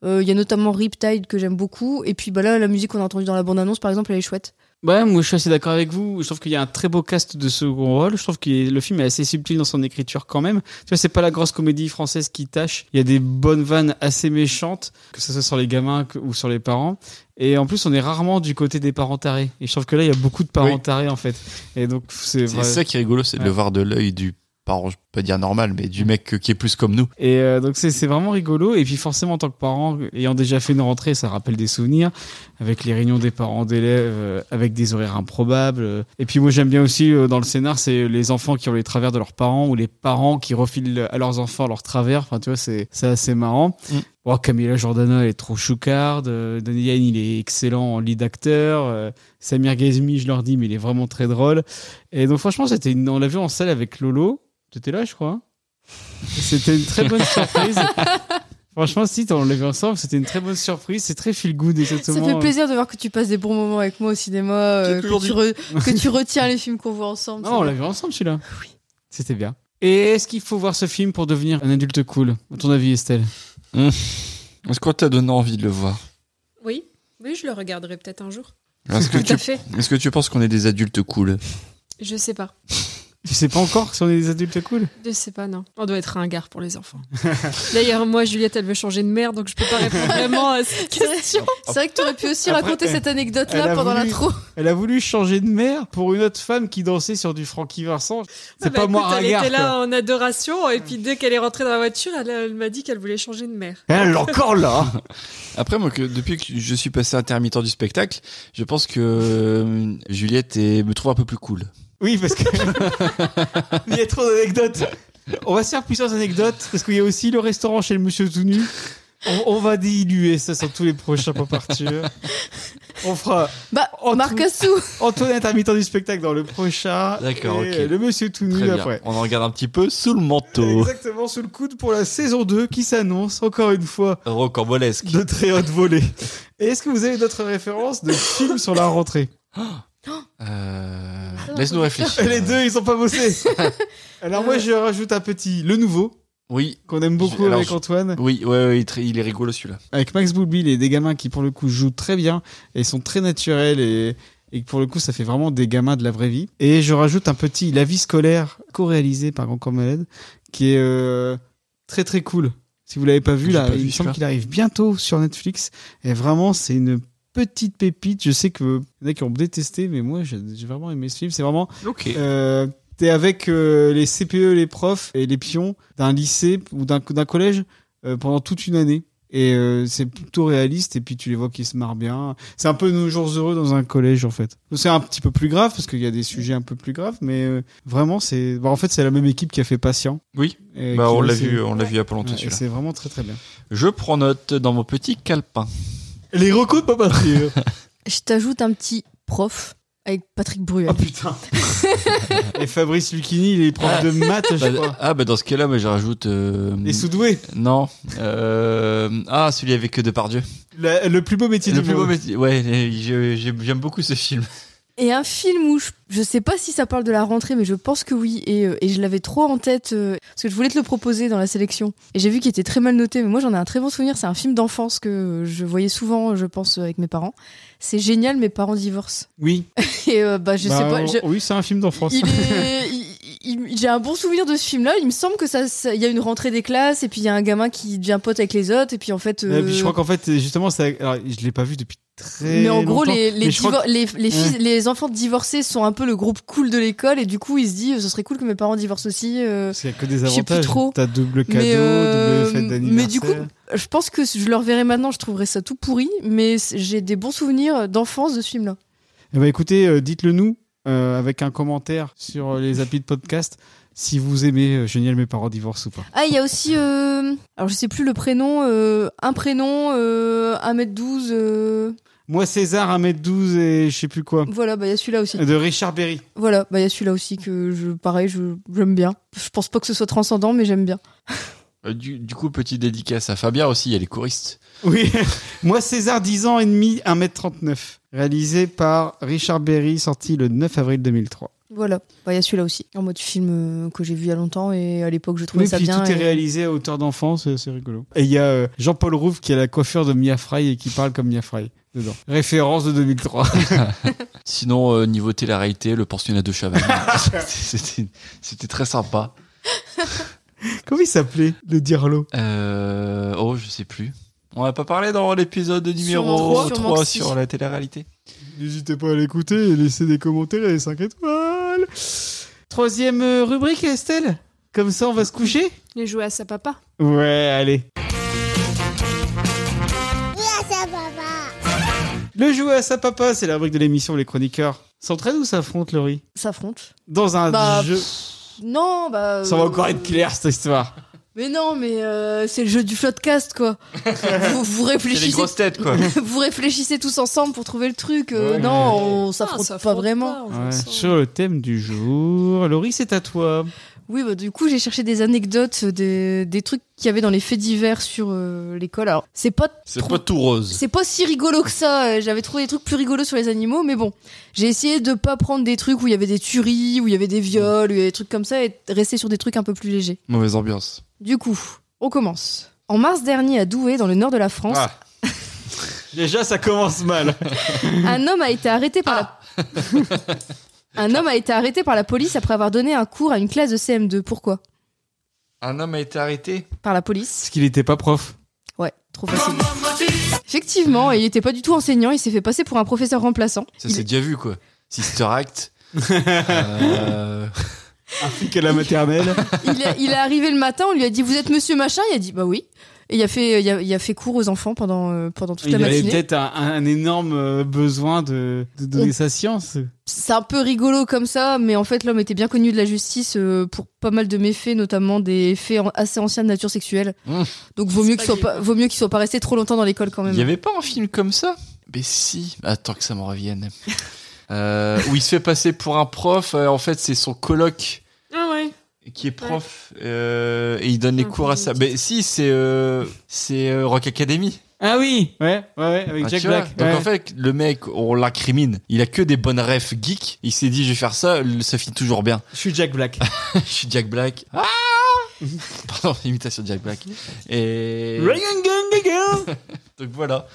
Euh, Il y a notamment Riptide que j'aime beaucoup. Et puis bah là, la musique qu'on a entendue dans la bande-annonce, par exemple, elle est chouette.
Ouais, moi je suis assez d'accord avec vous. Je trouve qu'il y a un très beau cast de second rôle. Je trouve que le film est assez subtil dans son écriture quand même. Tu vois, c'est pas la grosse comédie française qui tâche. Il y a des bonnes vannes assez méchantes, que ce soit sur les gamins que- ou sur les parents. Et en plus, on est rarement du côté des parents tarés. Et je trouve que là, il y a beaucoup de parents
Oui.
tarés en fait. Et donc, c'est
C'est
vrai.
ça qui est rigolo, c'est de le
Ouais.
voir de l'œil du parent, je peux pas dire normal, mais du mec euh, qui est plus comme nous.
Et euh, donc c'est c'est vraiment rigolo. Et puis forcément, en tant que parent, ayant déjà fait une rentrée, ça rappelle des souvenirs avec les réunions des parents d'élèves, euh, avec des horaires improbables. Euh, Et puis moi j'aime bien aussi euh, dans le scénar, c'est les enfants qui ont les travers de leurs parents ou les parents qui refilent à leurs enfants leurs travers. Enfin tu vois, c'est c'est assez marrant.
Mm.
Oh, Camilla Jordana elle est trop choucarde. Euh, Danny Yann il est excellent en lead acteur. Euh, Samir Ghazmi, je leur dis, mais il est vraiment très drôle. Et donc franchement, c'était une- on l'a vu en salle avec Lolo. T'étais là, je crois. hein C'était une très bonne surprise. Franchement, si on l'a vu ensemble, c'était une très bonne surprise. C'est euh, très feel good exactement.
Ça fait plaisir de voir que tu passes des bons moments avec moi au cinéma, euh, que, tu re- que tu retiens les films qu'on voit ensemble.
Non, on l'a vu ensemble celui-là. Oui. C'était bien. Et est-ce qu'il faut voir ce film pour devenir un adulte cool À ton avis, Estelle
Est-ce qu'on t'a donné envie de le voir
Oui, oui, je le regarderai peut-être un jour.
Est-ce que,
Tout
tu,
à fait.
est-ce que tu penses qu'on est des adultes cool
Je sais pas.
Tu sais pas encore si on est des adultes cool
Je sais pas, non. On doit être un gars pour les enfants. D'ailleurs, moi, Juliette, elle veut changer de mère, donc je peux pas répondre vraiment à cette question.
C'est vrai que tu aurais pu aussi
Après,
raconter
elle-
cette
elle a
anecdote-là pendant
voulu-
l'intro.
Elle a voulu changer de mère pour une autre femme qui dansait sur du Frankie Vincent. C'est
Ah bah
pas moi,
écoute, Elle
regarde.
était là en adoration, et puis dès qu'elle est rentrée dans la voiture, elle, elle m'a dit qu'elle voulait changer de mère.
Eh, Elle est encore là Après, moi, que, depuis que je suis passé intermittent du spectacle, je pense que euh, Juliette est- me trouve un peu plus cool.
Oui, parce que. il y a trop d'anecdotes. On va se faire plusieurs anecdotes, parce qu'il y a aussi le restaurant chez le monsieur tout nu. On, on va diluer ça sur tous les prochains pas partir. On fera
Bah,
En tout-
Marcassou
Antoine intermittent du spectacle dans le prochain.
D'accord,
et
ok.
Le monsieur tout nu
Très bien.
après.
On en regarde un petit peu sous le manteau.
Exactement sous le coude pour la saison 2 qui s'annonce encore une fois
Rocambolesque.
de très haute volée. Et est-ce que vous avez d'autres références de films sur la rentrée
Euh, Laisse-nous réfléchir.
Les deux, ils ont pas bossé. Alors moi, je rajoute un petit, le nouveau,
Oui,
qu'on aime beaucoup
Alors,
avec
je-
Antoine.
oui, ouais, ouais, il tr- il est rigolo celui-là.
avec Max Boublil et des gamins qui pour le coup jouent très bien et sont très naturels et et que pour le coup, ça fait vraiment des gamins de la vraie vie. Et je rajoute un petit La vie scolaire co-réalisé par Grand Corps Malade qui est euh, très très cool. Si vous l'avez pas vu,
J'ai
là,
pas vu
il me semble
celui-là.
qu'il arrive bientôt sur Netflix. Et vraiment, c'est une petite pépite. Je sais que euh, il y en a qui ont détesté, mais moi, j'ai j'ai vraiment aimé ce film. C'est vraiment
Ok.
euh, t'es avec euh, les CPE, les profs et les pions d'un lycée ou d'un d'un collège euh, pendant toute une année. Et euh, c'est plutôt réaliste, et puis tu les vois qui se marrent bien. C'est un peu nos jours heureux dans un collège, en fait. C'est un petit peu plus grave, parce qu'il y a des sujets un peu plus graves, mais euh, vraiment, c'est. bah, en fait, c'est la même équipe qui a fait Patient.
Oui.
et
Bah,
qui
on l'a
aussi-
vu, on l'a vu il y a pas
Ouais,
longtemps
et
celui-là.
c'est vraiment très très bien.
Je prends note dans mon petit calepin.
Les recos de Papa
Je t'ajoute un petit prof avec Patrick Bruel.
Oh putain Et Fabrice Lucchini, il est prof de maths, je
Bah,
crois.
ah, bah dans ce cas-là, moi, je rajoute. euh,
Les soudoués.
Non. Euh, ah, celui avec Depardieu.
La- le plus beau métier
Le
du
plus beau
monde.
métier. Ouais, j'ai- j'ai- j'aime beaucoup ce film.
Et un film où je, je sais pas si ça parle de la rentrée, mais je pense que oui. Et, euh, et je l'avais trop en tête euh, parce que je voulais te le proposer dans la sélection. Et j'ai vu qu'il était très mal noté, mais moi j'en ai un très bon souvenir. C'est un film d'enfance que euh, je voyais souvent, je pense, euh, avec mes parents. C'est génial, mes parents divorcent.
Oui.
Et euh, bah je
Bah,
sais pas. je-
Oui, c'est un film d'enfance.
il est- il- il- j'ai un bon souvenir de ce film-là. Il me semble que ça, ça- il y a une rentrée des classes et puis il y a un gamin qui devient pote avec les autres et puis en fait.
Et puis,
euh,
je crois qu'en fait, justement, ça... Alors, je l'ai pas vu depuis très
Mais en gros,
longtemps,
les, les,
mais je crois
divor- les, les, fils-
Ouais.
les enfants divorcés sont un peu le groupe cool de l'école et du coup, il se dit, euh, ce serait cool que mes parents divorcent aussi. euh.
que- Parce qu'il y a que des
je sais plus
avantages.
trop.
T'as double cadeau,
mais, euh,
double fête d'anniversaire.
mais du coup, je pense que si je le reverrai maintenant, je trouverais ça tout pourri, mais c- j'ai des bons souvenirs d'enfance de ce film-là.
Eh ben, écoutez, euh, dites-le nous euh, avec un commentaire sur euh, les applis de podcast si vous aimez euh, Génial, mes parents divorcent ou pas.
Ah, il y a aussi, euh, alors je sais plus le prénom, euh, un prénom, euh, 1m12, euh,
Moi, César, 1m12 et je sais plus quoi.
voilà, bah il y a celui-là aussi.
De Richard Berry.
Voilà, bah il y a celui-là aussi que je, pareil, je, j'aime bien. Je pense pas que ce soit transcendant, mais j'aime bien.
Euh, Du, du coup, petite dédicace à Fabien aussi, il y a les choristes.
Oui. Moi, César, 10 ans et demi, 1m39. Réalisé par Richard Berry, sorti le 9 avril 2003.
Voilà, Bah, il y a celui-là aussi, en mode film euh, que j'ai vu il y a longtemps et à l'époque je trouvais
Oui,
ça
puis
bien. euh,
tout est
et-
réalisé à hauteur d'enfant, c'est c'est rigolo. Et il y a euh, Jean-Paul Rouve qui a la coiffure de Mia Fry et qui parle comme Mia Fry dedans. Référence de 2003.
Sinon, euh, niveau télé-réalité, le pensionnat de Chavannes. C'était c'était très sympa.
Comment il s'appelait le dirlo
Euh, oh, je sais plus. On n'a pas parlé dans l'épisode numéro
trois,
3,
sur
sur,
Manxi.
la télé-réalité.
N'hésitez pas à l'écouter et laissez des commentaires et 5 étoiles. Troisième euh, rubrique, Estelle Comme ça, on va se coucher
Les jouets à sa papa.
Ouais, allez.
Ah, ça, papa.
Le jouet à sa papa, c'est la rubrique de l'émission où les chroniqueurs s'entraident ou s'affrontent, Laurie
S'affronte.
Dans un
Bah,
jeu.
Non, bah.
Ça va
euh,
encore être clair, cette histoire.
Mais non, mais euh, c'est le jeu du floodcast, quoi. vous, vous
C'est les
réfléchissez.
grosses têtes, quoi.
vous réfléchissez tous ensemble pour trouver le truc. euh,
Ouais.
Non, on
Ah,
s'affronte
ça
pas
affronte
vraiment.
on
Ouais,
s'en-
Sur le thème du jour. Laurie, c'est à toi.
Oui, bah, du coup, j'ai cherché des anecdotes, euh, des, des trucs qu'il y avait dans les faits divers sur euh, l'école. Alors, c'est pas
C'est
trop-
pas tout rose.
C'est pas si rigolo que ça. euh, J'avais trouvé des trucs plus rigolos sur les animaux, mais bon, j'ai essayé de pas prendre des trucs où il y avait des tueries, où il y avait des viols, où il y avait des trucs comme ça, et de rester sur des trucs un peu plus légers.
Mauvaise ambiance.
Du coup, on commence. En mars dernier, à Douai, dans le nord de la France,
Ah,
Déjà, ça commence mal.
un homme a été arrêté par
Ah.
la. un homme a été arrêté par la police après avoir donné un cours à une classe de CM2. Pourquoi
un homme a été arrêté.
Par la police.
Parce qu'il était pas prof.
Ouais, trop facile. Effectivement, il était pas du tout enseignant. Il s'est fait passer pour un professeur remplaçant.
Ça s'est déjà vu, quoi. Sister Act. Euh,
Un flic à la maternelle.
il, est- il est arrivé le matin, on lui a dit Vous êtes monsieur machin Il a dit Bah oui. Et il a fait, il a, il a fait cours aux enfants pendant, euh, pendant toute la
Il avait
matinée.
peut-être un, un énorme euh, besoin de, de donner sa science.
C'est un peu rigolo comme ça, mais en fait, l'homme était bien connu de la justice euh, pour pas mal de méfaits, notamment des faits en- assez anciens de nature sexuelle.
Mmh.
Donc vaut mieux qu'il soit
Spaghetti.
pas, vaut mieux qu'il soit pas resté trop longtemps dans l'école quand
Il
même.
n'y avait pas un film comme ça Mais si. Attends que ça me revienne. Euh, où il se fait passer pour un prof. euh, en fait, c'est son coloc
Ah ouais.
qui est prof euh, et il donne les
Ah,
cours à ça. Mais si, c'est euh, c'est euh, Rock Academy.
Ah oui Ouais, ouais, ouais, avec
Ah,
Jack
tu vois
Black.
Donc
Ouais.
en fait, le mec, on l'incrimine. Il a que des bonnes refs geeks. Il s'est dit, je vais faire ça. le- Ça finit toujours bien.
Je suis Jack Black.
je suis Jack Black. Ah Pardon, imitation de Jack Black. Et
Ring-a-ling-a-ling-a-ling.
donc voilà.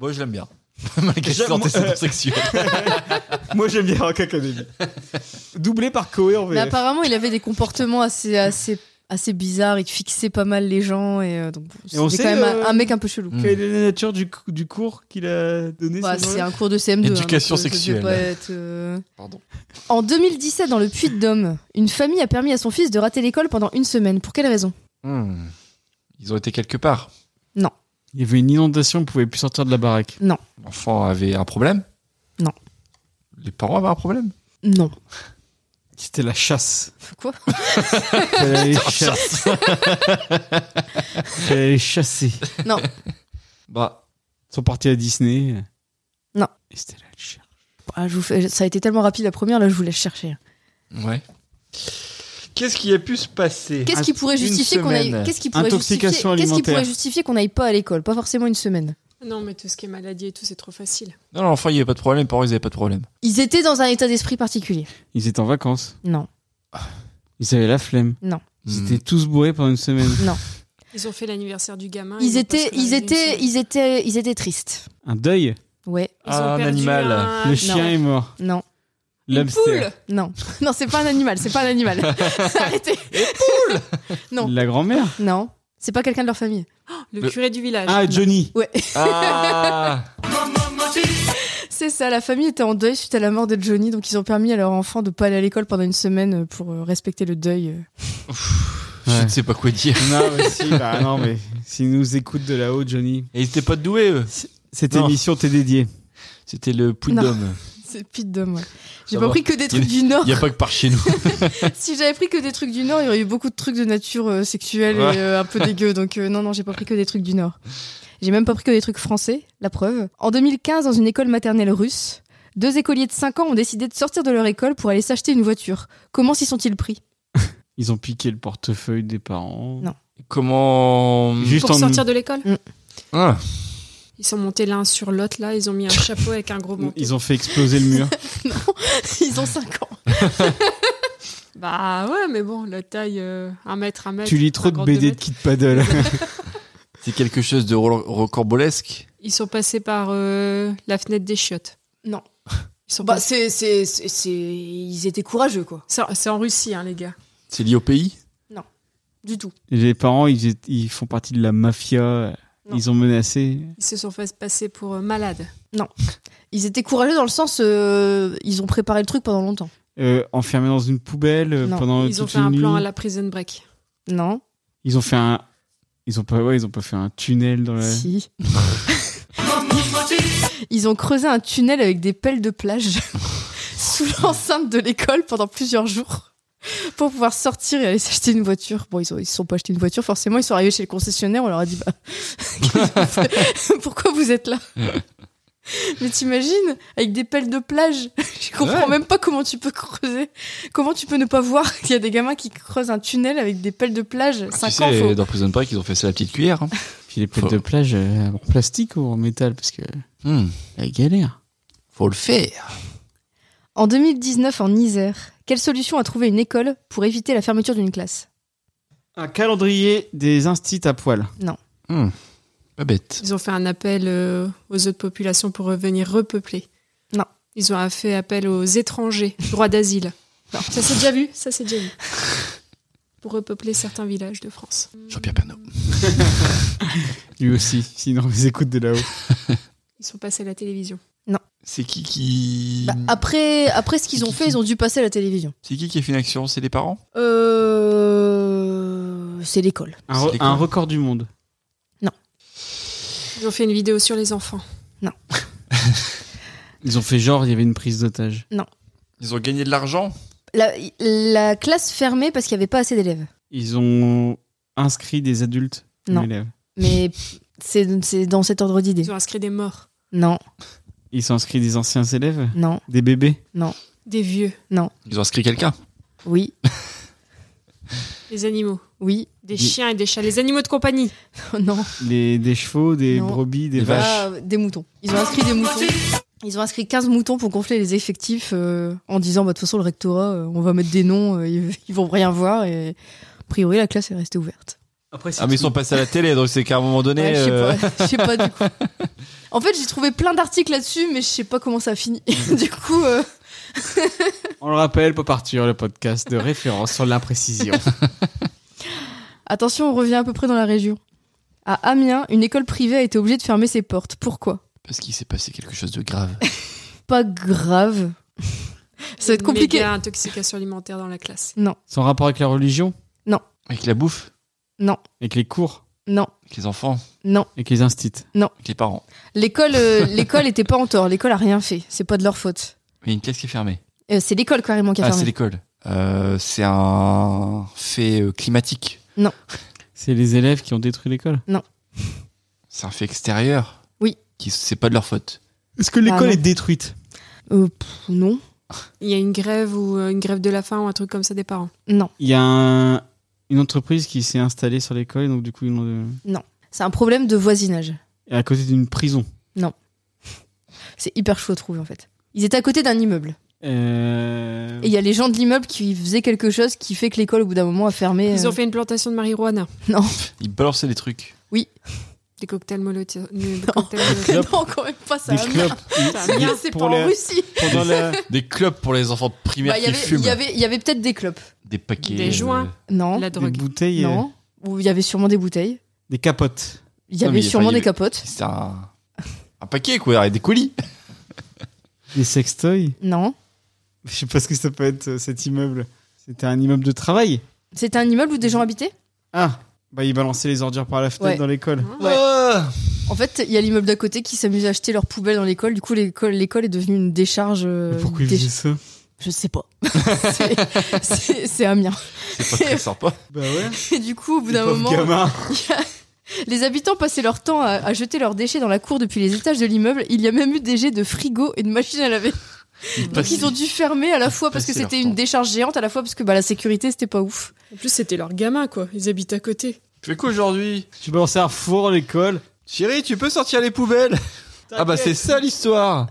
Moi, je l'aime bien. Malgré ses
J'aime-
antécédents sexuels.
Moi, j'aime bien Rock Academy. Doublé par Koé en
Mais
VF.
apparemment, il avait des comportements assez, assez, assez bizarres. Il fixait pas mal les gens. Et euh, donc, bon,
Et on
c'était
sait,
quand même un,
euh,
un mec un peu chelou.
Mm.
Quelle est la nature du, cou- du cours qu'il a donné
Bah,
ce
c'est
jour-là
un cours de CM2. hein,
Éducation
donc, euh, ça devait
sexuelle.
pas être, euh,
Pardon.
En 2017, dans le Puy-de-Dôme, une famille a permis à son fils de rater l'école pendant une semaine. Pour quelle raison
Hmm. Ils ont été quelque part.
Il y avait une inondation, on pouvait plus sortir de la baraque.
L'enfant avait un problème
Non.
Les parents avaient un problème
Non.
C'était la chasse.
Quoi
Elle allait chasser. Elle allait chasser.
Bah,
Ils sont partis à Disney.
Non.
Et c'était la chasse.
Bah, je vous fais- Ça a été tellement rapide la première, là, je vous laisse chercher.
ouais. Qu'est-ce qui a pu se passer
Qu'est-ce qui pourrait
une
justifier qu'on aille.
semaine.
Qu'est-ce qui pourrait justifier
Intoxication
qu'est-ce qui pourrait
alimentaire.
justifier qu'on aille pas à l'école Pas forcément une semaine.
Non, mais tout ce qui est maladie et tout, c'est trop facile.
Non, l'enfant, il n'y avait pas de problème. Les parents, ils n'avaient pas de problème.
Ils étaient dans un état d'esprit particulier.
Ils étaient en vacances.
Non.
Ils avaient la flemme.
Hmm.
Ils étaient tous bourrés pendant une semaine.
Ils ont fait l'anniversaire du gamin.
Ils
ont
étaient,
pas
ils
scolarisé.
étaient, ils étaient, ils étaient tristes.
Un deuil.
Ouais.
Ils ont
Ah, un
perdu
animal.
un-
Le chien est mort.
Non.
L'hamster.
Non. Non, c'est pas un animal. C'est pas un animal. Arrêtez. Non.
La grand-mère.
Non. C'est pas quelqu'un de leur famille.
Le
Le-
curé du village.
Ah, Johnny.
Ah
C'est ça. La famille était en deuil suite à la mort de Johnny, donc ils ont permis à leur enfant de pas aller à l'école pendant une semaine pour euh, respecter le deuil. euh.
Je
Ouais.
ne sais pas quoi dire.
Non, mais si, bah non, mais s'ils nous écoutent de là-haut, Johnny.
Et ils n'étaient pas doués, eux.
Cette
Non.
émission t'est dédiée.
C'était le puits
Non.
d'homme.
C'est pite d'homme. Ouais. J'ai
Ça
pas
va.
pris que des trucs
Il
du nord.
Il n'y a pas que par chez nous.
Si j'avais pris que des trucs du Nord, il y aurait eu beaucoup de trucs de nature euh, sexuelle
Ouais.
et euh, un peu dégueu. Donc euh, non, non, j'ai pas pris que des trucs du Nord. J'ai même pas pris que des trucs français, la preuve. En 2015, dans une école maternelle russe, deux écoliers de 5 ans ont décidé de sortir de leur école pour aller s'acheter une voiture. Comment s'y sont-ils pris
Ils ont piqué le portefeuille des parents.
Non.
Comment.
Juste
pour
en.
sortir de l'école
Ah.
Ils sont montés l'un sur l'autre, là. Ils ont mis un chapeau avec un gros manteau.
Ils ont fait exploser le mur.
Non, ils ont 5 ans.
Bah ouais, mais bon, la taille, euh, un mètre, un mètre.
tu lis trop de
52
BD de
mètres.
Kid Paddle.
C'est quelque chose de ro- rocambolesque.
Ils sont passés par euh, la fenêtre des chiottes.
Non.
Ils sont
Bah
passés-
c'est, c'est, c'est, c'est- ils étaient courageux quoi.
C'est c'est en Russie, hein, les gars.
C'est lié au pays
Du tout.
Les parents, ils, étaient- ils font partie de la mafia.
Non.
Ils ont menacé.
Ils se sont fait passer pour euh, malades.
Ils étaient courageux dans le sens, euh, ils ont préparé le truc pendant longtemps.
Euh, enfermés dans une poubelle euh,
Non.
pendant
Ils ont
toute
fait
une
un
nuit.
plan à la prison break.
Non.
Ils ont fait un. Ils ont pas. Ouais, ils ont pas fait un tunnel dans la.
Si. Ils ont creusé un tunnel avec des pelles de plage sous l'enceinte de l'école pendant plusieurs jours pour pouvoir sortir et aller s'acheter une voiture. Bon, ils ne se sont pas achetés une voiture, forcément. Ils sont arrivés chez le concessionnaire, on leur a dit bah, qu'est-ce que vous faites pourquoi vous êtes là Mais t'imagines, avec des pelles de plage, je comprends
Ouais.
même pas comment tu peux creuser. Comment tu peux ne pas voir qu'il y a des gamins qui creusent un tunnel avec des pelles de plage 5
Ah, Tu
ans,
sais,
faut-
dans Prison Break, ils ont fait ça à la petite cuillère. hein.
Puis les pelles de plage euh, en plastique ou en métal parce que
Hmm.
la galère.
Faut le faire.
En 2019, en Isère, quelle solution a trouvé une école pour éviter la fermeture d'une classe
Un calendrier des instits à poil.
Pas bête.
Ils ont fait un appel euh, aux autres populations pour revenir repeupler.
Non.
Ils ont fait appel aux étrangers, droit d'asile.
Non.
Ça s'est déjà vu Ça s'est déjà vu. Pour repeupler certains villages de France.
Jean-Pierre Pernaut.
Lui aussi. Sinon, ils écoutent de là-haut.
Ils sont passés à la télévision.
C'est qui qui.
Bah, après, après ce qu'ils ont fait, ils ont dû passer à la télévision.
C'est qui qui a fait une action C'est les parents
Euh... C'est l'école.
Un, re-
C'est quoi
un record du monde.
Ils ont fait une vidéo sur les enfants.
Ils ont fait genre, il y avait une prise d'otage.
Ils ont gagné de l'argent
La, la classe fermée parce qu'il n'y avait pas assez d'élèves.
Ils ont inscrit des adultes comme
Non.
élèves.
Mais c'est c'est dans cet ordre d'idée.
Ils ont inscrit des morts,
Non,
Ils ont inscrit des anciens élèves,
non,
des bébés.
des vieux,
Ils ont inscrit quelqu'un
oui,
des animaux,
oui,
des
Des-
chiens et des chats, les animaux de compagnie.
non.
Les, des chevaux, des
Non.
brebis, des
Des
vaches.
Ah, des moutons. Ils ont inscrit des moutons. Ils ont inscrit 15 moutons pour gonfler les effectifs euh, en disant bah, de toute façon le rectorat, euh, on va mettre des noms, euh, ils, ils vont rien voir et a priori la classe est restée ouverte.
Après, c'est
Ah, mais ils sont passés à la télé, donc c'est qu'à un moment donné.
Ouais, je sais
euh,
pas, je sais pas du coup. En fait, j'ai trouvé plein d'articles là-dessus, mais je sais pas comment ça a fini. du coup, euh,
On le rappelle, Pop Arthur, le podcast de référence sur l'imprécision.
attention, on revient à peu près dans la région. À Amiens, une école privée a été obligée de fermer ses portes. Pourquoi
Parce qu'il s'est passé quelque chose de grave.
Pas grave. ça va être compliqué.
Méga intoxication alimentaire dans la classe.
Son rapport avec la religion,
Avec la bouffe,
Non,
avec les cours,
non,
avec les enfants,
non.
avec les instits.
avec les parents.
L'école, euh, l'école était pas en tort. L'école a rien fait. C'est pas de leur faute.
Mais il y a une classe qui est fermée.
Euh, c'est l'école carrément qui a
Ah, c'est
fermé.
l'école. Euh, c'est un fait euh, climatique.
C'est les élèves qui ont détruit l'école.
C'est un fait extérieur.
Oui.
Qui, c'est pas de leur faute.
Est-ce que
Ah,
l'école
non.
est détruite
Euh, pff, non,
Il y a une grève ou euh, une grève de la faim ou un truc comme ça des parents.
non.
Il y a un- une entreprise qui s'est installée sur l'école, donc du coup, ils l'ont- euh,
C'est un problème de voisinage.
à côté d'une prison.
C'est hyper chaud à trouver en fait. Ils étaient à côté d'un immeuble.
Euh,
Et il y a les gens de l'immeuble qui faisaient quelque chose qui fait que l'école au bout d'un moment a fermé.
Ils
euh,
ont fait une plantation de marijuana.
Ils balançaient des trucs.
Des cocktails molotov. des cocktails, euh,
Des clopes.
non, quand même pas ça.
des clopes.
ça,
Des-
Bien, c'est pas en
pour les-
Russie.
pendant la-
Des clubs pour les enfants de primaire
Bah, il y
qui
avait,
fument.
il y avait, il y avait peut-être des clopes.
Des paquets. euh,
Des joints.
Non,
la
des
drogue.
bouteilles, euh,
non. Ou il y avait sûrement des bouteilles.
des capotes.
Il y
Non,
avait
mais il-
sûrement
enfin, il y
des capotes.
C'est un... un paquet, quoi. Et des colis.
Des sextoys.
Non.
Je sais pas ce que ça peut être, euh, cet immeuble. C'était un immeuble de travail.
C'était un immeuble où des gens habitaient.
Ah, bah, ils balançaient les ordures par la fenêtre
Ouais. Euh,
dans l'école.
Ouais.
Ah
En fait, il y a l'immeuble d'à côté qui s'amuse à acheter leurs poubelles dans l'école. Du coup, l'école, l'école est devenue une décharge. euh,
Pourquoi ils
déch-
faisaient ça
Je sais pas. C'est- c'est c'est Amiens.
c'est pas très sympa.
Bah ouais.
Et du coup, au bout d'un moment, les habitants passaient leur temps à, à jeter leurs déchets dans la cour depuis les étages de l'immeuble. Il y a même eu des jets de frigo et de machines à laver. Donc ils ont dû fermer à la fois parce que
passaient leur
c'était une
temps.
décharge géante, à la fois parce que bah, la sécurité c'était pas ouf.
En plus, c'était leur gamin, quoi. Ils habitent à côté.
Tu fais quoi aujourd'hui
Tu balançais un four à l'école.
Chérie, tu peux sortir les poubelles Ah bah c'est ça l'histoire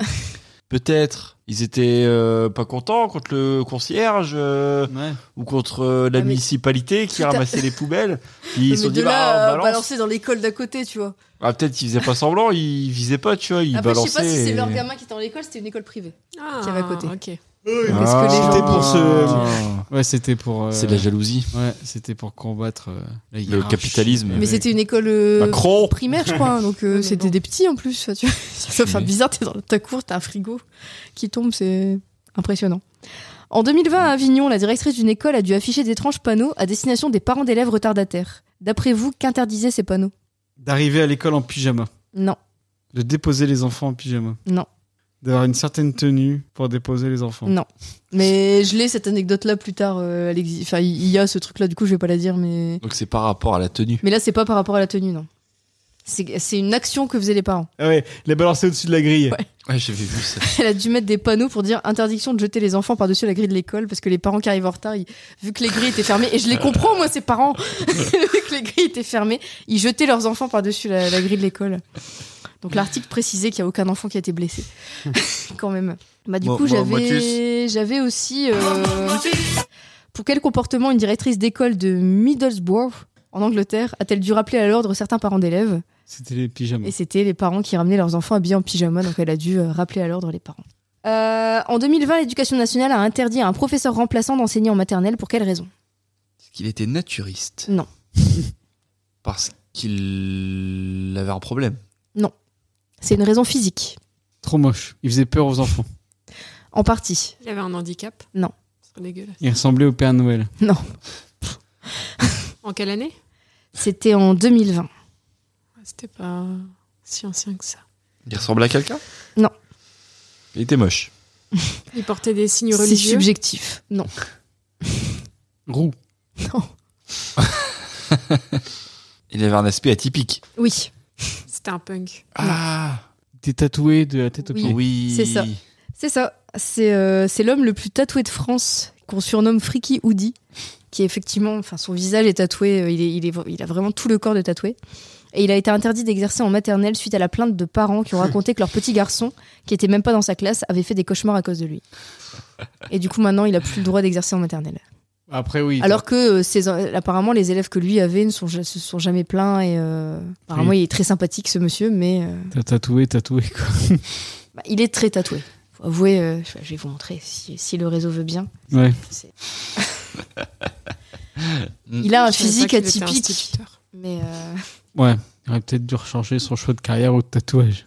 Peut-être. Ils étaient euh, pas contents contre le concierge euh,
Ouais.
ou contre euh, la
Ah, mais-
municipalité qui
Tout à-
ramassait les poubelles. Puis ils se
Mais
sont
de
dit,
là euh,
bah,
à
on balance.
balancer dans l'école d'à côté, tu vois.
Ah, peut-être qu'ils faisaient pas semblant, ils visaient pas, tu vois, ils
Après, je
balançaient.
sais pas si c'est
et-
leur gamin qui était en l'école, c'était une école privée.
Ah,
Qui avait à côté.
ok.
Parce que les gens-
Ah, C'était pour ce- Ouais, c'était pour. euh,
C'est de la jalousie.
Ouais, c'était pour combattre euh, la
Le
hiérarchie.
capitalisme.
Mais
Ouais.
c'était une école euh,
Macron
primaire, je crois. hein, donc euh,
Ouais, mais
c'était
bon.
des petits en plus. tu vois. Ça fait bizarre, t'es dans ta cour, t'as un frigo qui tombe, c'est impressionnant. En 2020, à Avignon, la directrice d'une école a dû afficher d'étranges panneaux à destination des parents d'élèves retardataires. D'après vous, qu'interdisaient ces panneaux
D'arriver à l'école en pyjama.
Non,
De déposer les enfants en pyjama.
Non.
D'avoir une certaine tenue pour déposer les enfants.
non. Mais je l'ai cette anecdote-là plus tard. euh, elle exi- Enfin, il y a ce truc-là, du coup, je vais pas la dire, mais.
Donc c'est par rapport à la tenue.
Mais là, c'est pas par rapport à la tenue, non. C'est c'est une action que faisaient les parents.
Ah ouais, les balancer au-dessus de la grille.
Ouais, j'avais vu ça.
Elle a dû mettre des panneaux pour dire interdiction de jeter les enfants par-dessus la grille de l'école parce que les parents qui arrivent en retard, ils- vu que les grilles étaient fermées, et je les comprends moi ces parents, vu que les grilles étaient fermées, ils jetaient leurs enfants par-dessus la, la grille de l'école. Donc l'article précisait qu'il n'y a aucun enfant qui a été blessé. Quand même. Bah du
Mo-
coup
mo-
j'avais
moitus.
j'avais aussi euh, pour quel comportement une directrice d'école de Middlesbrough en Angleterre a-t-elle dû rappeler à l'ordre certains parents d'élèves
C'était les pyjamas.
et c'était les parents qui ramenaient leurs enfants habillés en pyjama, donc elle a dû euh, rappeler à l'ordre les parents. Euh, en 2020, l'éducation nationale a interdit à un professeur remplaçant d'enseigner en maternelle. Pour quelle raison
Parce qu'il était naturiste.
Non.
Parce qu'il avait un problème.
C'est une raison physique,
Trop moche. Ils faisaient peur aux enfants.
en partie.
Il avait un handicap
Non.
C'est dégueulasse.
Ils ressemblaient au Père Noël.
En quelle année
C'était en 2020.
Ah, C'était pas si ancien que ça.
Il ressemblait à quelqu'un
Non.
Il était moche.
Il portait des signes
C'est
religieux.
subjectif. Non.
Roux.
Il avait un aspect atypique.
Oui.
C'était un punk.
Ah
T'es tatoué de la tête aux
Oui.
pieds.
Oui.
C'est ça. C'est ça. C'est euh, c'est l'homme le plus tatoué de France, qu'on surnomme Freaky Hoodie, qui est effectivement, enfin, son visage est tatoué. euh, Il, est, il, est- il a vraiment tout le corps de tatoué. Et il a été interdit d'exercer en maternelle suite à la plainte de parents qui ont raconté que leur petit garçon, qui était même pas dans sa classe, avait fait des cauchemars à cause de lui. Et du coup, maintenant, il a plus le droit d'exercer en maternelle.
Après, oui.
Alors que euh, ses- euh, apparemment les élèves que lui avait ne sont, ja- se sont jamais plaints et euh, apparemment il est très sympathique ce monsieur, mais euh,
T'as tatoué, tatoué, quoi.
bah, il est très tatoué. Faut avouer, euh, je je vais vous montrer si, si le réseau veut bien.
Ouais.
C'est-
Mm.
il a un physique atypique,
atypique.
mais euh,
Ouais. Il aurait peut-être dû rechanger son choix de carrière ou de tatouage.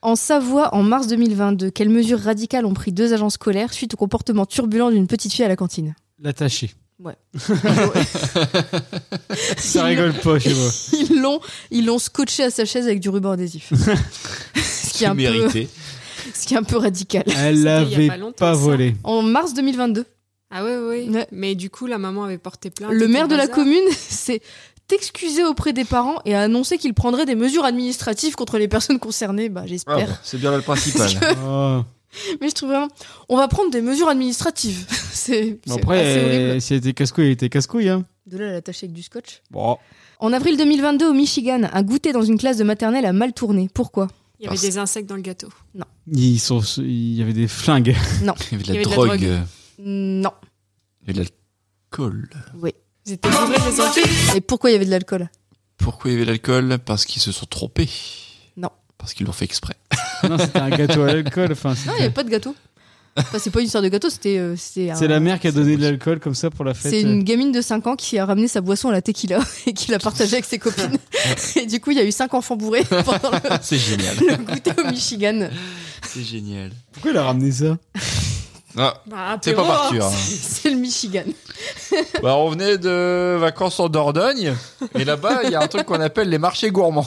En Savoie, en mars 2022, quelles mesures radicales ont pris deux agents scolaires suite au comportement turbulent d'une petite fille à la cantine
L'attaché.
Ouais.
Ça rigole pas chez moi.
Ils l'ont, ils l'ont scotché à sa chaise avec du ruban adhésif. ce, qui est un peu,
mérité.
ce qui est un peu radical.
Elle
C'était il y a
l'avait
pas
pas,
longtemps, ça.
volé.
En mars 2022,
Ah ouais, ouais.
Ouais.
Mais du coup, la maman avait porté plainte.
le maire de la
commune
commune s'est excusé auprès des parents et a annoncé qu'il prendrait des mesures administratives contre les personnes concernées. Bah,
Ah bon,
j'espère.
c'est bien là le principal.
Parce que-
Oh.
Mais je trouve vraiment, on va prendre des mesures administratives. c'est c'est
Bon,
assez
Après,
horrible.
euh, s'il était casse-couille, il était casse-couille. Hein.
De là à l'attacher avec du scotch.
Bon.
En avril 2022, au Michigan, un goûter dans une classe de maternelle a mal tourné. Pourquoi
Il y avait
Parce-
des insectes dans le gâteau.
Ils sont, il y avait des flingues.
Il y avait de
Il y
la
avait de la
drogue.
drogue.
euh,
Non.
Il y avait de l'alcool.
Ils étaient bourrés les enfants.
Et pourquoi il y avait de l'alcool
Pourquoi il y avait de l'alcool Parce qu'ils se sont trompés.
Non.
Parce qu'ils l'ont fait exprès.
non, c'était un gâteau à l'alcool. Enfin,
Non,
c'était-
il n'y avait pas de gâteau. Enfin, c'est pas une histoire de gâteau, c'était. euh, c'est un-
c'est la mère qui a donné de
c'est-
l'alcool comme ça pour la fête.
C'est une gamine de 5 ans qui a ramené sa boisson à la tequila et qui l'a partagée avec ses copines. Et du coup, il y a eu 5 enfants bourrés pendant le,
C'est génial.
le goûter au Michigan.
C'est génial.
Pourquoi elle a ramené ça
Ah,
Bah,
c'est pas
apéro,
parti.
hein.
hein.
C'est le Michigan.
Bah, on venait de vacances en Dordogne. Et là-bas, il y a un truc qu'on appelle les marchés gourmands.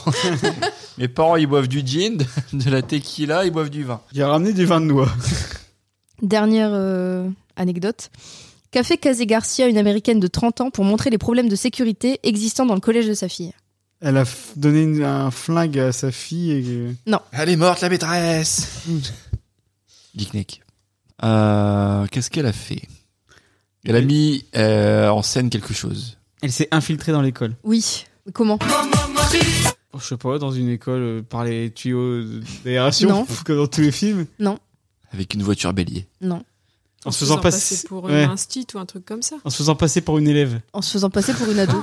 Mes parents, ils boivent du gin, de la tequila, ils boivent du vin.
J'ai ramené du vin de noix.
Dernière euh, anecdote. Qu'a fait Casey Garcia, une américaine de 30 ans, pour montrer les problèmes de sécurité existants dans le collège de sa fille
Elle a f- donné une- un flingue à sa fille. Et...
Elle est morte, la maîtresse. Dickneck. Euh, Qu'est-ce qu'elle a fait Elle a mis euh, en scène quelque chose.
Elle s'est infiltrée dans l'école.
Oui. Comment
Oh, Je sais pas, dans une école euh, par les tuyaux de- d'aération,
Non.
comme dans tous les films.
Avec une voiture bélier.
Non.
En se faisant passer
passer pour
ouais.
une instit ou un truc comme ça.
En se faisant passer pour une élève.
en se faisant passer pour une ado.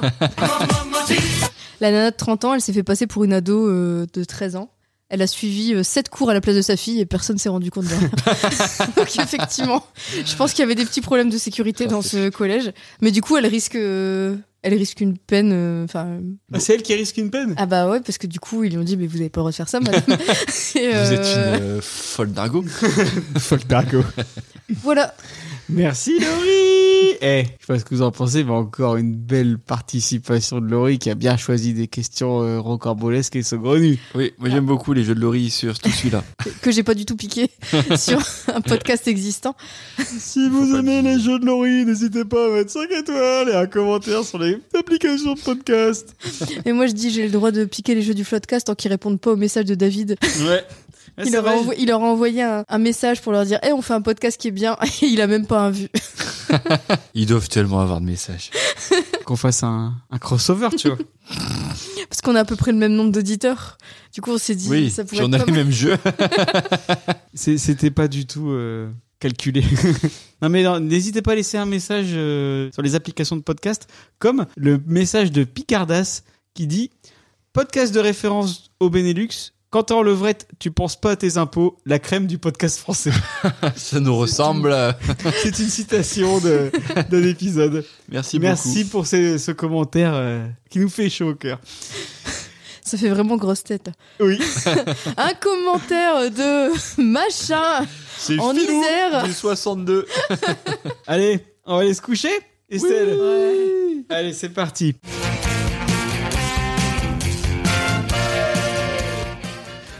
la nana de 30 ans, elle s'est fait passer pour une ado euh, de 13 ans. Elle a suivi 7 cours à la place de sa fille et personne s'est rendu compte de rien. Donc effectivement, je pense qu'il y avait des petits problèmes de sécurité dans ce collège. Mais du coup, elle risque, euh, elle risque une peine. euh, Enfin, euh,
Ah, c'est elle qui risque une peine
ah bah ouais, parce que du coup, ils lui ont dit, mais vous avez pas le droit de faire ça, madame. Et,
Vous êtes
euh,
une euh, folle d'argot.
Foltaco.
euh,
Voilà.
Merci Laurie Eh, je sais pas ce que vous en pensez, mais encore une belle participation de Laurie qui a bien choisi des questions euh, rocambolesques et saugrenues.
Oui, moi j'aime beaucoup les jeux de Laurie sur tout celui-là.
Que j'ai pas du tout piqué sur un podcast existant.
Si vous
pas
aimez les jeux de Laurie, n'hésitez pas à mettre 5 étoiles et un commentaire sur les applications de podcast.
Et moi, je dis, j'ai le droit de piquer les jeux du Floodcast tant qu'ils répondent pas au message de David.
Ouais.
Il leur, a envo- il leur a envoyé un, un message pour leur dire Eh, on fait un podcast qui est bien. Et il a même pas un vu.
Ils doivent tellement avoir de messages.
qu'on fasse un, un crossover, tu vois.
Parce qu'on a à peu près le même nombre d'auditeurs. Du coup, on s'est dit
Oui,
Ça pourrait
j'en
être pas
ai les
mal.
mêmes jeux.
C'est- C'était pas du tout euh, calculé. non mais non, n'hésitez pas à laisser un message euh, sur les applications de podcast, comme le message de Picardas qui dit podcast de référence au Benelux. Quentin Levrette, tu penses pas à tes impôts, la crème du podcast français.
Ça nous ressemble. euh,
C'est une citation de- d'un épisode.
Merci,
Merci
beaucoup.
pour ce, ce commentaire euh, qui nous fait chaud au cœur.
Ça fait vraiment grosse tête.
Oui.
Un commentaire de machin
C'est
en Isère.
du 62.
Allez, on va aller se coucher, Estelle. Allez, c'est parti.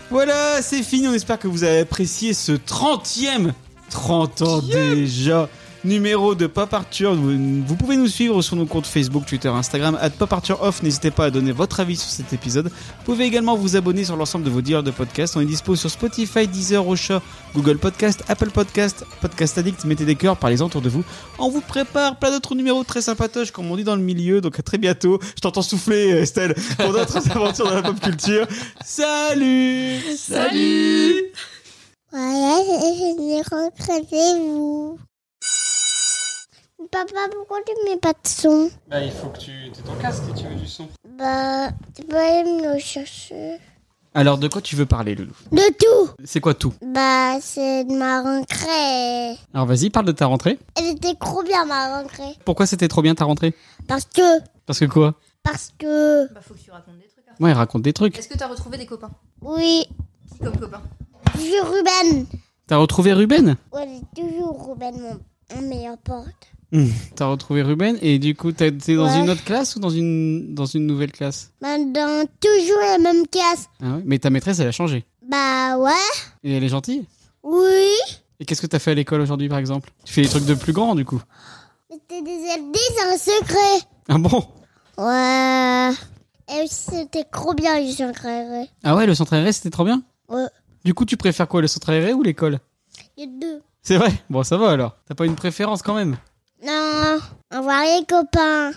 Voilà, c'est fini. On espère que vous avez apprécié ce 30e, 30 ans déjà, numéro de Pop Arthur. Vous, vous pouvez nous suivre sur nos comptes Facebook, Twitter, Instagram, at Pop Arthur Off. N'hésitez pas à donner votre avis sur cet épisode. Vous pouvez également vous abonner sur l'ensemble de vos dealers de podcasts. On est dispo sur Spotify, Deezer, Ocha, Google Podcast, Apple Podcast, Podcast Addict. Mettez des cœurs, parlez-en autour de vous. On vous prépare plein d'autres numéros très sympatoches, comme on dit dans le milieu. Donc à très bientôt. Je t'entends souffler, euh, Estelle, pour d'autres aventures dans la pop culture. Salut
Salut
Voilà, je vais recréer vous. Papa, pourquoi tu mets pas de son
Bah, il faut que tu. T'es ton casque et tu veux du son.
Bah, tu peux aller me le chercher.
Alors, de quoi tu veux parler, Loulou
De tout
C'est quoi tout
Bah, c'est de ma rentrée.
Alors, vas-y, parle de ta rentrée.
Elle était trop bien, ma rentrée.
Pourquoi c'était trop bien ta rentrée
Parce que,
Parce que quoi
parce que,
Bah, faut que tu racontes des trucs.
Ouais, raconte des trucs.
Est-ce que t'as retrouvé des copains
oui,
Qui comme copains
toujours Ruben.
T'as retrouvé Ruben
Ouais, j'ai toujours Ruben, mon, mon meilleur pote.
T'as retrouvé Ruben et du coup, t'as- t'es dans
Ouais.
une autre classe ou dans une, dans une nouvelle classe
Maintenant, toujours la même classe.
Ah ouais Mais ta maîtresse, elle a changé.
Bah, ouais,
Et elle est gentille
oui.
Et qu'est-ce que t'as fait à l'école aujourd'hui, par exemple Tu fais des trucs de plus grand, du coup.
C'était des LD, c'est un secret.
Ah bon
Ouais. Et c'était trop bien, les secrets.
Ah ouais, le centre aéré, c'était trop bien
Ouais,
Du coup, tu préfères quoi, le centre aéré ou l'école
il y a deux.
C'est vrai Bon, ça va alors. T'as pas une préférence quand même
Non, au revoir les copains.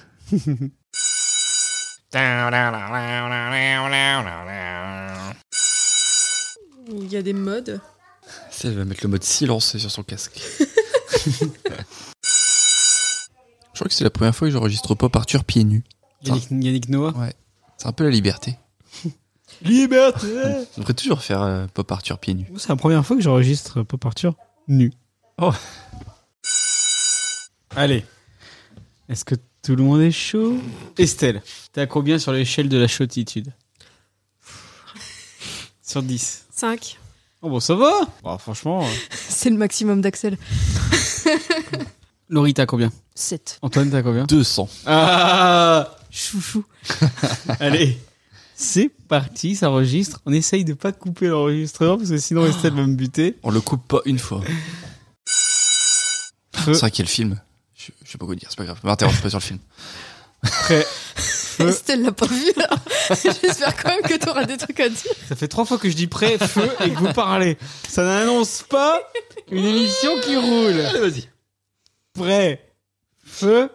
Il y a des modes.
Si elle va mettre le mode silence sur son casque. Je crois que c'est la première fois que j'enregistre pas Arthur pieds nus.
Yannick, Yannick Noah
C'est un peu la liberté.
Liberté
On devrait toujours faire euh, Pop Arthur pieds nus.
C'est la première fois que j'enregistre Pop Arthur nu.
Oh.
Allez. Est-ce que tout le monde est chaud Estelle, t'es à combien sur l'échelle de la chautitude Sur 10.
5.
Oh bon, ça va Bah, Franchement. euh.
C'est le maximum d'Axel.
Laurie, t'as combien
7.
Antoine, t'as combien
200.
Ah
Chouchou.
Allez, c'est parti, ça enregistre. On essaye de pas couper l'enregistrement parce que sinon Estelle va me buter.
On le coupe pas une fois.
Feu.
C'est vrai qu'il y a le film. Je, je sais pas quoi dire, c'est pas grave. M'interroge pas sur le film.
Euh.
Estelle l'a pas vu là. J'espère quand même que t'auras des trucs à dire.
Ça fait trois fois que je dis prêt, feu et que vous parlez. Ça n'annonce pas une émission qui roule. Allez, vas-y. Prêt, feu.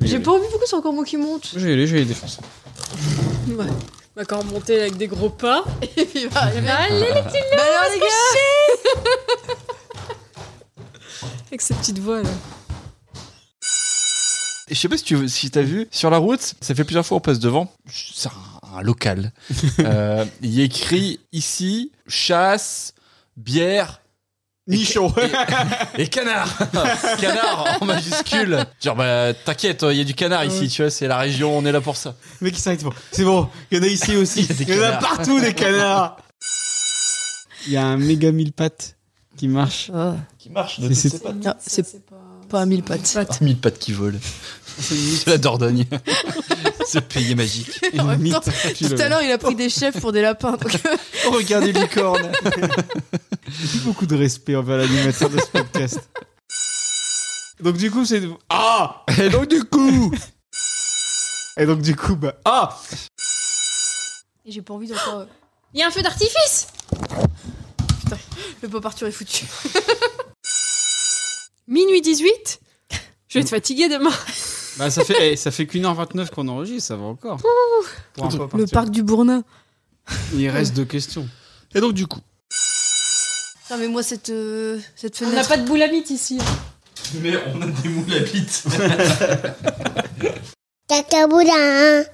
J'ai pas envie beaucoup, c'est encore moi qui monte.
Je vais y aller, je vais y aller, défoncer.
Bah, On va encore monter avec des gros pas.
Et puis il va arriver. Allez, les petits loups, alors, les gars.
Avec cette petite voix là.
Et Je sais pas si tu veux- si t'as vu sur la route, ça fait plusieurs fois on passe devant. C'est un, un local. Euh, Il y a écrit ici chasse, bière
Nichon.
et canard. canard en majuscule. Genre bah t'inquiète, il y a du canard ici, tu vois, c'est la région, on est là pour ça.
Le mec qui s'arrête. bon, C'est bon, il y en a ici aussi.
Il y a des
Il y en a
canards.
partout des canards. Il y a un méga mille pattes qui marche.
Qui marche
de C'est- toutes c'est- ses
pattes.
Ah, c'est Ah, pas à mille pattes.
Mille pattes qui volent. C'est la Dordogne. Ce pays est magique.
Et
En même
mythe.
temps,
Tu
Tout
le-
à l'heure, il a pris des chefs pour des lapins. Donc,
Oh, regardez licorne. J'ai beaucoup de respect envers l'animateur de ce podcast. Donc du coup, c'est ah et donc du coup et donc du coup bah ah
Et j'ai pas envie euh, d'encore.
Il y a un feu d'artifice
Le pop Arthur est foutu.
Minuit 18 Je vais être fatiguée demain.
bah ça fait eh, ça fait qu'une heure 29 qu'on enregistre, ça va encore. Pour un peu
Le
partir.
parc du Bourna.
Il reste deux questions. Et donc du coup,
Non, mais moi, cette, euh, cette
On n'a
fenêtre.
pas de boulamite ici. hein.
Mais on a des moules à bite.
Caca boudin. hein.